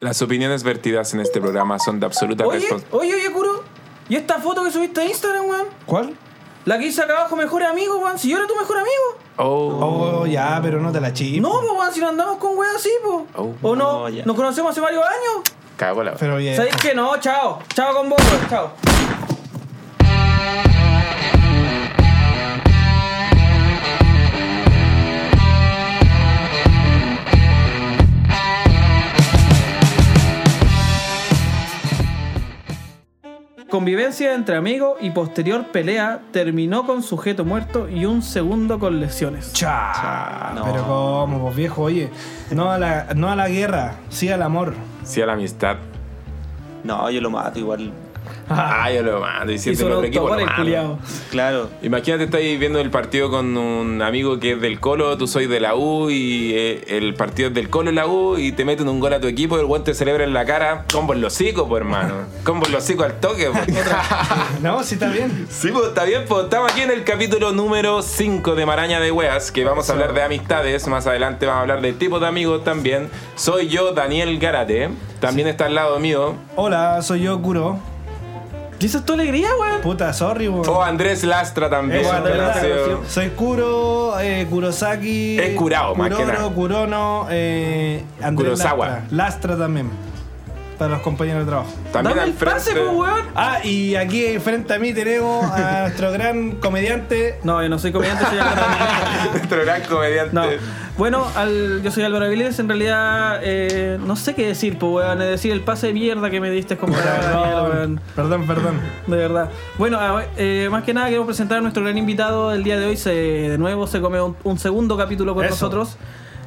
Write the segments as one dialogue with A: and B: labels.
A: Las opiniones vertidas en este programa son de absoluta
B: Oye,
A: responsabilidad.
B: oye, oye, Kuro. ¿Y esta foto que subiste a Instagram, weón?
C: ¿Cuál?
B: La que dice acá abajo, mejor amigo, weón. Si yo era tu mejor amigo.
A: Oh.
C: Oh, ya, pero no te la
B: Y
C: chipo.
B: no, pues, weón, si no andamos con weón así, pues.
A: Oh.
B: o no,
D: No, ya.
B: nos conocemos hace varios años.
A: Cago la.
C: Pero bien.
B: ¿Sabéis que no? Chao. Chao con vos, weón. Chao. Convivencia entre amigos y posterior pelea terminó con sujeto muerto y un segundo con lesiones.
C: Cha,
D: no.
C: Pero cómo, pues viejo, oye. No a, la, no a la guerra, sí al amor.
A: Sí a la amistad.
D: No, yo lo mato igual.
A: Ah, yo lo mando. Y si es
B: Hizo
A: del
B: un
A: otro equipo,
B: autogol
A: lo
B: el
A: mando.
B: culiao.
D: Claro.
A: Imagínate, estáis viendo el partido con un amigo que es del Colo, tú soy de la U y eh, el partido es del Colo y la U y te meten un gol a tu equipo y el guante te celebra en la cara. Combo en los hocicos, po, hermano. Combo en los hocicos al toque, po.
C: No, sí está bien.
A: Sí, pues está bien, pues estamos aquí en el capítulo número 5 de Maraña de Weas, que vamos a hablar de amistades, más adelante vamos a hablar de tipo de amigos también. Soy yo, Daniel Garate, también está al lado mío,
C: Hola, soy yo, Kuro.
B: ¿Y eso es tu alegría, weón?
C: Puta, sorry, weón.
A: o Andrés Lastra también.
C: Eso,
A: que
C: ¿verdad?
A: nació-
C: Soy Kuro, eh, Kurosaki.
A: Es curado, más que
C: Kuroro,
A: nada.
C: Kurono, eh, Andrés
A: Kurosawa.
C: Lastra. Lastra también. Para los compañeros de trabajo.
A: también
B: Dame
A: al
B: el pase,
A: frente-
B: pues, weón.
C: Ah, y aquí frente a mí tenemos a nuestro gran comediante.
B: No, yo no soy comediante, soy actor.
A: Nuestro gran comediante.
B: No.
C: Este,
B: Bueno, al- yo soy Álvaro Avilés, en realidad eh, no sé qué decir, pues weón, es decir el pase de mierda que me diste es como Daniel,
C: Perdón,
B: weón.
C: perdón, perdón.
B: De verdad. Bueno, a- eh, más que nada queremos presentar a nuestro gran invitado del día de hoy. Se, de nuevo se come un, un segundo capítulo con
C: Eso.
B: nosotros.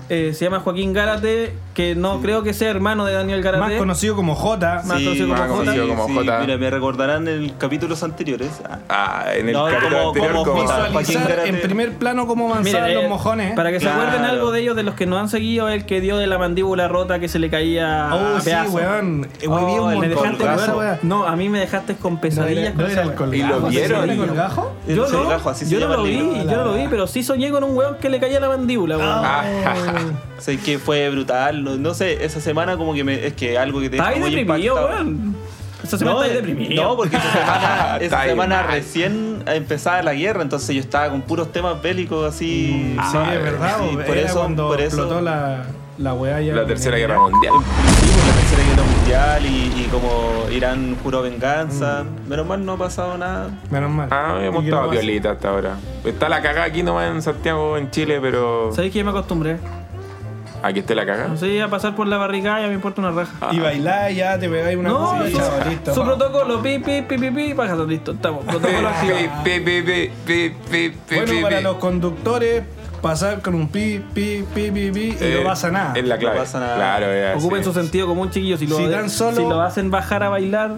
B: Eh, se llama Joaquín Gárate, que no creo que sea hermano de Daniel Gárate.
C: Más conocido como J.
B: Más conocido como
A: más
B: Jota.
A: conocido como Jota.
D: Mira, me recordarán en capítulos anteriores. Ah,
A: Ah, en el
D: No,
A: capítulo
D: como-
A: anterior
D: como
A: como-
D: Jota. Joaquín
C: Visualizar
D: Garate.
C: en primer plano cómo
B: Miren,
C: avanzaban los
B: eh,
C: mojones.
B: Para que
D: Claro.
B: se acuerden algo de ellos, de los que no han seguido, el que dio de la mandíbula rota que se le caía
C: Oh,
B: a
C: sí,
B: pedazos.
C: weón. Eh, weón, vi
B: Oh,
C: un
B: me
C: montón
B: dejaste
C: de
B: con
C: esa
B: eso.
C: weá.
B: No, a mí me dejaste con
C: No
B: pesadillas.
C: era-
B: con
C: no era
B: esa
C: el
B: weá.
C: colgajo.
A: Y lo
C: ¿sí
A: vieron.
C: era el colgajo?
D: El
B: Yo no,
D: colgajo, así se
B: yo no
D: llama
B: lo
D: el
B: vi,
D: libro. Ah.
B: yo no lo vi, pero sí soñé con un weón que le caía la mandíbula, weón.
A: Ah,
D: sé que fue brutal. No, no sé, esa semana como que me, es que algo que te
B: Estaba
D: deja
B: ahí
D: muy
B: deprimido,
D: impactado.
B: weón. Esa semana
D: No,
B: estáis
D: eh,
B: deprimido.
D: no, porque esa semana, esa
A: Está ahí
D: semana
A: mal.
D: recién empezaba la guerra, entonces yo estaba con puros temas bélicos así.
C: Mm,
A: Ah,
C: Sí, es verdad.
D: sí,
C: weón.
D: por
C: Era
D: eso-
C: cuando
D: por eso-
C: explotó la, la weá ya.
A: la tercera
C: Eh,
A: guerra mundial.
D: Sí, por la tercera guerra mundial y, y como Irán juró venganza. Menos mal no ha pasado nada.
C: Menos mal.
A: Ah, hemos
C: ¿Y qué
A: estado
C: más?
A: violita hasta ahora. Está la cagada aquí nomás en Santiago, en Chile, pero.
B: ¿Sabéis que yo me acostumbré?
A: Aquí está la cagada.
B: No sé, a pasar por la barricada y me importa una raja.
C: Y bailar ya, te pegáis una
B: No,
C: cosita, chao, listo.
B: su, su protocolo, pi, pi, pi, pi, pi, pájate, listo, estamos. Protocolo activado.
C: Bueno, para los conductores, pasar con un pi, pi, pi, pi, pi, y no pasa nada.
A: Es Eh, la clave.
D: No pasa nada.
A: Claro, es así.
B: Ocupen su sentido común, chiquillos. Si lo,
C: Si tan solo-
B: si lo hacen bajar a bailar,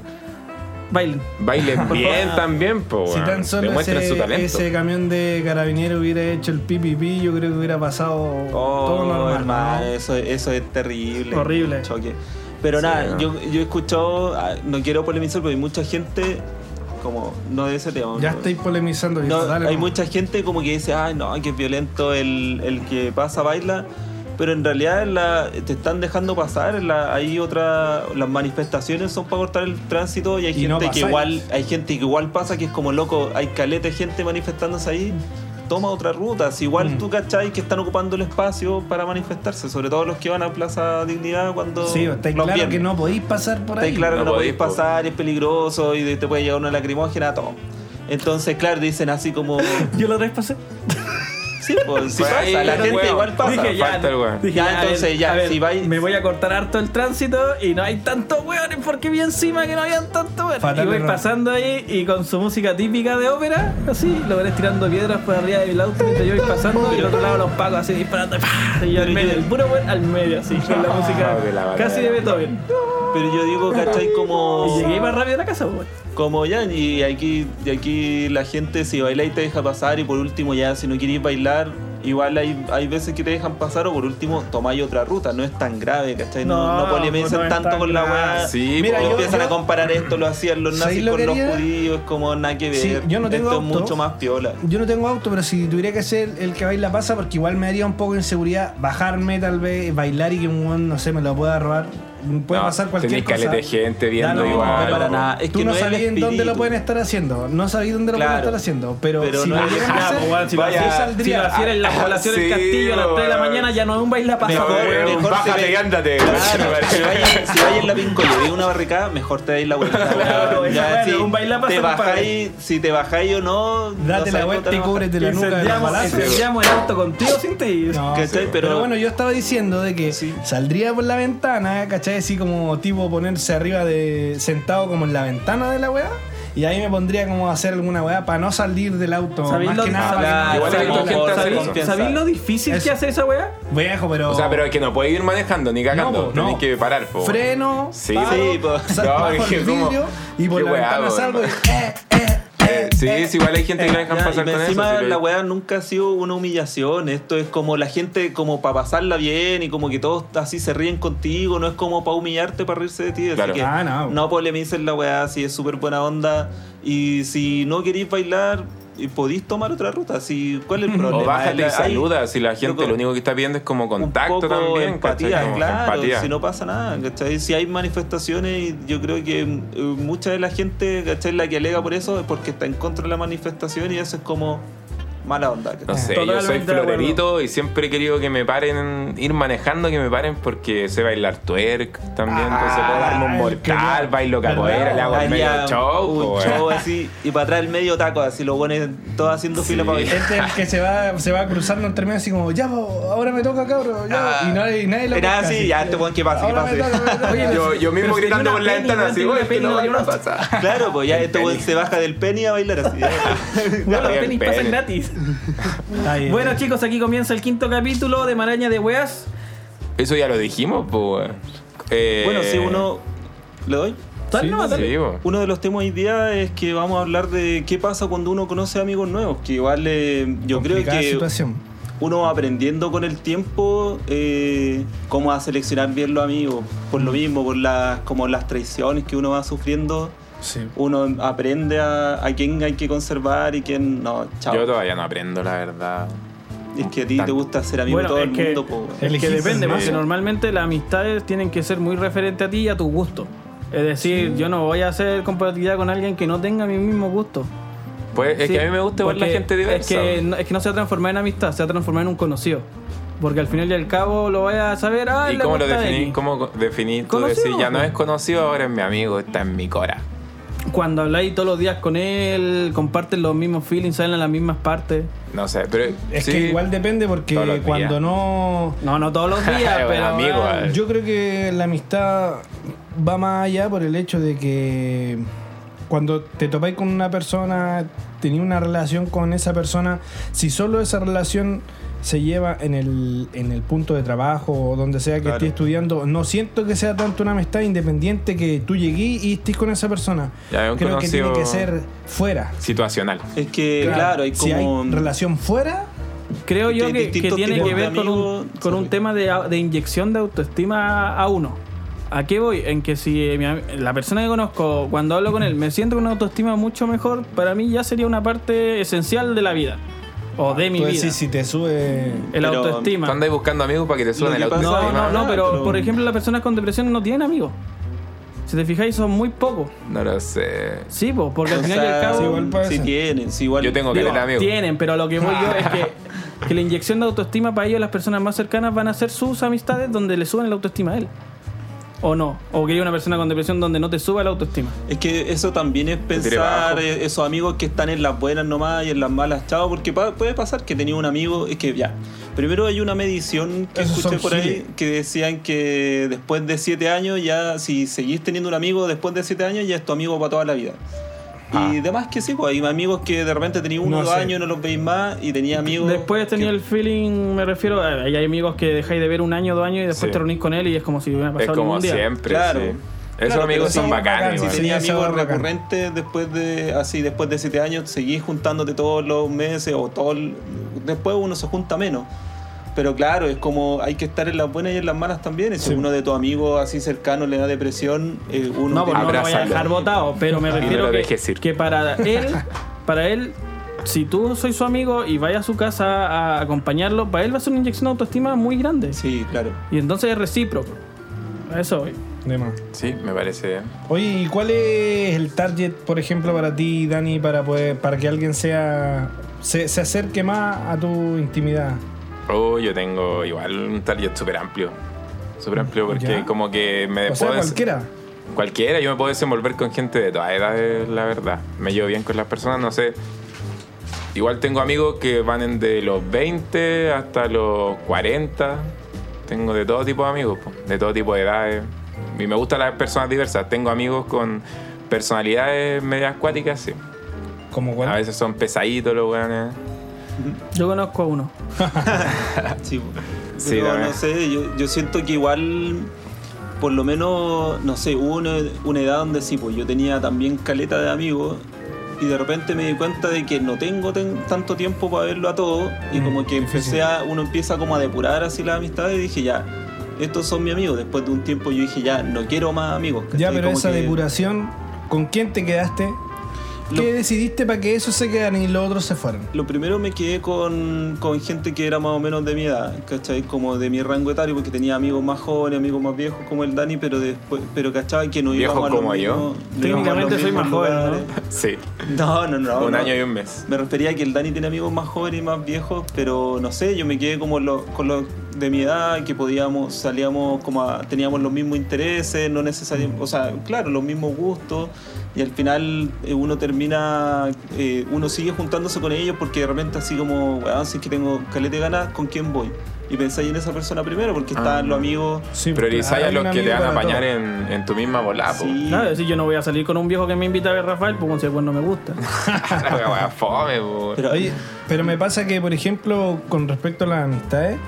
B: bailen.
A: Bailen bien
B: favor.
A: también, po.
C: Si
A: weón.
C: tan solo
A: Demuestren su
C: ese,
A: talento.
C: ese camión de carabinero hubiera hecho el pi, pi, pi, yo creo que hubiera pasado
A: Oh,
C: todo normal.
D: Oh, hermano, eso, eso es terrible.
B: Horrible.
D: Un Choque. Pero
A: Sí,
D: nada,
A: ¿no?
D: yo, yo he escuchado, ah, no quiero polemizar porque hay mucha gente como no de ese tema.
C: Ya
D: ¿no?
C: estáis polemizando.
D: No,
C: listo, dale,
D: hay
C: no.
D: mucha gente como que dice, ay no, que es violento el, el que pasa baila. Pero en realidad en la- te están dejando pasar, en la- hay otra, las manifestaciones son para cortar el tránsito y hay
C: Y
D: gente
C: no
D: que
C: pasáis.
D: igual, hay gente que igual pasa que es como loco, hay caleta de gente manifestándose ahí, toma otra ruta. Si igual
C: Mm.
D: tú cachai que están ocupando el espacio para manifestarse, sobre todo los que van a Plaza Dignidad cuando
C: Sí, estáis
D: los
C: claro que
D: viernes.
C: no podéis pasar por
D: Está
C: ahí.
D: claro
A: No
D: que no podéis
A: podéis, po.
D: pasar, es peligroso y de- te puede llegar una lacrimógena, todo. Entonces, claro, dicen así como.
B: Yo la traspasé.
D: Sí, pues, sí
A: Pues
D: pasa,
A: ahí,
D: la gente
A: weón.
D: igual pasa.
A: Dije, falta el weón.
D: Ya, entonces, ya,
B: a ver,
D: si vais-
B: Me voy a cortar harto el tránsito y no hay tantos hueones porque vi encima que no habían tantos hueones.
C: Fatal
B: Y voy
C: error.
B: pasando ahí y con su música típica de ópera, así, lo veré tirando piedras por arriba del auto mientras yo voy pasando y al otro lado los pacos así disparando. ¡pah! Y yo al medio, el puro hueón al medio, así, con la música
A: Ah, de la
B: casi de
A: barrera.
B: Beethoven.
D: Pero yo digo, ¿cachai?
B: Y
D: Como.
B: llegué más rápido a la casa, hueón.
D: Como ya, y aquí, y aquí la gente si baila y te deja pasar, y por último, ya si no queréis bailar, igual hay, hay veces que te dejan pasar, o por último, tomáis otra ruta, no es tan grave, ¿cachai? No,
C: No,
D: no, polemicen
C: no es
D: tanto
C: tan
D: con la
C: grave.
D: weá.
A: Sí,
C: Mira,
A: po.
C: yo-
D: empiezan a comparar esto, lo hacían los
C: ¿Sabéis
D: nazis
C: lo
D: con
C: que
D: los
C: haría?
D: judíos, es como nada que ver.
C: Sí, yo no tengo
D: esto
C: auto.
D: es mucho más piola.
C: Yo no tengo auto, pero si tuviera que ser el que baila pasa, porque igual me daría un poco de inseguridad bajarme, tal vez, bailar y que un weón, no sé, me lo pueda robar. puede
A: No,
C: pasar cualquier
A: tenéis
C: cosa.
A: caleta de gente viendo
C: Da lo mismo,
A: igual.
C: pero
D: Para nada. Es
C: tú
D: que
C: no,
D: no es el
C: sabías en dónde lo
D: espíritu.
C: pueden estar haciendo. No sabéis dónde lo
D: Claro.
C: pueden estar haciendo. Pero,
D: Pero
C: si
D: no
C: lo
D: es-
C: llegan a
D: Ah,
C: hacer,
B: pues, weón, si lo
C: yo
A: hacía-
B: Si lo
C: saldría.
B: hacían en la
A: Ah,
B: población
A: sí,
B: del castillo a las 3 de la
A: weón.
B: mañana, ya no es un baile pasado.
D: Mejor,
A: weón,
D: mejor
A: bájate
D: se ve-
A: y ándate, weón.
D: Claro, si vais si vais en la pincola y veis una barricada, mejor te dais la vuelta.
B: Claro,
D: weón.
B: esa weá,
D: si
B: un baila pasa,
D: te
B: compadre.
D: bajáis, si te bajáis o no,
C: Date la vuelta y cúbrete la nuca de la
B: Incendiamos,
C: balaza.
B: incendiamos el auto contigo sin te ir.
C: Ah, No,
D: ¿Cachai?
C: sí.
D: Pero-
C: pero, bueno, yo estaba diciendo de que
D: Sí.
C: saldría por la ventana, ¿cachai? Así como tipo ponerse arriba de. sentado como en la ventana de la weá. Y ahí me pondría como a hacer alguna weá para no salir del auto.
B: ¿Sabéis
C: Más
B: lo-
C: que nada.
B: sabéis-
C: para que no
A: Igual
C: me
A: hay
C: salga
A: mucha gente
C: la weá.
A: hace
B: ¿Sabéis-
A: eso.
B: ¿Sabéis lo difícil que
C: Eso.
B: hace esa weá?
C: Viejo, pero.
A: O sea, pero es que no puedes ir manejando ni cagando.
C: No, no.
A: Tenés que parar, po.
C: Freno,
A: Sí,
C: paro,
D: sí, po.
C: salgo
A: No,
C: bajo
A: es que
C: el
A: como-
C: vidrio y por
A: qué
C: la
A: weá,
C: ventana
A: po,
C: salgo y.
A: hermano.
C: eh, eh, eh,
A: Eh, sí,
C: eh.
A: es igual hay gente que la dejan
D: Ya,
A: pasar
D: y
A: con eso.
D: encima
A: sí,
D: la
A: pero-
D: weá nunca ha sido una humillación. Esto es como la gente, como para pasarla bien y como que todos así se ríen contigo. No es como para humillarte, para rirse de ti. Así
A: Claro.
D: que
C: Ah, no.
D: no polemicen la weá, si es súper buena onda. Y si no queréis bailar, y podéis tomar otra ruta. Si, ¿Cuál es el problema?
A: O bájate y
D: Hay-
A: saluda. Si la gente
D: Loco.
A: lo único que está viendo es como
D: un
A: contacto
D: poco
A: también.
D: empatía,
A: ¿cachai? Como
D: claro,
A: empatía.
D: si no pasa nada, ¿cachai? Si hay manifestaciones, y yo creo que mm, mucha de la gente, ¿cachai? La que alega por eso es porque está en contra de la manifestación y eso es como mala onda, ¿cachai?
A: No sé, yo soy
B: Totalmente de acuerdo.
A: florerito y siempre he querido que me paren, ir manejando, que me paren porque sé bailar twerk también. entonces
B: Ah,
A: puedo darme un
C: el
A: mortal,
C: querido.
A: bailo capoera,
C: ¿Verdad?
A: le hago el
D: Haría
A: medio show.
D: un
A: po,
D: show
A: weón.
D: así y para atrás el medio taco, así lo ponen todo haciendo fila para bailar.
C: Este es el que se va, se va cruzando entre medio así como, ya, po, ahora me toca, cabrón, ya.
D: Ah.
C: y nadie, nadie lo
D: Era
C: pesca,
D: así, ya, este weón, ¿qué pasa?
C: Ahora
D: ¿Qué
C: me
D: pasa?
C: toca, me toca. Oye,
A: Yo, yo mismo
B: Pero si
A: gritando
B: tiene
A: por la
B: una
A: ventana
B: peli,
A: así,
B: tiene
A: güey,
B: una
A: este
B: peli,
A: no
B: no
A: va a
B: tiene una-
A: pasar.
D: Claro, pues ya este weón se baja del penny a bailar así.
B: Bueno, los
A: bien,
B: tenis pasan
A: pene.
B: gratis.
C: Está bien.
B: Bueno, chicos, aquí comienza el quinto capítulo de Maraña de Weas.
A: Eso ya lo dijimos, pues.
D: Bueno, si
A: Eh.
D: uno. ¿Le doy?
B: Dale
C: Sí,
B: nomás, dale.
A: Sí, po.
D: Uno de los temas hoy día es que vamos a hablar de qué pasa cuando uno conoce amigos nuevos, que igual eh, yo creo
C: Complicada
D: que
C: situación.
D: uno va aprendiendo con el tiempo eh, cómo a seleccionar bien los amigos, por
A: Mm.
D: lo mismo, por las, como las traiciones que uno va sufriendo,
C: Sí.
D: uno aprende a, a quién hay que conservar y quién no, chao.
A: Yo todavía no aprendo, la verdad.
D: es que a ti te
A: Tanto.
D: gusta ser amigo de
B: Bueno,
D: todo
B: es
D: el
B: que-
D: mundo, po.
B: Es que
C: Elegís,
B: depende,
C: sí.
B: porque normalmente las amistades tienen que ser muy referente a ti y a tu gusto. Es decir, yo no voy a hacer compatibilidad con alguien que no tenga mi mismo gusto.
A: Pues es
B: Sí,
A: que a mí me gusta ver la
B: porque
A: gente diversa.
B: Es que, no, es que no se va a transformar en amistad, se va a transformar en un conocido. Porque al final y al cabo lo vaya a saber. Ah,
A: ¿Y
B: es la
A: cómo lo
B: cuenta de
A: definís?
B: X.
A: ¿Cómo definís? Tú
B: Conocido,
A: decís, ya no
B: po.
A: es conocido, ahora es mi amigo, está en mi cora.
B: Cuando habláis todos los días con él, comparten los mismos feelings, salen a las mismas partes.
A: No sé, pero.
C: Es
A: sí,
C: que igual depende
A: Todos los
C: porque
A: días.
C: cuando no...
B: No, no todos los días,
A: Bueno,
B: pero.
A: amigo,
B: ah,
A: eh.
C: Yo creo que la amistad va más allá por el hecho de que cuando te topáis con una persona, tenéis una relación con esa persona, si solo esa relación se lleva en el, en el punto de trabajo o donde sea que
D: Claro.
C: estés estudiando, no siento que sea tanto una amistad independiente que tú llegues y estés con esa persona.
A: Ya, es
C: Creo
A: un
C: que
A: conocido-
C: tiene que ser fuera.
A: Situacional.
D: Es que, claro, hay
C: Si hay
D: como...
C: relación fuera,
A: eh.
B: Creo yo
D: Hay
B: que, que
D: distintos
B: tiene
D: tipos
B: que
D: de
B: ver con un,
D: amigos.
B: con un
D: Sorry.
B: tema de, de inyección de autoestima a uno. ¿A qué voy? En que si eh, mi am- la persona que conozco, cuando hablo con él, me siento con una autoestima mucho mejor, para mí ya sería una parte esencial de la vida. O
D: Ah,
B: de mi
C: tú
B: vida.
C: decís pues si te sube...
B: El
D: pues Pero,
A: Tú
B: autoestima.
A: andáis buscando amigos para que te suban
D: Lo
A: el
D: que pasa-
B: No,
A: autoestima.
B: no, no, pero,
D: Pero-
B: por ejemplo, las personas con depresión no tienen amigos. Si te fijáis, son muy pocos.
A: No lo sé.
B: Sí, po, porque al
D: o
B: final y al
D: sea,
B: cabo.
C: sí, igual puede
D: si
C: ser.
D: tienen, si igual...
A: Yo tengo que
D: Digo,
A: leer amigos.
B: Tienen, pero a lo que voy yo es que, que la inyección de autoestima para ellos, las personas más cercanas, van a ser sus amistades donde le suben la autoestima a él. ¿O no? ¿O que hay una persona con depresión donde no te suba la autoestima?
D: Es que eso también es
A: tiré para
D: pensar
A: abajo.
D: eh, esos amigos que están en las buenas nomás y en las malas, chao, porque pa- puede pasar que tenía un amigo, es que ya, primero hay una medición que
C: Esos
D: escuché
C: son
D: por ahí
C: giles.
D: que decían que después de siete años ya, si seguís teniendo un amigo después de siete años ya es tu amigo para toda la vida. Y demás que sí, pues hay amigos que de repente tenías uno o
C: No
D: dos
C: sé.
D: años y no los veis más y tenía amigos...
B: Después tenía
D: que-
B: el feeling, me refiero, a- hay amigos que dejáis de ver un año, dos años y después
A: Sí.
B: te reunís con él y es como si hubiera
A: Es
B: pasado
A: como
B: ningún día.
A: siempre.
D: Claro.
A: sí.
D: Claro,
A: Esos
D: pero
A: amigos
D: sí,
A: son bacanes,
C: bacán,
D: Si
A: igual.
C: sí,
D: tenías
C: eso
D: amigos
C: es bacán.
D: recurrentes después de así después de siete años, seguís juntándote todos los meses o todo el- después uno se junta menos. Pero claro, es como hay que estar en las buenas y en las malas también. Y Si
C: Sí.
D: uno de tus amigos así cercano le da depresión, eh, uno
B: No, pues no lo voy a
A: Abrázalo.
B: dejar votado, pero me
A: no
B: refiero
A: lo dejes
B: que,
A: ir.
B: que para él, para él, si tú soy su amigo y vaya a su casa a acompañarlo, para él va a ser una inyección de autoestima muy grande.
D: Sí, claro.
B: Y entonces es recíproco. A eso voy.
C: de más.
A: Sí, me parece.
C: Oye, ¿y cuál es el target, por ejemplo, para ti, Dani, para poder, para que alguien sea se, se acerque más a tu intimidad?
A: Oh, yo tengo igual un target súper amplio. Súper amplio porque
C: ¿Ya?
A: como que me
C: O sea,
A: puedo des-
C: cualquiera.
A: Cualquiera, yo me puedo desenvolver con gente de todas edades, la verdad. Me llevo bien con las personas, no sé. Igual tengo amigos que van en de los 20 hasta los 40. Tengo de todo tipo de amigos, po, de todo tipo de edades. Y me gustan las personas diversas. Tengo amigos con personalidades medio acuáticas, sí.
C: Como
A: A
C: cual.
A: veces son pesaditos los weones.
B: Yo conozco a uno.
D: Sí,
A: Sí,
D: pero
A: también.
D: no sé, yo, yo siento que igual, por lo menos, no sé, hubo una, una edad donde sí, pues yo tenía también caleta de amigos y de repente me di cuenta de que no tengo ten- tanto tiempo para verlo a todos y
C: Mm,
D: como que
C: difícil.
D: empecé a, uno empieza como a depurar así las amistades y dije ya, estos son mis amigos. Después de un tiempo yo dije ya, no quiero más amigos.
C: Ya,
D: ¿cachai?
C: pero
D: Como
C: esa
D: que
C: depuración, ¿con quién te quedaste?
D: Lo-
C: ¿Qué decidiste para que esos se quedaran y los otros se fueran?
D: Lo primero me quedé con, con gente que era más o menos de mi edad, ¿cachai? Como de mi rango etario, porque tenía amigos más jóvenes, amigos más viejos como el Dani, pero después, pero cachaba que no
A: Viejo
D: íbamos a los
A: como yo.
D: mismos- no íbamos a los
B: Técnicamente soy
D: mismos
B: más joven, ¿no?
D: lugares.
A: Sí,
D: No, no, no.
A: un
D: no.
A: año y un mes.
D: Me refería a que el Dani tiene amigos más jóvenes y más viejos, pero no sé, yo me quedé como lo- con los de mi edad, que podíamos, salíamos como a- teníamos los mismos intereses, no necesariamente, o sea, claro, los mismos gustos, y al final eh, uno termina, eh, uno sigue juntándose con ellos porque de repente así como, weón, si es que tengo calete de ganas, ¿con quién voy? Y pensáis en esa persona primero, porque están los amigos...
C: Sí, pues,
A: Priorizáis
C: hay
A: a
C: un
A: los que
C: amigo
A: te van a
C: para
A: apañar
C: todo.
A: en, en tu misma volada, po.
D: sí,
B: Claro, es decir, yo no voy a salir con un viejo que me invita a ver Rafael, pues si pues, no me gusta.
A: La wea fome, po.
D: pero-
C: Oye, pero me pasa que, por ejemplo, con respecto a las amistades,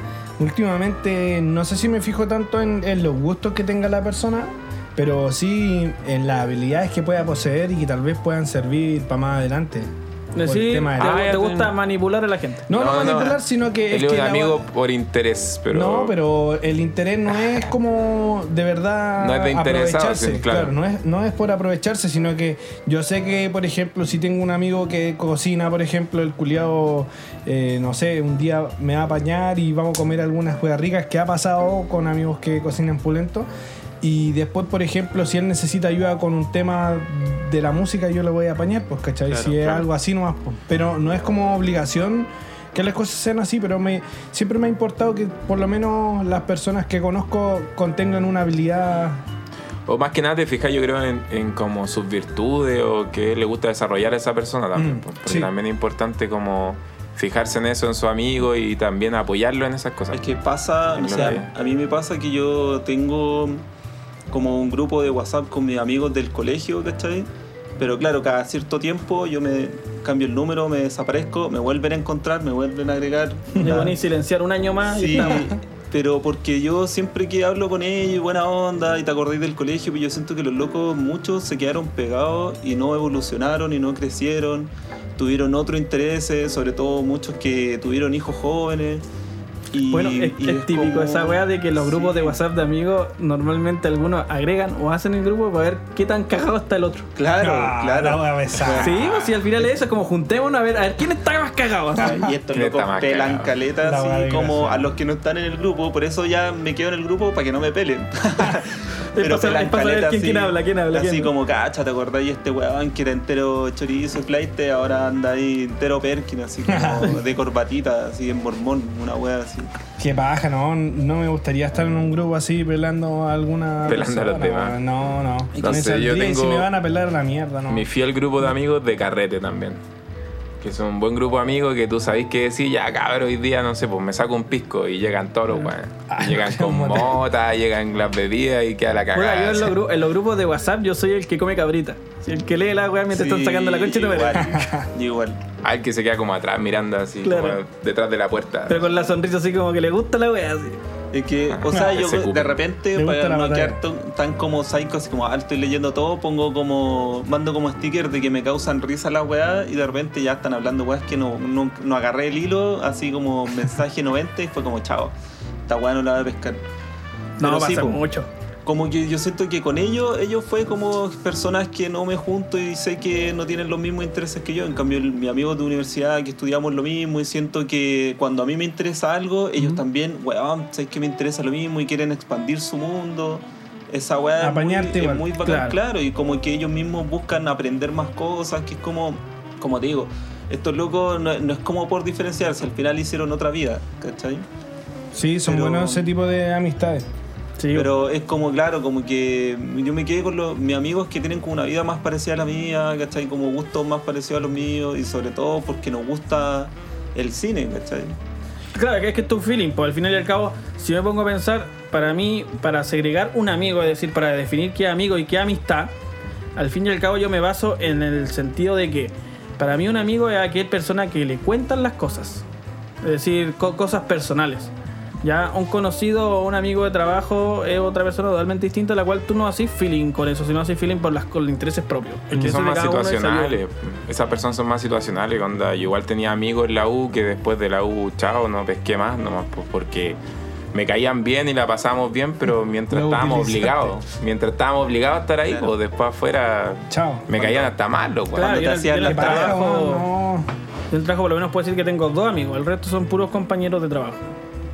C: últimamente no sé si me fijo tanto en, en los gustos que tenga la persona, pero sí en las habilidades que pueda poseer y que tal vez puedan servir para más adelante. Por
B: Es
C: el
B: decir,
C: tema
B: te,
C: de-
A: Ah, ya
B: te gusta
A: estoy-
B: manipular a la gente.
C: No, no,
A: No, no.
C: manipular, sino que
A: Él
C: es
A: es
C: que
A: un
C: la-
A: amigo por interés, pero. Ah.
C: No, pero el interés no es como de verdad
A: No es de interesado,
C: aprovecharse.
A: sí,
C: claro,
A: claro.
C: no, es, no es por aprovecharse, sino que yo sé que, por ejemplo, si tengo un amigo que cocina, por ejemplo, el culiado, no sé, un día me va a apañar y vamos a comer algunas cosas ricas que ha pasado con amigos que cocinan pulento. Y después, por ejemplo, si él necesita ayuda con un tema de la música, yo le voy a apañar, pues, ¿cachai?
A: Claro,
C: si es
A: claro.
C: algo así nomás, pues. Pero no es como obligación que las cosas sean así, pero me, siempre me ha importado que por lo menos las personas que conozco contengan una habilidad.
A: O más que nada te fijas, yo creo, en, en como sus virtudes o qué le gusta desarrollar a esa persona también.
C: Mm,
A: po. Porque
C: sí.
A: también es importante como fijarse en eso, en su amigo y también apoyarlo en esas cosas.
D: Es que pasa, o
A: Claro,
D: sea,
A: ya.
D: a mí me pasa que yo tengo como un grupo de WhatsApp con mis amigos del colegio, ¿cachai? Pero claro, cada cierto tiempo yo me cambio el número, me desaparezco, me vuelven a encontrar, me vuelven a agregar.
B: Me
D: Nada.
B: van a silenciar un año más y
D: Sí,
B: estamos.
D: pero porque yo siempre que hablo con ellos, buena onda, y te acordáis del colegio, pues yo siento que los locos, muchos se quedaron pegados y no evolucionaron y no crecieron, tuvieron otros intereses, sobre todo muchos que tuvieron hijos jóvenes. Y,
B: Bueno, es,
D: y
B: es típico
D: como-
B: esa weá de que los grupos
D: Sí,
B: de WhatsApp de amigos normalmente algunos agregan o hacen el grupo para ver qué tan cagado está el otro.
D: Claro,
C: Ah, la
D: claro.
C: voy a besar.
B: Sí, pues si al final es eso, como juntémonos a ver, a ver quién está más cagado. así.
D: Y estos
A: Que
D: locos
A: está más
D: pelan
A: cagado.
D: caletas
C: La weá de
D: así como
C: gracia.
D: a los que no están en el grupo, por eso ya me quedo en el grupo para que no me pelen.
B: Es para-
D: pelan
B: es para saber
D: caleta
B: quién- quién habla, quién habla,
D: Así
B: quién.
D: como, cacha, ¿te acordáis este weón que era entero chorizo y flaite? Ahora anda ahí entero Perkin, así como de corbatita, así en mormón, una wea así.
C: Qué paja, no, no me gustaría estar en un grupo así pelando a alguna.
A: Pelando a los
C: persona,
A: demás.
C: No, no.
A: No
C: Me
A: sé, yo
C: saldría y
A: tengo-
C: si me van a pelar la mierda, no.
A: Mi fiel grupo de amigos de carrete también. Que es un buen grupo de amigos que tú sabés que decís, ya cabrón, hoy día, no sé, pues me saco un pisco y llegan todos los weones.
C: Ah,
A: Llegan
C: no,
A: con
C: mota.
A: mota, llegan las bebidas y queda la
B: Bueno, yo
A: cagada.
B: en los, gru- en los grupos de WhatsApp yo soy el que come cabrita. Si el que lee la weá mientras están
D: Sí,
B: sacando la concha, no me
D: Igual, igual.
A: Al que se queda como atrás mirando así,
B: Claro.
A: como detrás de la puerta.
B: Pero con la sonrisa así como que le gusta la weá. Así.
D: Es que, o sea,
A: Que
D: yo
A: se
D: de
A: ocupen.
D: repente,
C: Me gusta
D: para
C: la
D: no
C: batalla.
D: quedar tan, tan como psycho, así como, ah, estoy leyendo todo, pongo como, mando como sticker de que me causan risa las weas y de repente ya están hablando weas que no, no, no agarré el hilo, así como mensaje 90 y fue como, chao, esta wea no la voy a pescar.
B: No,
D: Pero
B: pasa
D: sí, po,
B: mucho.
D: como que yo siento que con ellos, ellos fue como personas que no me junto y sé que no tienen los mismos intereses que yo. En cambio, el- mis amigos de universidad que estudiamos lo mismo y siento que cuando a mí me interesa algo, ellos también, weón, sabes que me interesa lo mismo y quieren expandir su mundo. esa weá es muy-
C: Apañarte
D: es muy,
C: igual, claro.
D: bacán, claro. y como que ellos mismos buscan aprender más cosas, que es como, como te digo, estos locos no, no es como por diferenciarse, al final hicieron otra vida, ¿cachai?
C: Sí, son
D: Pero-
C: buenos ese tipo de amistades.
B: Sí,
D: Pero es como, claro, como que yo me quedé con los, mis amigos que tienen como una vida más parecida a la mía, ¿cachai? Como gustos más parecidos a los míos y sobre todo porque nos gusta el cine, ¿cachai?
B: Claro, que es que es tu feeling, pues al final y al cabo, si me pongo a pensar, para mí, para segregar un amigo, es decir, para definir qué amigo y qué amistad, al fin y al cabo yo me baso en el sentido de que para mí un amigo es aquel persona que le cuentan las cosas, es decir, co- cosas personales. Ya un conocido o un amigo de trabajo es otra persona totalmente distinta a la cual tú no haces feeling con eso, sino haces feeling por las, con los intereses propios.
A: Es que
B: Intereses
A: son
B: de
A: más
B: cada uno es ayudar.
A: situacionales. mm, Esas personas son más situacionales. Onda, yo igual tenía amigos en la U que después de la U, chao, no pesqué más nomás, pues, porque me caían bien y la pasábamos bien, pero mientras
C: Lo
A: estábamos
C: utilizaste.
A: obligados, mientras estábamos obligados a estar ahí,
D: Claro.
A: pues después afuera
C: Chao.
A: me caían hasta mal, los weones.
B: Claro,
D: Cuando te
B: yo, en-
D: hacían
B: yo en el
D: la paja,
B: trabajo,
C: no.
B: yo en el trabajo por lo menos puedo decir que tengo dos amigos, el resto son puros compañeros de trabajo.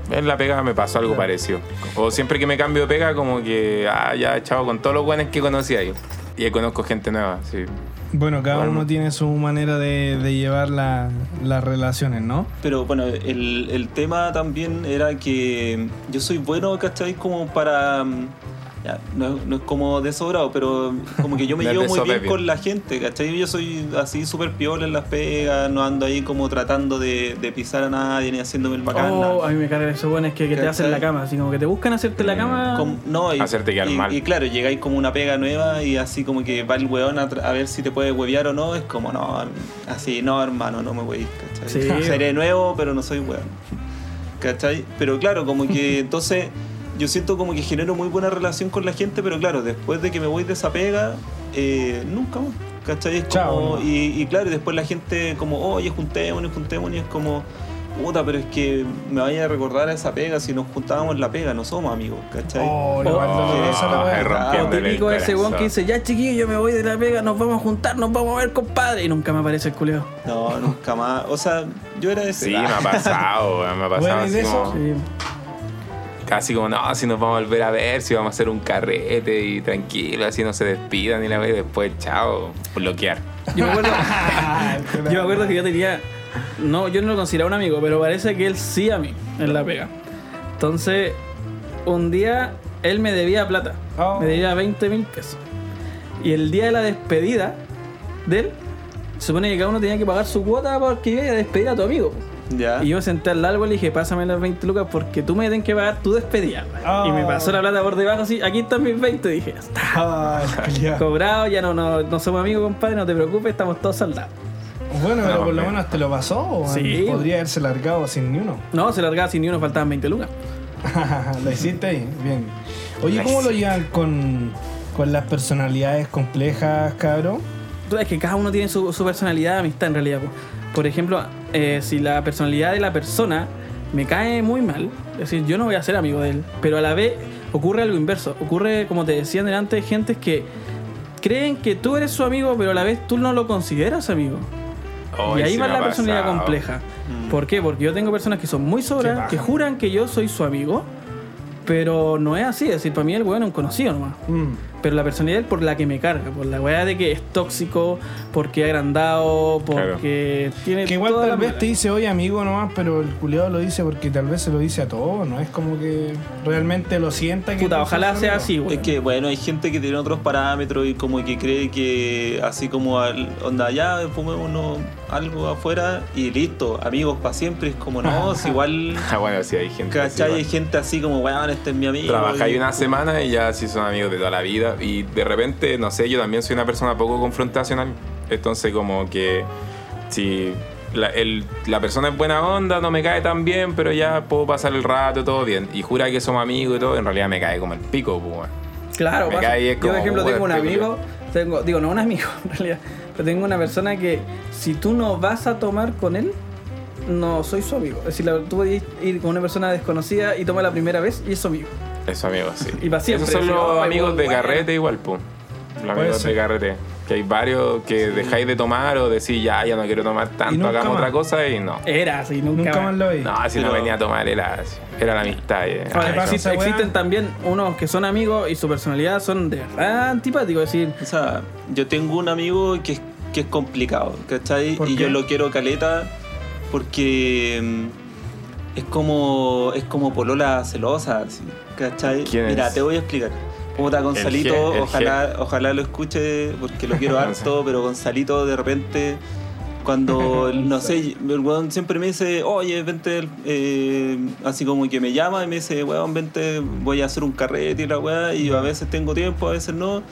A: En la pega me pasó algo parecido. O siempre que me cambio de pega, como que, ah, ya, chao, con todos los buenos que conocí ahí. Y ahí conozco gente nueva, sí.
C: Bueno, cada
A: Bueno.
C: uno tiene su manera de, de llevar la- las relaciones, ¿no?
D: Pero bueno, el, el tema también era que yo soy bueno, ¿cachai? Como para... mm, ya, no, no es como desobrado, pero como que yo me
A: No es
D: llevo muy bien
A: desoberbio.
D: con la gente, ¿cachai? Yo soy así súper piola en las pegas, no ando ahí como tratando de, de pisar a nadie ni haciéndome el bacán.
B: Oh,
D: nada.
B: a mí me cargan esos buenos que, que te
D: ¿Cachai?
B: hacen la cama, así como que te buscan hacerte
D: Mm,
B: la cama.
D: Com- no, y,
A: Hacerte quedar
D: y-
A: mal.
D: y claro, llegáis como una pega nueva y así como que va el weón a, tra- a ver si te puede huevear o no. Es como, no, así, no, hermano, no me hueís,
B: Sí.
D: ¿cachai? Seré nuevo, pero no soy weón. ¿Cachai? Pero claro, como que entonces yo siento como que genero muy buena relación con la gente, pero claro, después de que me voy de esa pega, eh, nunca más. ¿Cachai? Es como-
C: Chao, ¿no?
D: y, y claro, y después la gente como, oye, juntémonos, juntémonos, y es como, puta, pero es que me vaya a recordar a esa pega, si nos juntábamos en la pega, no somos amigos, ¿cachai?
C: Oh, igual
B: Oh,
C: dolorosa la weá.
A: ahí
B: O
A: rompiéndole el
B: típico ese
A: corazón.
B: weón que dice, ya chiquillo, yo me voy de la pega, nos vamos a juntar, nos vamos a ver, compadre. Y nunca me aparece el culeo.
D: No, nunca más. O sea, yo era ese.
A: Sí, me ha pasado, weón, me ha pasado.
C: Bueno, ¿y
A: así
C: de eso?
A: como-
B: Sí.
A: Casi como, no, si nos vamos a volver a ver, si vamos a hacer un carrete y tranquilo, así no se despidan ni la vez después, chao, bloquear.
B: Yo me acuerdo,
C: Ah,
B: yo me acuerdo que yo tenía. No, yo no lo consideraba un amigo, pero parece que él sí a mí en la pega. Entonces, un día él me debía plata.
C: Oh.
B: Me debía 20 mil pesos. Y el día de la despedida de él, se supone que cada uno tenía que pagar su cuota porque iba a despedir a tu amigo.
D: Ya.
C: Ah.
B: Y yo me senté al árbol y le dije, pásame las 20 lucas porque tú me tienes que pagar tu despedida.
C: Oh.
B: Y me pasó la plata por debajo así, aquí están mis 20. Dije, está
C: Ah, el culiao.
B: cobrado, ya no, no, no somos amigos, compadre, no te preocupes, estamos todos saldados.
C: Bueno, pero
A: No,
C: por lo
A: hombre.
C: menos te lo pasó. o
B: Sí.
C: Podría haberse largado sin ni uno.
B: No, se largaba sin ni uno, faltaban 20 lucas.
C: lo hiciste ahí, bien. Oye,
A: La
C: ¿cómo lo
A: hice.
C: llevan con, con las personalidades complejas, cabrón?
B: Tú sabes que cada uno tiene su, su personalidad de amistad en realidad. po. Por ejemplo, eh, si la personalidad de la persona me cae muy mal, es decir, yo no voy a ser amigo de él, pero a la vez ocurre algo inverso. Ocurre, como te decían delante, gentes que creen que tú eres su amigo, pero a la vez tú no lo consideras amigo.
A: Oh,
B: y ahí
A: sí
B: va
A: me ha
B: la personalidad
A: pasado. Mm.
B: compleja. ¿Por qué? Porque yo tengo personas que son muy
C: Qué
B: sobras,
C: paja.
B: que juran que yo soy su amigo, pero no es así. Es decir, para mí el weón es un conocido nomás.
A: Mm.
B: Pero la personalidad es por la que me carga, por la weá de que es tóxico, porque agrandado, porque tiene.
C: Que igual
B: toda
C: tal
B: la-
C: vez te dice, oye amigo nomás, pero el culiado lo dice porque tal vez se lo dice a todos, ¿no? Es como que realmente lo sienta que...
B: Puta,
C: tú
B: ojalá
C: sos
B: sea
C: amigo.
B: así, weón.
D: Es que, bueno, hay gente que tiene otros parámetros y como que cree que así como al- onda ya fumémonos algo afuera y listo, amigos para siempre. Es como, no, es igual,
A: Ah, bueno, sí, hay gente. así,
D: ¿cachai? Hay
A: bueno.
D: gente así como, weón, este es mi amigo.
A: Trabajáis
D: y-
A: una semana y ya sí son amigos de toda la vida. Y de repente, no sé, yo también soy una persona poco confrontacional. Entonces, como que si la, el- la persona es buena onda, no me cae tan bien, pero ya puedo pasar el rato, todo bien. Y jura que somos amigos y todo, en realidad me cae como el pico, pues. weón.
B: Claro,
A: Me
B: pasa.
A: cae y es
B: yo por
A: como,
B: ejemplo
A: "Bueno,
B: tengo un
A: estoy
B: amigo, tengo, digo, no un amigo en realidad, pero tengo una persona que si tú no vas a tomar con él, no soy su amigo. Es decir, la- tú podías ir con una persona desconocida y toma la primera vez y es su amigo.
A: Esos amigos, sí.
B: Y pa' siempre,
A: Esos son
B: sí,
A: los
B: oh,
A: amigos de
B: bueno.
A: carrete igual, po. Los
C: Puede
A: amigos
C: ser.
A: de carrete. Que hay varios que dejáis de tomar o decís, ya, ya no quiero tomar tanto,
C: nunca
A: hagamos
C: más.
A: otra cosa y no.
B: Era así, nunca,
C: Nunca más lo vi.
A: No, si no
D: Pero-
A: venía a tomar, era, era la amistad. eh.
B: Ahora,
A: Ay, no.
B: existen-
C: pasa esa weá.
B: existen también unos que son amigos y su personalidad son de verdad antipáticos. Es decir,
D: O sea, yo tengo un amigo que es, que es complicado, ¿cachai?
C: ¿Por
D: Y
C: qué?
D: yo lo quiero caleta porque mm, es como es como polola celosa, así, ¿cachai?
A: ¿Quién
D: Mira,
A: es?
D: te voy a explicar. Puta,
A: G,
D: Gonzalito,
A: el
D: ojalá, ojalá lo escuche porque lo quiero harto, pero Gonzalito de repente cuando, no sé, el weón siempre me dice, oye, vente, eh, así como que me llama y me dice, weón, vente, voy a hacer un carrete y la weá, y yo a veces tengo tiempo, a veces no,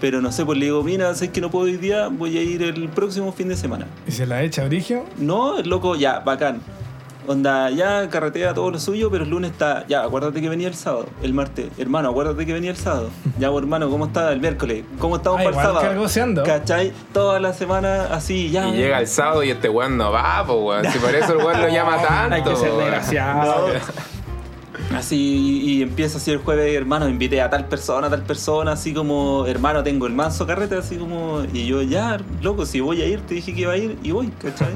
D: pero no sé, pues le digo, mira, sé que no puedo hoy día, voy a ir el próximo fin de semana.
C: ¿Y se la echa Brigio?
D: No, el loco, ya, bacán. Onda, ya carretea todo lo suyo, pero el lunes está, ya, acuérdate que venía el sábado, el martes, hermano, acuérdate que venía el sábado. Ya, pues, hermano, ¿cómo está el miércoles? ¿Cómo estamos
C: Ah,
D: para el
C: igual
D: sábado?
C: cargoseando.
D: ¿Cachai? Toda la semana así, ya.
A: Y llega el sábado y este weón no va, pues weón. Si por eso el weón lo llama tanto.
B: hay que ser
A: weón.
B: desgraciado.
D: Así, y empieza así el jueves, hermano, invité a tal persona, a tal persona, así como, hermano, tengo el manso carrete, así como, y yo, ya, loco, si voy a ir, te dije que iba a ir, y voy, ¿cachai?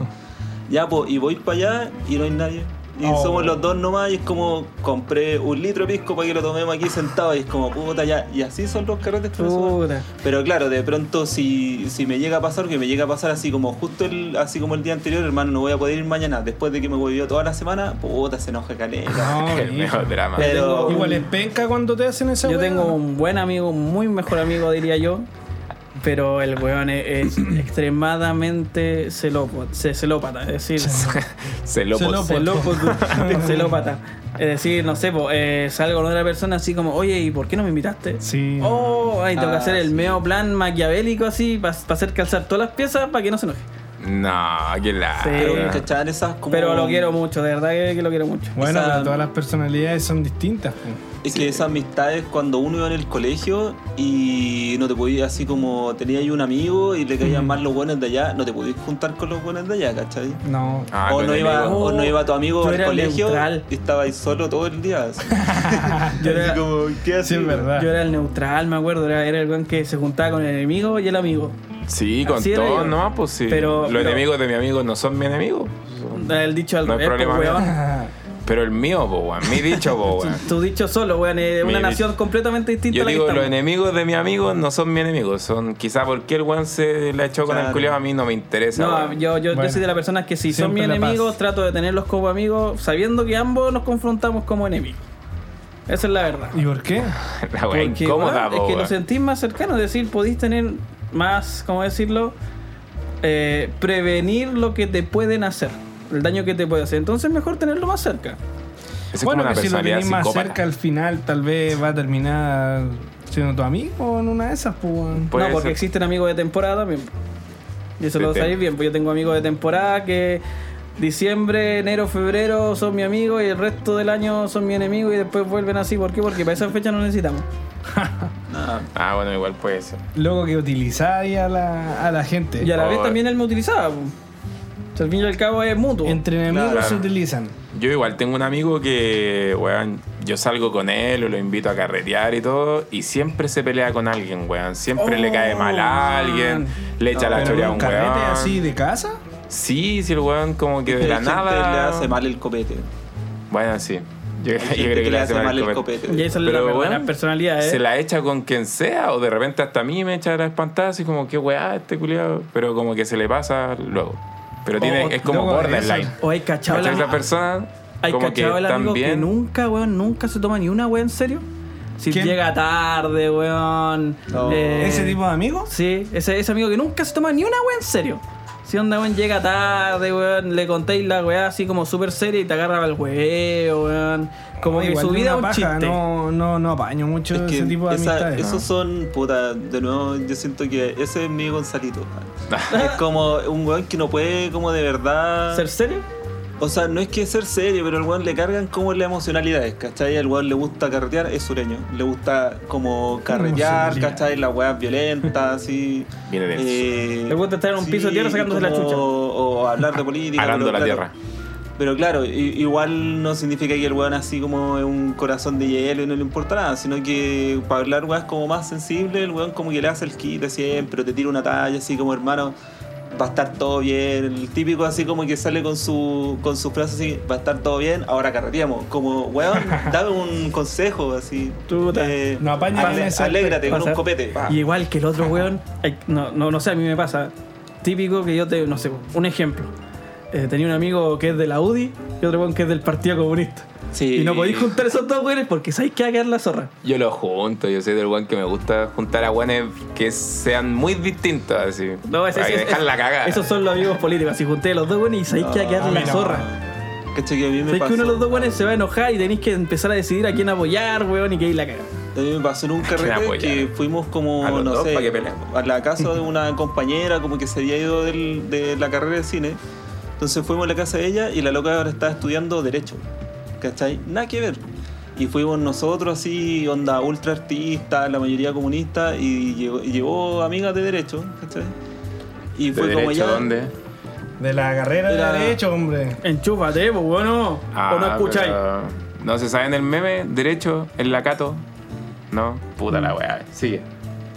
D: ya, pues, y voy para allá, y no hay nadie. Y
C: Oh.
D: somos los dos nomás, y es como, compré un litro de pisco para que lo tomemos aquí sentado, y es como, puta, ya, y así son los carretes que me suman.
B: Puta.
D: Pero claro, de pronto si, si me llega a pasar, que me llega a pasar así como justo el, así como el día anterior, hermano, no voy a poder ir mañana, después de que me volvió toda la semana, puta, se enoja caleta.
C: No,
A: El mejor drama.
D: Pero
C: Igual es penca cuando te hacen esa
B: Yo
C: weá.
B: tengo un buen amigo, un muy mejor amigo, diría yo. Pero el weón es, es extremadamente celopo- ce- celópata. Es decir,
A: Se lo
C: Se lo-
B: celópata. celópata. Es decir, no sé, po, eh, salgo con otra persona así como, oye, ¿y por qué no me invitaste?
C: Sí.
B: Oh, ay, tengo que
D: Ah,
B: hacer el
D: sí.
B: meo plan maquiavélico así para hacer calzar todas las piezas para que no se enoje.
A: No, qué
D: Pero,
A: larga.
D: ¿cachai? Esas como-
B: Ah. Pero lo quiero mucho, de verdad que, que lo quiero mucho.
C: Bueno,
D: Esa-
C: pero todas las personalidades son distintas. po.
D: Es que esas amistades cuando uno iba en el colegio y no te podías, así como tenía ahí un amigo y le
B: Mm.
D: caían más los buenos de allá, no te podías juntar con los buenos de allá, ¿cachai?
C: No.
A: Ah,
D: o,
A: con
D: no
A: el
D: iba,
A: amigo.
D: o no iba tu amigo
B: Yo
D: al
B: era
D: colegio
B: neutral.
D: y estaba ahí solo todo el día. así.
B: Yo era,
D: como,
C: Sí,
D: ¿qué
C: es
D: hacía?
A: Ah.
C: verdad.
B: yo era el neutral, me acuerdo. Era, era el weón que se juntaba con el enemigo y el amigo.
A: Sí, con
B: Así era yo.
A: todo nomás, pues sí.
B: Pero-
A: Los
B: pero-
A: enemigos de mi amigo no son mi enemigo.
B: El dicho al
A: No hay
B: revés, po,
A: problema,
B: weón.
A: Pero el mío, po, weón. Mi dicho, po, weón.
B: Tú dicho solo, weón. Es una
A: Mi-
B: nación completamente distinta
A: Yo
B: a la que
A: digo, los
B: estamos.
A: enemigos de mi amigo no son mi enemigo. Son quizá porque el weón se la echó con el
D: Claro.
A: culiao a mí no me interesa.
B: No,
A: weón.
B: yo, yo, yo
C: Bueno.
B: soy de las personas que si son
C: Siempre
B: mis
C: la paz.
B: enemigos, trato de tenerlos como amigos, sabiendo que ambos nos confrontamos como enemigos. Esa es la verdad.
C: ¿Y por qué?
A: La weá
B: Porque,
A: incómoda,
B: weón,
A: po,
B: Es que lo
A: weón.
B: sentís más cercano, es decir, podís tener más, ¿cómo decirlo? Eh, prevenir lo que te pueden hacer, el daño que te puede hacer. Entonces, mejor tenerlo más cerca.
A: Esa es como
C: bueno,
A: una
C: que si lo
A: personalidad
C: tenés más
A: psicópata.
C: cerca al final, tal vez va a terminar siendo tu amigo en una de esas, pues. weón.
A: Puede
B: no, porque
A: ser.
B: existen amigos de temporada también. Y eso
A: De
B: lo
A: tem-
B: sabéis bien, pues yo tengo amigos de temporada que diciembre, enero, febrero son mi amigo y el resto del año son mi enemigo y después vuelven así. ¿Por qué? Porque para esa fecha no necesitamos.
D: Nada.
A: Ah, bueno, igual puede ser.
C: Loco que utilizáis a la, a la gente.
B: Y a la vez
A: Oh,
B: también él me utilizaba. pues. O sea, Al fin y al cabo es mutuo.
C: Entre enemigos
A: Claro.
C: se utilizan.
A: Yo igual tengo un amigo que, weón, yo salgo con él o lo invito a carretear y todo, y siempre se pelea con alguien, weón. Siempre
B: Oh,
A: le cae mal a alguien, le echa la
C: Pero
A: chorea a
C: un
A: un
C: carrete
A: weón.
C: así de casa.
A: Sí, sí, el weón como que de la
D: Hay gente
A: nada.
D: le hace mal el copete.
A: Bueno, sí. Yo, yo
D: Hay
A: creo
D: gente
A: que le hace mal el copete.
D: copete.
B: Y ahí sale la
A: Pero,
B: verdadera
A: weón,
B: personalidad, ¿eh?
A: Se la echa con quien sea, o de repente hasta a mí me echa la espantada, así como, qué weá este culiado. Pero como que se le pasa luego. Pero tiene,
B: Oh,
A: es como
C: luego de
A: borderline.
C: eso.
B: O hay cachado el
A: ¿Cachai? Esa
B: amigo,
A: persona,
B: hay
A: como que
B: cachado el amigo que
A: también.
B: nunca, weón, nunca se toma ni una, weón, en serio. Si
C: ¿Quién?
B: llega tarde, weón.
D: Oh.
B: eh,
C: Ese tipo de amigos.
B: Sí, ese, ese amigo que nunca se toma ni una, weón, en serio. Si onda, weón, llega tarde, weón, le contéis la weá así como súper seria y te agarra el huevo, weón. Como que
C: oh, Igual
B: su
C: de
B: vida es un
C: una paja,
B: chiste.
C: No, no, no apaño mucho
D: Es que
C: ese tipo de
D: esa-
C: amistades.
D: esos
A: Ah.
D: son, puta, de nuevo, yo siento que ese es mi Gonzalito. es como un weón que no puede, como de verdad.
B: ¿Ser serio?
D: O sea, no es que ser serio, pero al weón le cargan como la emocionalidad, ¿cachai? Al weón le gusta carretear, es sureño. Le gusta como carretear,
C: Emocionalidad.
D: ¿cachai? Las weas violentas, así.
A: Viene del
D: Eh,
B: Le gusta estar en un piso de tierra sacándose la
D: como-
B: chucha.
D: O hablar de política.
A: Arando
D: pero
A: la
D: claro,
A: tierra.
D: Pero claro, i- igual no significa que el weón así como es un corazón de hielo y no le importa nada, sino que para hablar weón es como más sensible, el weón como que le hace el kit de siempre, o te tira una talla así como hermano, va a estar todo bien, el típico así como que sale con su, con su frase así, va a estar todo bien, ahora carreteamos, como weón, dame un consejo así, eh,
B: Tú ta-
C: no apañes
D: ale-
C: en ese
D: alégrate con un
B: Pasa.
D: copete, pa.
B: Y igual que el otro weón, ay, no, no, no sé, a mí me pasa. Típico que yo te, no sé, un ejemplo. Eh, tenía un amigo que es de la UDI y otro weón que es del Partido Comunista.
D: Sí.
B: Y no podéis juntar esos dos weones porque sabéis que va a quedar la zorra.
A: Yo lo junto, yo soy del guan que me gusta juntar a guanes que sean muy distintos, así.
B: No, es,
A: Para
B: es- es-
A: dejar la cagada.
B: Esos son los amigos políticos. Si junté a los dos weones y sabéis que va a quedar
D: Ah,
B: la
D: mira.
B: zorra.
D: Cacho que a mí me
B: Sabéis que uno de
D: pasó-
B: los dos weones se va a enojar y tenéis que empezar a decidir a quién apoyar, weón, y que ahí la caga.
D: A mí me pasó en un carrete
A: apoyaron.
D: que fuimos como,
A: A los
D: no
A: dos,
D: sé,
A: pa' que peleen.
D: a la casa de una compañera, como que se había ido del- de la carrera de cine. Entonces fuimos a la casa de ella y la loca ahora está estudiando Derecho. ¿Cachai? Nada que ver. Y fuimos nosotros así, onda ultra artista, la mayoría comunista, y llegó, y llevó amigas de Derecho, ¿cachai? Y
A: ¿De
D: fue como
A: derecho
D: ya.
A: dónde?
C: De la carrera de
D: Era-
C: derecho, hombre.
B: Enchúfate, pues bueno. o no
A: Ah,
B: escucháis.
A: pero No se sabe en el meme, derecho, el lacato. No, puta la weá. Sigue.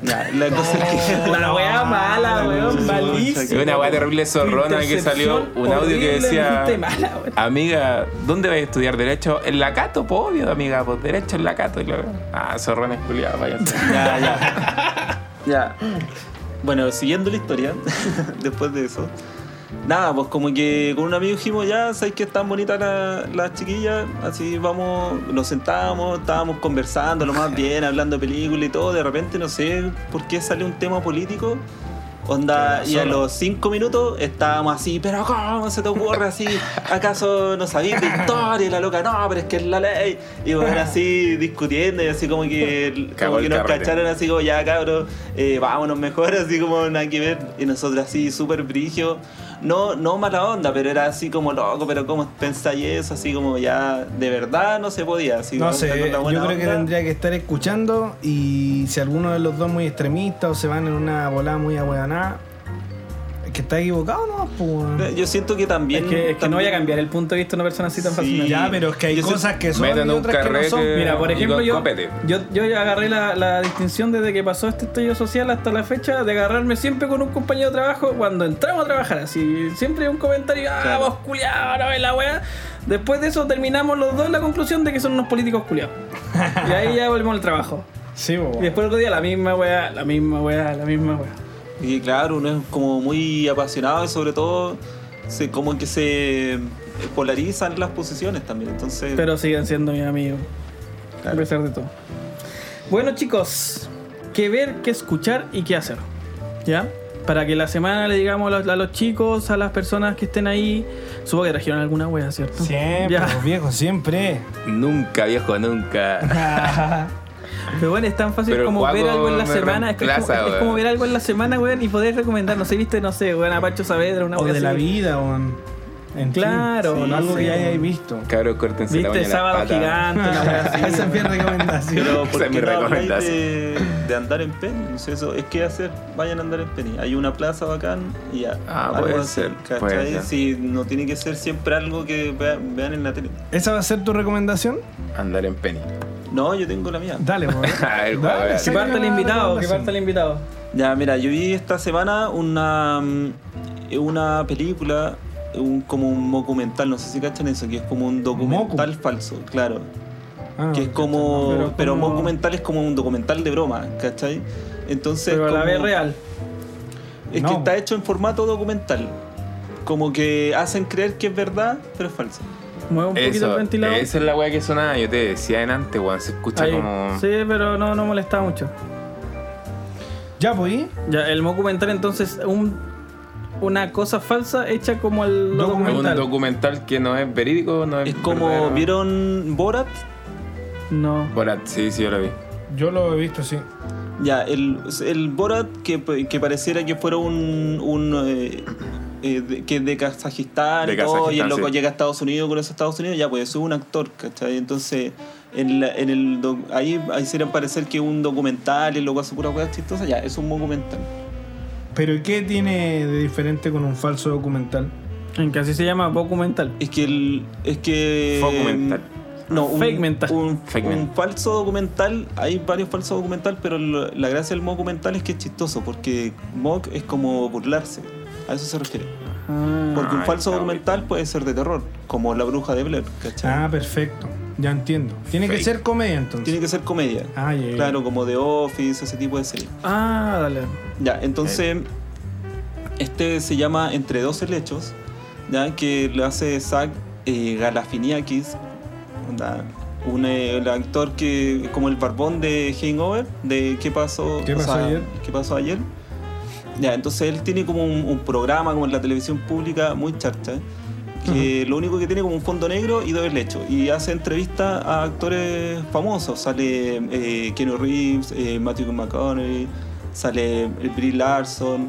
D: Ya, la cosa es que.
B: La weá mala, weón,
D: Chucha,
B: malísima.
A: Es una weá terrible zorrona que salió un audio que decía. Amiga, ¿dónde vais a estudiar derecho? En la Cato, pues obvio, amiga, pues derecho en la Cato. Y la weá. Ah, zorrona es culiada, vaya.
D: Ya, ya. ya. Bueno, siguiendo la historia, después de eso. Nada, pues como que con un amigo dijimos, ya, ¿sabes que están bonitas la- las chiquillas? Así vamos, nos sentamos, estábamos conversando lo más bien, hablando de películas y todo. De repente, no sé por qué sale un tema político. Onda, y a los cinco minutos estábamos así, pero ¿cómo se te ocurre así? ¿Acaso no sabías de historia? Y la loca, no, pero es que es la ley. Y bueno, así discutiendo y así como que,
A: Cagó
D: como
A: el
D: que nos
A: carrete.
D: cacharon así como, ya cabros, eh, vámonos mejor, así como nada que ver. Y nosotros así, súper brigio. No, no mala onda, pero era así como loco, pero ¿cómo pensáis eso? Así como ya, de verdad no se podía. Así,
C: No
D: como
C: sé,
D: con la
C: yo
D: buena
C: creo que
D: onda.
C: tendría que estar escuchando y si alguno de los dos muy extremista o se van en una volada muy ahueganada, es que está equivocado, ¿no? Pues, weón.
D: Yo siento que también.
B: Es que, es que no voy a
D: también-
B: cambiar el punto de vista de una persona así tan
D: Sí.
B: fácilmente.
C: ya, pero es que hay
D: yo sé-
C: cosas que son
A: metan
C: y
A: un
C: otras que no son.
A: carrete.
B: Mira, por
A: Y
B: ejemplo,
A: con
B: yo,
A: copete.
B: yo, yo ya agarré la, la distinción desde que pasó este estallido social hasta la fecha de agarrarme siempre con un compañero de trabajo cuando entramos a trabajar. Así, siempre hay un comentario, ah,
D: Claro.
B: vos culiado, no ves la weá. Después de eso terminamos los dos en la conclusión de que son unos políticos culiados. y ahí ya volvemos al trabajo.
C: Sí, pues,
B: Y
C: weón.
B: después otro día la misma weá, la misma weá, la misma weá.
D: Y claro, uno es como muy apasionado y sobre todo se, como que se polarizan las posiciones también. Entonces,
B: Pero siguen siendo mis amigos. A pesar de todo. Bueno, chicos, qué ver, qué escuchar y qué hacer. ¿Ya? Para que la semana le digamos a los, a los chicos, a las personas que estén ahí. Supongo que trajeron alguna wea, ¿cierto?
C: Siempre,
B: Ya.
C: pues, viejo, siempre.
A: Nunca, viejo, nunca.
B: Pero bueno, es tan fácil
A: Pero
B: como ver
A: Juaco
B: algo en la
A: me
B: semana. Es, que es como-
A: reemplaza,
B: es como,
A: weón.
B: ver algo en la semana, weón, y poder recomendar. No sé, viste, no sé, weón, a Pacho Saavedra, una
C: o
B: wea
C: de la
B: así.
C: vida, weón. En
B: Claro,
C: sí,
B: no
C: algo
B: sé,
C: que ya
B: weón.
C: hayáis visto.
A: Cabros, córtense la uña
B: Viste,
A: en las
B: sábado
A: patas.
B: gigante, una wea así.
C: Esa es mi recomendación.
D: Pero,
A: Esa
D: ¿por
A: es mi
D: qué no habláis
A: recomendación.
D: de, de andar en penny? No sé, eso es que hacer, vayan a andar en penny. Hay una plaza bacán y ya.
A: Ah,
D: algo
A: puede
D: hacer,
A: ser,
D: ¿cachai?
A: puede ser.
D: Si no tiene que ser siempre algo que vea- vean en la tele.
C: ¿Esa va a ser tu recomendación?
A: Andar en penny.
D: No, yo tengo la mía.
C: Dale, pues. weón.
A: Ah, el
C: Dale,
A: weón.
B: Que
C: saca
B: parte el
C: la
B: invitado, que
C: recomendación.
B: parte el invitado.
D: Ya, mira, yo vi esta semana una, mm, una película, un, como un documental, no sé si cachan eso, que es como un documental falso, claro.
C: Ah,
D: que es como.
C: no,
D: Pero,
C: pero como-
D: documental es como un documental de broma, ¿cachai? Entonces.
B: Pero a la
D: como-
B: vez real.
D: Es que
C: No.
D: está hecho en formato documental. Como que hacen creer que es verdad, pero es falso.
B: Mueve un poquito el
A: Eso,
B: ventilador.
A: esa es la weá que sonaba, yo te decía en antes, weón. Se escucha
B: Ahí.
A: como.
B: Sí, pero no, no molesta mucho.
C: Ya, pues.
B: Ya, el documental entonces un, una cosa falsa hecha como el
C: Documental.
A: Es un
B: documental.
A: documental que no es verídico, no es.
D: Es como.
A: verdadero.
D: ¿Vieron Borat?
B: no.
A: Borat, sí, sí, yo lo vi.
C: Yo lo he visto, sí.
D: Ya, el, el Borat que, que pareciera que fuera un. un eh, eh, de- que es de Kazajistán y
A: De
D: todo, y el
A: Kazajistán,
D: loco
A: sí.
D: llega a Estados Unidos, conoce a Estados Unidos, ya pues es un actor, ¿cachai? Entonces, en, la- en el doc- ahí hicieron parecer que es un documental y el loco hace pura cosa chistosa, ya, es un documental.
C: Pero ¿qué tiene de diferente con un falso documental?
B: En que así se llama documental.
D: Es que el. Es
B: Eh,
D: que.
A: Fake mental.
D: No, un,
B: Fake mental.
D: un-
A: Fake
D: un
A: mental.
D: falso documental, hay varios falsos documental, pero lo- la gracia del mock documental es que es chistoso, porque mock es como burlarse, a eso se refiere.
B: Ah,
D: Porque un
A: Ah,
D: falso
A: está
D: documental puede ser de terror, como La Bruja de Blair, ¿cachai?
C: Ah, perfecto. Ya entiendo. Tiene que
A: Fake.
C: ser comedia entonces.
D: Tiene que ser comedia.
C: Ah, ya, ya.
D: Claro, como The Office, ese tipo de series.
B: Ah, dale.
D: Ya, entonces este se llama Entre dos helechos, ya que lo hace Zach eh, Galafiniakis, onda, un eh, el actor que como el barbón de Hangover, de qué pasó,
C: ¿Qué
D: o
C: pasó
D: sea,
C: ayer?
D: ¿Qué pasó ayer? Ya, entonces él tiene como un, un programa como en la televisión pública muy charcha, que lo único que tiene como un fondo negro y dos helechos y hace entrevistas a actores famosos, sale eh, Keanu Reeves, eh, Matthew McConaughey, sale el Brie Larson,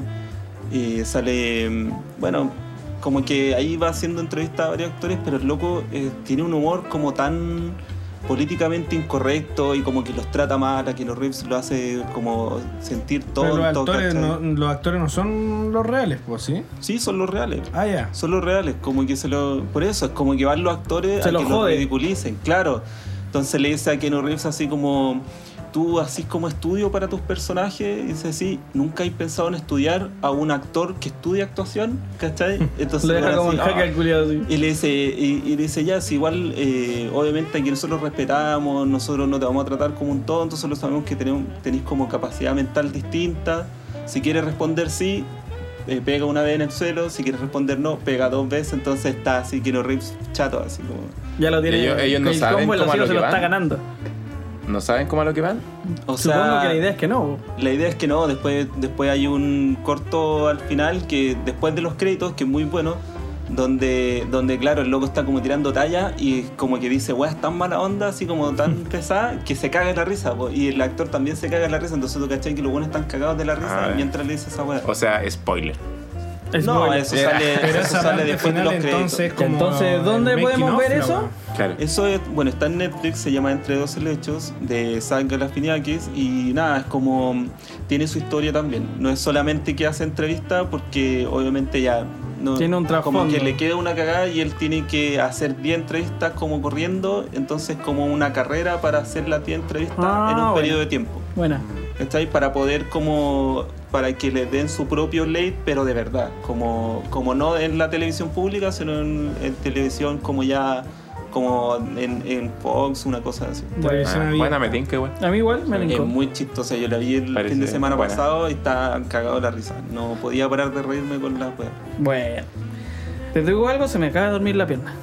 D: eh, sale, mm, bueno, como que ahí va haciendo entrevistas a varios actores, pero el loco eh, tiene un humor como tan políticamente incorrecto y como que los trata mal, a Keanu Reeves lo hace como sentir
C: Pero
D: tonto.
C: los, actores
D: ¿cachai?
C: no, los actores no son los reales, pues, ¿sí?
D: Sí, son los reales.
C: Ah, ya.
D: Son los reales, como que se lo. Por eso, es como que van los actores
B: Se
D: a
B: los
D: que
B: jode.
D: los ridiculicen, claro. Entonces le dice a Keanu Reeves así como. Tú, así como estudio para tus personajes, y dice así: Nunca he pensado en estudiar a un actor que estudie actuación, ¿cachai? Entonces,
B: Lo deja
D: bueno,
B: como en
D: así,
B: jaque
D: "Ah".
B: al culiado así.
D: Y le dice, y, y le dice ya, si igual, eh, obviamente aquí nosotros respetamos, nosotros no te vamos a tratar como un tonto, solo sabemos que tenemos, tenéis como capacidad mental distinta. Si quieres responder sí, eh, pega una vez en el suelo, si quieres responder no, pega dos veces, entonces está así, quiero rips chato, así como...
B: Ya lo tiene.
A: Ellos- ellos no
B: el
A: saben
B: combo en los
A: cómo a
B: hijos
A: lo
B: se
A: que
B: lo está
A: van.
B: ganando.
A: ¿No saben cómo a lo que van?
D: O
B: Supongo
D: sea,
B: que la idea es que no.
D: La idea es que no, después, después hay un corto al final que después de los créditos, que es muy bueno, donde, donde claro, el loco está como tirando talla y como que dice, weas tan mala onda, así como tan pesada, que se caga en la risa, po, y el actor también se caga en la risa, entonces tú cachai que los buenos están cagados de la risa
A: Ah, ya.
D: mientras le dice esa wea.
A: O sea, spoiler.
B: Es
D: no,
B: spoiler.
D: eso
A: Ya.
D: sale,
C: Pero
D: eso
C: esa
D: sale
C: parte
D: después de
C: final
D: los créditos.
C: entonces como
B: Entonces, ¿dónde
C: el
B: podemos
C: making
B: ver
C: of, la
B: eso?
C: weá.
A: Claro.
D: Eso es, bueno, está en Netflix, se llama Entre dos helechos, de Zach Galafiniakis, y nada, es como, tiene su historia también. No es solamente que hace entrevista, porque obviamente ya... No,
B: Tiene un
D: Como
B: trasfondo.
D: que le queda una cagada y él tiene que hacer 10 entrevistas como corriendo, entonces como una carrera para hacer las 10 entrevistas
B: Ah,
D: en un
B: bueno.
D: periodo de tiempo.
B: Buena.
D: ¿Cachai? Para poder como... Para que le den su propio late, pero de verdad. Como, como no en la televisión pública, sino en, en televisión como ya... Como en, en Fox, una cosa así.
A: Ah,
C: Televisión abierta.
A: buena, me tinca igual.
B: A mí igual me
D: Es
B: lincó.
D: muy chistosa. Yo la vi el
A: Parece
D: fin de semana
A: buena.
D: pasado y estaba cagado la risa. No podía parar de reírme con la wea.
B: Bueno. Te digo algo, se me acaba de dormir la pierna.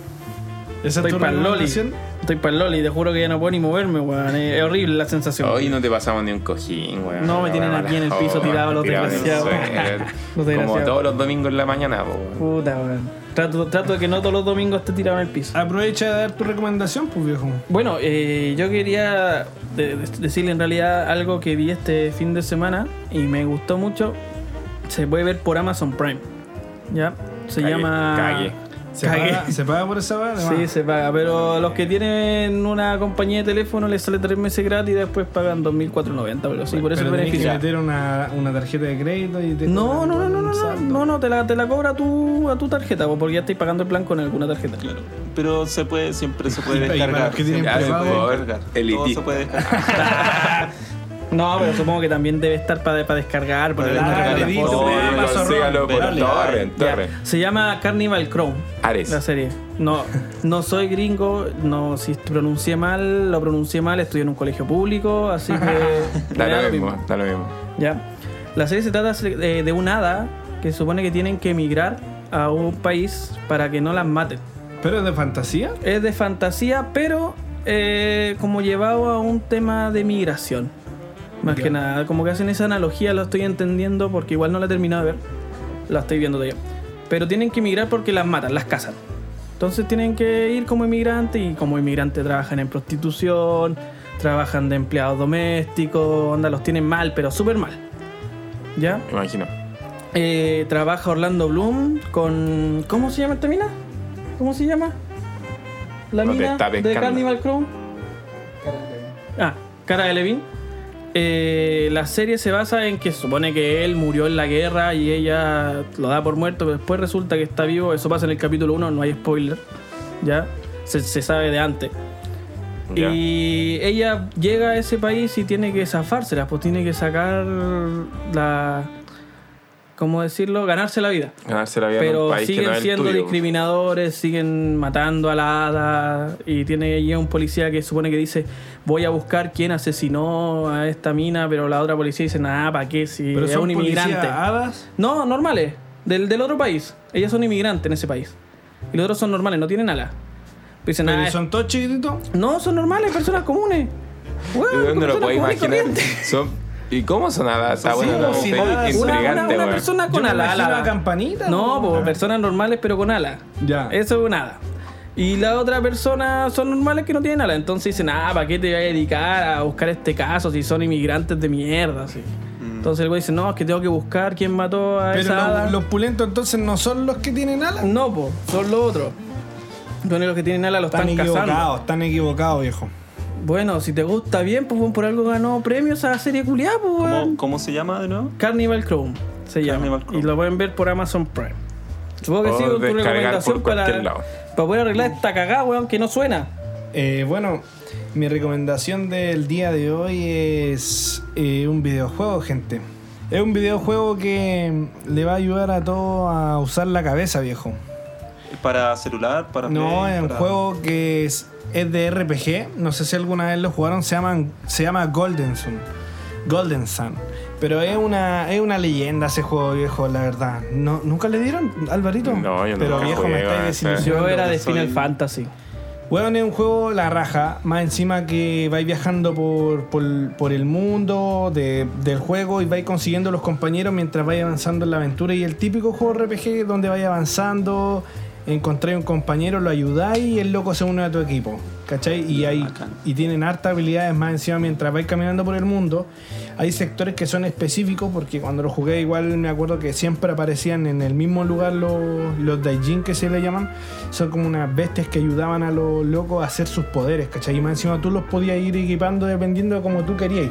C: ¿Esa es
B: Estoy
C: tu
B: para el Loli.
C: recomendación?
B: Estoy para el Loli, te juro que ya no puedo ni moverme, weón. Es es horrible la sensación.
A: Hoy no te pasamos ni un cojín, weón.
B: No, me tienen
A: Weón,
B: aquí en el
A: mala
B: piso
A: joda,
B: tirado los
A: tirado en el
B: desgraciados.
A: suelo.
B: Los
A: Como
B: desgraciados.
A: todos los domingos en la mañana, po, weón.
B: Puta, weón. Trato, trato de que no todos los domingos esté tirado en el piso.
C: Aprovecha de dar tu recomendación, pues viejo.
B: Bueno, eh, yo quería de- de- decirle en realidad algo que vi este fin de semana y me gustó mucho. Se puede ver por Amazon Prime. ¿Ya? Se
A: Cagué,
B: llama.
A: cagué.
C: ¿Se,
B: Cagué.
C: paga, ¿se paga por esa vara?
B: Sí, se paga, pero a los que tienen una compañía de teléfono les sale tres meses gratis y después pagan 2.490, pero sí, por eso
C: Pero tenés que
B: beneficia.
C: meter una, una tarjeta de crédito y te
B: No,
C: cobran
B: no, no, no,
C: un
B: no, no,
C: saldo.
B: no, no, te la, te la cobra tú a tu tarjeta, po, porque ya estáis pagando el plan con alguna tarjeta.
D: Claro. Pero se puede, siempre se
C: Y
D: puede
C: para- y para
D: descargar.
C: los que tienen
D: siempre se
A: prepago,
D: puede
A: por
D: descargar.
A: el
D: Todo
A: ID.
D: se puede descargar.
B: No, pero supongo que también debe estar para descargar, para
D: Para
B: descargar
D: descargar
B: las
D: el
B: fotos.
C: disco.
A: Oye,
C: Amazon
A: consígalo por
D: Rock,
A: Torrent,
B: Ya,
A: Torrent.
B: Se llama Carnival Crown.
A: Ares.
B: La serie. No, no soy gringo, no, si pronuncié mal, lo pronuncié mal, estudié en un colegio público, así que. me
A: Da
B: da
A: lo mismo, da lo mismo.
B: Ya. La serie se trata eh, de un hada que supone que tienen que emigrar a un país para que no las maten.
C: ¿Pero es de fantasía?
B: Es de fantasía, pero eh, como llevado a un tema de migración. Más
C: Ya.
B: que nada, como que hacen esa analogía, lo estoy entendiendo porque igual no la he terminado de ver. La estoy viendo todavía. Pero tienen que emigrar porque las matan, las cazan. Entonces tienen que ir como inmigrantes y como inmigrantes trabajan en prostitución, trabajan de empleados domésticos, onda, los tienen mal, pero súper mal. ¿Ya?
A: Me imagino.
B: Eh, trabaja Orlando Bloom con. ¿Cómo se llama esta mina? ¿Cómo se llama? La
A: No te
B: mina
A: está
B: de
A: pescando.
B: Carnival Crown. Ah, Cara de Levin. eh, la serie se basa en que se supone que él murió en la guerra y ella lo da por muerto, pero después resulta que está vivo. Eso pasa en el capítulo 1, no hay spoiler. Ya, se, se sabe de antes.
A: Ya.
B: Y ella llega a ese país y tiene que zafárselas, pues tiene que sacar la. ¿Cómo decirlo? Ganarse la vida.
A: Ganarse la vida en un
B: Pero
A: país que
B: siguen
A: no es el
B: siendo
A: tuyo.
B: discriminadores, siguen matando a la hada. Y tiene allí a un policía que supone que dice: Voy a buscar quién asesinó a esta mina, pero la otra policía dice: Nada, ¿para qué? Si
C: Pero
B: es
C: son
B: un inmigrante.
C: policías hadas.
B: No, normales. Del, del otro país. Ellas son inmigrantes en ese país. Y los otros son normales, no tienen alas. Dicen,
C: Pero
B: "Ah,
C: son todos chiquititos.
B: no, son normales, personas comunes. Weón,
A: ¿Y dónde
B: personas
A: lo puedes
B: comunes y
A: imaginar?
B: corrientes.
A: Son- ¿Y cómo son hadas? Está
C: Sí,
A: bueno,
C: como
A: no,
C: si
A: sí,
C: nada,
A: intrigante,
B: Una, una- una
A: weón.
B: persona Ah, con
C: Yo me
B: ala.
C: imagino
B: ala.
C: a campanita,
B: No,
C: ¿no?
B: po,
C: Ah.
B: personas normales pero con ala.
C: Ya.
B: Eso es un ala. Y la otra persona son normales que no tienen ala. Entonces dicen, ah, ¿para qué te vas a dedicar a buscar este caso si son inmigrantes de mierda? así?".
A: Mm.
B: Entonces el güey dice, no, es que tengo que buscar quién mató a
C: Pero
B: esa hada".
C: los, los pulentos entonces no son los que tienen alas.
B: No, po, son los otros. Bueno, los que tienen ala los
C: Están
B: están,
C: equivocados,
B: cazando.
C: están equivocados, viejo.
B: Bueno, si te gusta bien, pues bueno, por algo ganó premios a serie culiada, pues
D: ¿Cómo,
B: weón.
D: cómo se llama de nuevo?
B: Carnival Chrome se
D: Carnival
B: llama.
D: Chrome.
B: Y lo pueden ver por Amazon Prime. Supongo que
A: O
B: sí, tu
A: descargar
B: recomendación
A: Oh, por
B: para,
A: cualquier lado.
B: para poder arreglar esta cagada, weón, que no suena.
C: Eh, bueno, mi recomendación del día de hoy es eh, un videojuego, gente. Es un videojuego que le va a ayudar a todos a usar la cabeza, viejo.
D: ¿Para celular? ¿Para
C: No,
D: Play?
C: es un
D: ¿Para-
C: juego que es, es de RPG. No sé si alguna vez lo jugaron. Se, llaman, se llama Golden Sun. Golden Sun. Pero es una, es una leyenda ese juego viejo, la verdad. No, ¿Nunca le dieron, Alvarito?
A: No, yo
C: Pero
A: nunca
C: viejo,
A: jugué,
C: me
A: va,
C: estáis
B: Yo
C: desilusionando.
B: era de
D: soy-
B: Final Fantasy.
C: Bueno, es un juego la raja, más encima que vais viajando por, por- por el mundo de- del juego y vais consiguiendo los compañeros mientras vais avanzando en la aventura. Y el típico juego RPG donde vais avanzando, encontráis un compañero, lo ayudáis y el loco se une a tu equipo. ¿Cachai? Y, hay, y tienen harta habilidades más encima mientras vais caminando por el mundo. Hay sectores que son específicos porque cuando lo jugué igual me acuerdo que siempre aparecían en el mismo lugar los, los Daijin que se le llaman. Son como unas bestias que ayudaban a los locos a hacer sus poderes, ¿cachai? Y más encima tú los podías ir equipando dependiendo de como tú querías.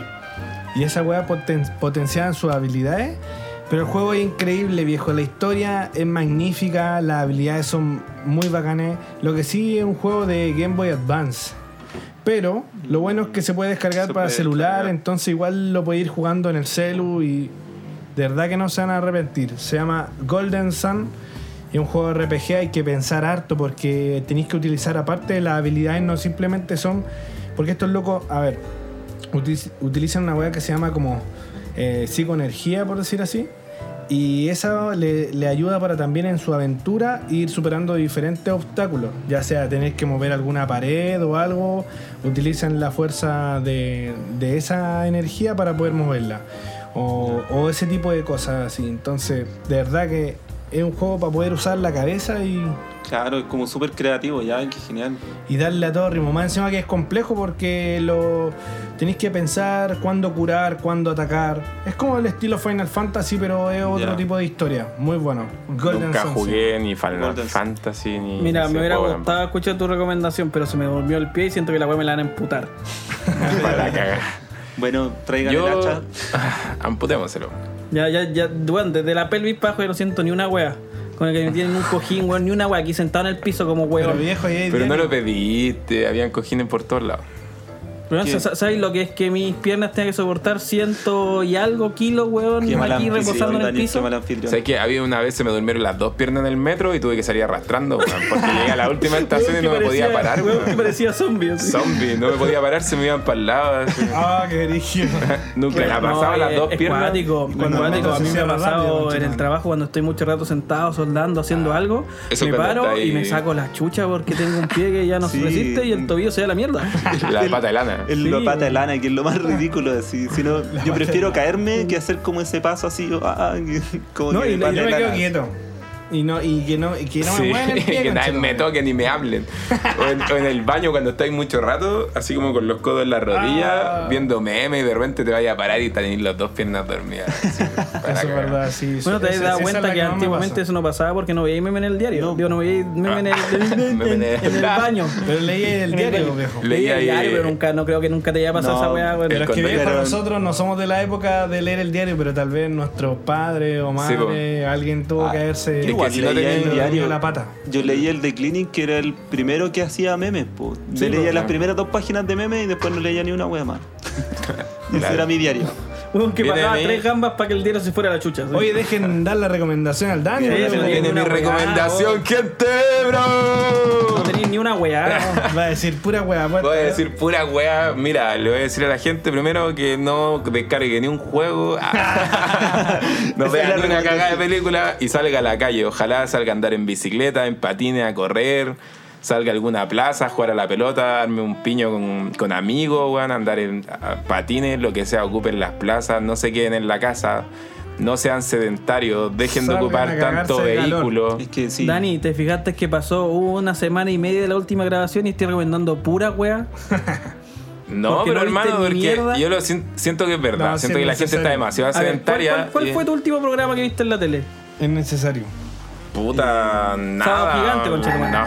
C: Y esa weá poten- potenciaban sus habilidades. Pero el juego es increíble, viejo. La historia es magnífica, las habilidades son muy bacanes. Lo que sí es un juego de Game Boy Advance. Pero lo bueno es que se puede descargar
D: Se
C: para
D: puede
C: celular,
D: descargar.
C: entonces igual lo puede ir jugando en el celu y de verdad que no se van a arrepentir. Se llama Golden Sun y es un juego de RPG hay que pensar harto porque tenéis que utilizar aparte de las habilidades, no simplemente son... Porque estos locos, a ver, uti- utilizan una weá que se llama como eh, psicoenergía, por decir así. Y esa le, le ayuda para también en su aventura ir superando diferentes obstáculos, ya sea tener que mover alguna pared o algo, utilizan la fuerza de, de esa energía para poder moverla, o, o ese tipo de cosas así. Entonces, de verdad que es un juego para poder usar la cabeza y,
D: Claro, es como súper creativo ya, qué genial.
C: y darle a todo ritmo. Más encima que es complejo porque lo tenéis que pensar cuándo curar, cuándo atacar. Es como el estilo Final Fantasy, pero es otro
D: Ya.
C: tipo de historia. Muy bueno. Golden
A: Nunca
C: Sunset.
A: jugué ni Final
D: Golden
A: Fantasy ni.
B: Mira,
A: ese
B: me hubiera
A: juego,
B: gustado escuchar tu recomendación, pero se me durmió el pie y siento que la weá me la van a emputar.
A: Para la caga.
D: Bueno, traigan el hacha.
A: Yo. Amputémoselo.
B: Ya, ya, ya, weón, desde la pelvis para abajo yo no siento ni una weá. Con el que me tienen un cojín, weón, ni una weá, aquí sentado en el piso como
C: Pero
B: weón.
C: viejo, ahí hay
A: Pero no
C: diario.
A: lo pediste, habían cojines por todos lados.
B: Weón,
D: ¿Qué?
B: sa- ¿Sabes lo que es que mis piernas tengan que soportar ciento y algo kilos, weón,
D: Qué mal
B: aquí reposando
D: anfitrión,
B: en el
D: Daniel, qué
B: piso?
D: mal anfitrión.
A: ¿Sabes que Había una vez se me durmieron las dos piernas en el metro y tuve que salir arrastrando, weón, porque llegué a la última estación y no me podía parar,
B: weón. que
A: weón.
B: parecía zombie. así.
A: Zombie, no me podía parar, se me iban para el lado. así.
C: Ah, qué brígido.
A: Nunca me ha
B: No,
A: pasado
B: es-
A: las dos
B: eh, es
A: piernas.
B: cuático, es
C: cuando
B: cuático.
C: mandas
B: A mí
C: así
B: me ha
C: rápido,
B: pasado
C: conchetumare.
B: en el trabajo cuando estoy mucho rato sentado, soldando, haciendo algo.
A: eso
B: me
A: cuando
B: paro
A: está ahí-
B: y me saco la chucha porque tengo un pie que ya no se
D: Sí.
B: resiste y el tobillo se da la mierda.
A: La pata de lana.
D: El
B: Sí,
D: la pata de
B: güey.
D: lana, que es lo más ridículo. Así, si no, yo prefiero caerme que hacer como ese paso así. ah, ah, como
C: No,
D: que
C: y
D: de
C: no-
D: pata
C: yo
D: de
C: me quedo
D: lana.
C: quieto. Y, no, y que no, y que no
A: Sí,
C: me muevan el pie,
A: que nadie
C: conchetumare.
A: me toquen ni me hablen. O en, o en el baño cuando estáis mucho rato, así como con los codos en la rodilla,
C: Ah.
A: viendo memes y de repente te vayas a parar y tenéis las dos piernas dormidas. así, para
C: Eso es
A: cagar.
C: verdad, sí.
B: Bueno, te
C: esa-
B: has dado
C: esa es
B: cuenta
C: la
B: que,
C: más me
B: antiguamente
C: pasa.
B: eso no pasaba porque no veía meme en el diario.
D: No.
B: Digo, no veía meme en el,
A: Meme en el-
B: en el baño.
C: Pero leía el
B: En el
C: diario,
B: baño.
C: viejo.
A: Leía
B: Leía el diario,
A: ahí-
B: pero nunca, no creo que nunca te haya pasado
D: No,
B: esa weá, güey.
C: Pero
A: El
C: es que
A: condón.
C: viejo,
D: Pero-
C: nosotros no somos de la época de leer el diario, pero tal vez nuestros padres o
A: Sí, po.
C: madres, alguien tuvo
D: Ah,
C: que haberse
A: que
D: igual
A: si no
D: leía
A: tenía
D: el
A: el
D: diario.
C: la pata.
D: Yo leía el de Clinic, que era el primero que hacía memes. Po. Yo
A: Sí,
D: leía
A: pues,
D: las
A: claro.
D: primeras dos páginas de memes y después no leía ni una wea más. Ese
A: Claro.
D: era mi diario.
B: Weón, que
A: Viene
B: pagaba
A: de mí.
B: tres gambas para que el diario se fuera a la chucha. ¿sí?
C: Oye, dejen dar la recomendación al Dani.
B: Sí,
C: ¿no?
B: pero
C: Porque
A: Viene
B: Una
A: mi
B: weá,
A: recomendación,
B: vos. no
A: quebro
B: tenéis ni una weá.
C: Va a decir pura hueá.
A: Voy a decir pura wea. Mira, le voy a decir a la gente primero que no descargue ni un juego, no
D: Esa es la
A: vea ni una cagada de
D: recomendación.
A: película y salga a la calle. Ojalá salga a andar en bicicleta, en patines, a correr, salga a alguna plaza, a jugar a la pelota, darme un piño con, con amigos, weón, andar en a- patines, lo que sea, ocupen las plazas, no se queden en la casa. No sean sedentarios, dejen de
C: Salgan a
A: ocupar
C: cagarse
A: tanto
C: de calor.
A: vehículo.
D: Es que sí.
B: Dani, ¿te fijaste que pasó una semana y media de la última grabación y estoy recomendando pura weá?
A: No,
B: Porque
A: pero
B: no viste
A: hermano, porque
B: mierda.
A: yo lo sien- siento que es verdad.
C: No, sí
A: siento
C: es
A: que la gente
C: necesario.
A: está demasiado
B: A ver, ¿cuál,
A: sedentaria. eh,
B: cuál- cuál
A: y-
B: fue tu último programa que viste en la tele?
C: Es necesario.
A: Puta, nada.
B: gigante, conchetumare.
A: No.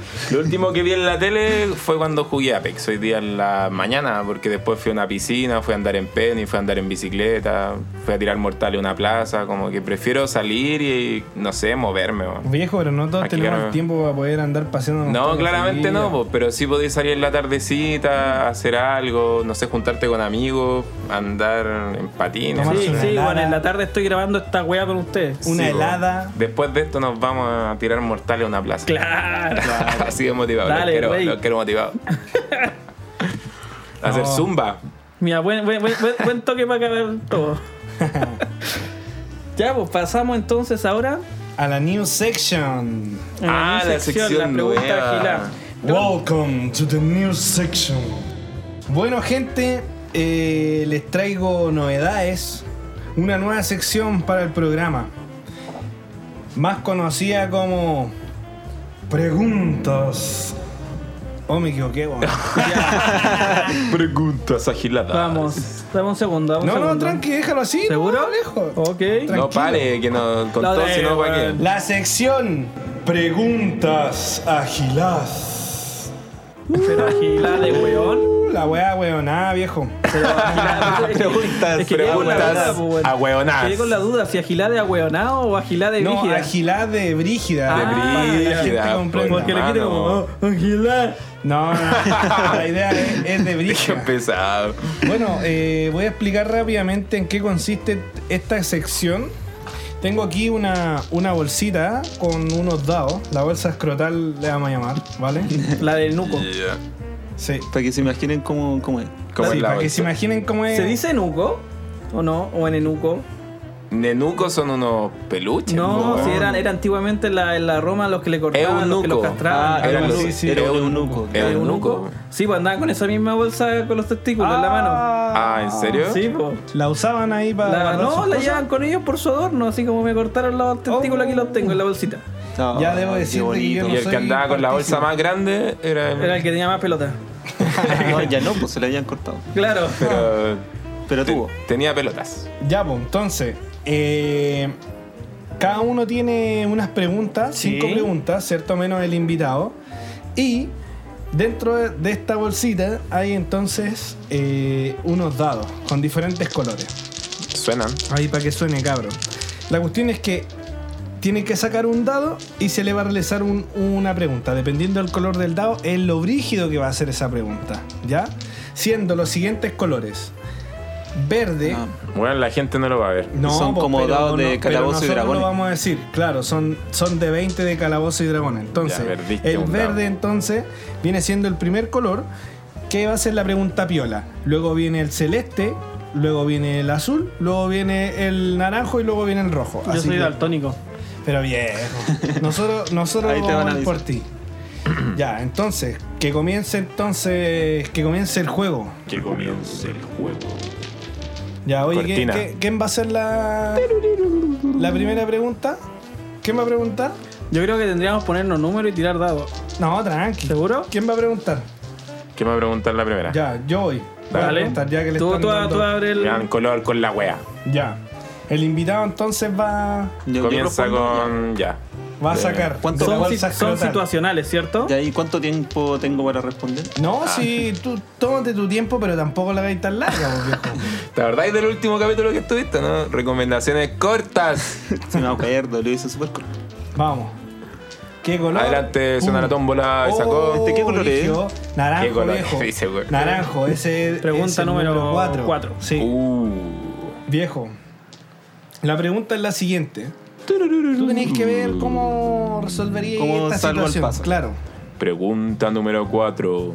A: Lo último que vi en la tele fue cuando jugué Apex, hoy día en la mañana, porque después fui a una piscina, fui a andar en penny, fui a andar en bicicleta, fui a tirar mortales a una plaza, como que prefiero salir y, no sé, moverme. weón.
C: Viejo, pero no todos
A: Aquí
C: tenemos
A: gana.
C: el tiempo para poder andar paseando.
A: Ah, No, claramente no, po, pero sí podéis salir en la tardecita, hacer algo, no sé, juntarte con amigos, andar en patines.
C: Tomarse
B: Sí,
C: una
B: sí,
C: helada.
B: bueno, en la tarde estoy grabando esta weá con ustedes.
C: Una
A: Sí, po.
C: helada.
A: Después de esto nos vamos a tirar mortales a una plaza.
B: Claro.
A: Así de motivado.
B: Dale,
A: los, quiero,
B: rey.
A: los quiero motivados. Hacer
C: No.
A: zumba.
B: Mira, buen, buen, buen, buen- buen toque para acabar todo. ya, pues pasamos entonces ahora
C: A la new section.
B: a la,
A: Ah,
B: new
A: la sección
B: la pregunta
A: nueva.
B: gilada.
C: Welcome to the new section. Bueno, gente, eh, les traigo novedades. Una nueva sección para el programa. Más conocida como. Preguntas. Oh, me equivoqué, weón.
A: Preguntas agiladas.
B: Vamos, dame un segundo. dame un
C: No, no,
B: segundo.
C: tranqui, déjalo así.
B: ¿Seguro? Oh.
C: no, lejos.
B: Ok.
A: No
C: tranquilo.
A: pare, que no con
B: La
A: todo,
B: de-
A: sino para qué.
B: bueno.
C: La sección Preguntas Agilaz.
B: Pero agilada de weón.
C: Uh, la weá, weón, nada, viejo.
B: Pero agilada de
D: Preguntas,
B: Es que quedé con la
A: preguntas
B: duda, pues, weón.
A: ahueonadas.
B: Quedé con la duda si agilada de ahueonado o agilada de
C: No,
B: brígida. Ah,
C: agilaz de brígida.
B: De
C: Para que la gente
A: brígida,
C: comprenda.
B: Porque le quité
A: Hermano.
B: como, oh, agilada.
C: No, no, no. la idea es, es de
A: Qué
C: brígida.
A: pesado.
C: Bueno, eh, voy a explicar rápidamente en qué consiste esta sección. Tengo aquí una, una bolsita con unos dados. La bolsa escrotal le vamos a llamar, ¿vale?
B: La del nuco.
A: Yeah.
C: Sí.
D: Para que se imaginen cómo, cómo es.
A: Como
C: Sí,
A: en la
C: para que
A: bolsa.
C: se imaginen cómo es.
B: ¿Se dice nuco? ¿O no? ¿O en enuco?
A: Nenucos son unos peluches.
B: No,
A: po.
B: si eran, era antiguamente en la, en la Roma los que le cortaban, los que los
A: Eunuco.
B: castraban.
A: Ah,
B: Era
A: era
B: un
A: los-
C: sí, sí.
D: era
A: era
D: un
A: un
D: eunuco.
A: eunuco.
B: ¿Era eunuco?
A: eunuco.
B: Sí, pues andaban con esa misma bolsa con los testículos en la mano.
A: Ah, ¿en serio?
B: Sí, pues.
C: La usaban ahí para.
B: La-
C: guardar
B: no,
C: sus
B: la
C: Ah, cosas.
B: llevan con ellos por su adorno, así como me cortaron los testículos, aquí los tengo en la bolsita.
D: Ah,
C: Ya debo
D: qué
C: decirte que
D: bonito.
A: Y el
C: Soy
A: que andaba con la
C: partícipe.
A: bolsa más grande era el.
B: Era el que tenía más pelota.
D: No, ya no, pues se la habían cortado.
B: Claro.
A: Pero.
D: Pero
A: te-
D: tuvo.
A: tenía pelotas.
C: Ya, pues, entonces. eh, cada uno tiene unas preguntas,
B: Sí.
C: cinco preguntas, ¿cierto? Menos el invitado. Y dentro de- de esta bolsita hay entonces eh, unos dados con diferentes colores.
A: Suenan.
C: Ahí para que suene, cabrón. La cuestión es que tienen que sacar un dado y se le va a realizar un- una pregunta. Dependiendo del color del dado, es lo brígido que va a ser esa pregunta. ¿Ya? Siendo los siguientes colores: verde.
D: Ah.
A: Bueno, la gente no lo va a ver.
C: No,
D: Son
C: pues,
D: como
C: pero
D: dados de
C: pero
D: Calabozo y
C: nosotros
D: Dragones.
C: lo vamos a decir, claro, son, son de 20 de calabozo y dragón. Entonces,
A: Ya, perdiste
C: el
A: un
C: verde
A: dado.
C: entonces viene siendo el primer color que va a ser la pregunta piola. Luego viene el celeste, luego viene el azul, luego viene el naranjo y luego viene el rojo.
B: Yo
C: Así
B: soy
C: que-
B: daltónico.
C: pero viejo, nosotros, nosotros
D: Ahí te van a
C: vamos por ti. Ya, entonces, que comience entonces, que comience el juego.
A: Que comience el juego.
C: Ya, oye, ¿qué-
A: Cortina.
C: qué- ¿quién va a hacer la, la primera pregunta? ¿Qué ¿Quién va a preguntar?
B: Yo creo que tendríamos que ponernos números y tirar dados.
C: No, tranqui.
B: ¿Seguro?
C: ¿Quién va a preguntar?
A: ¿Qué me va a preguntar la primera?
C: Ya, yo voy. Voy a
B: Dale.
C: preguntar, ya que le
B: tú,
C: están
B: tú-
C: dando-
B: tú abre el.
A: Le dan color con la wea.
C: Ya. El invitado entonces va,
D: Yo- yo
A: Comienza
D: respondo,
A: con. Ya.
C: va a
A: Bien.
C: sacar.
D: ¿Cuánto-
C: de la
B: Son, si-
C: bolsa
B: son
C: escrotal.
B: situacionales, ¿cierto?
D: ¿Y ahí cuánto tiempo tengo para responder?
A: Ah.
C: No, si tú tómate tu tiempo, pero tampoco la hagáis tan larga, vos, viejo.
A: ¿Te acordáis del último capítulo que estuviste, no? Recomendaciones cortas.
D: Si me acuerdo, lo hice súper corto.
C: Vamos. ¿Qué color?
A: Adelante,
C: Uh.
A: suena la tómbola
C: Oh.
A: y sacó.
D: ¿Este qué color es?
C: brígido. Naranjo,
A: ¿Qué color?
C: viejo.
A: Dice, güey.
C: Naranjo, ese es
B: Pregunta
C: el
B: número
C: cuatro.
B: cuatro.
C: Sí.
A: Uh.
C: Viejo, la pregunta es la siguiente. Tú tenés que
A: Uh.
C: ver cómo resolvería
D: ¿Cómo
C: esta
D: salgo al
C: situación.
D: paso?
C: Claro.
A: Pregunta número 4.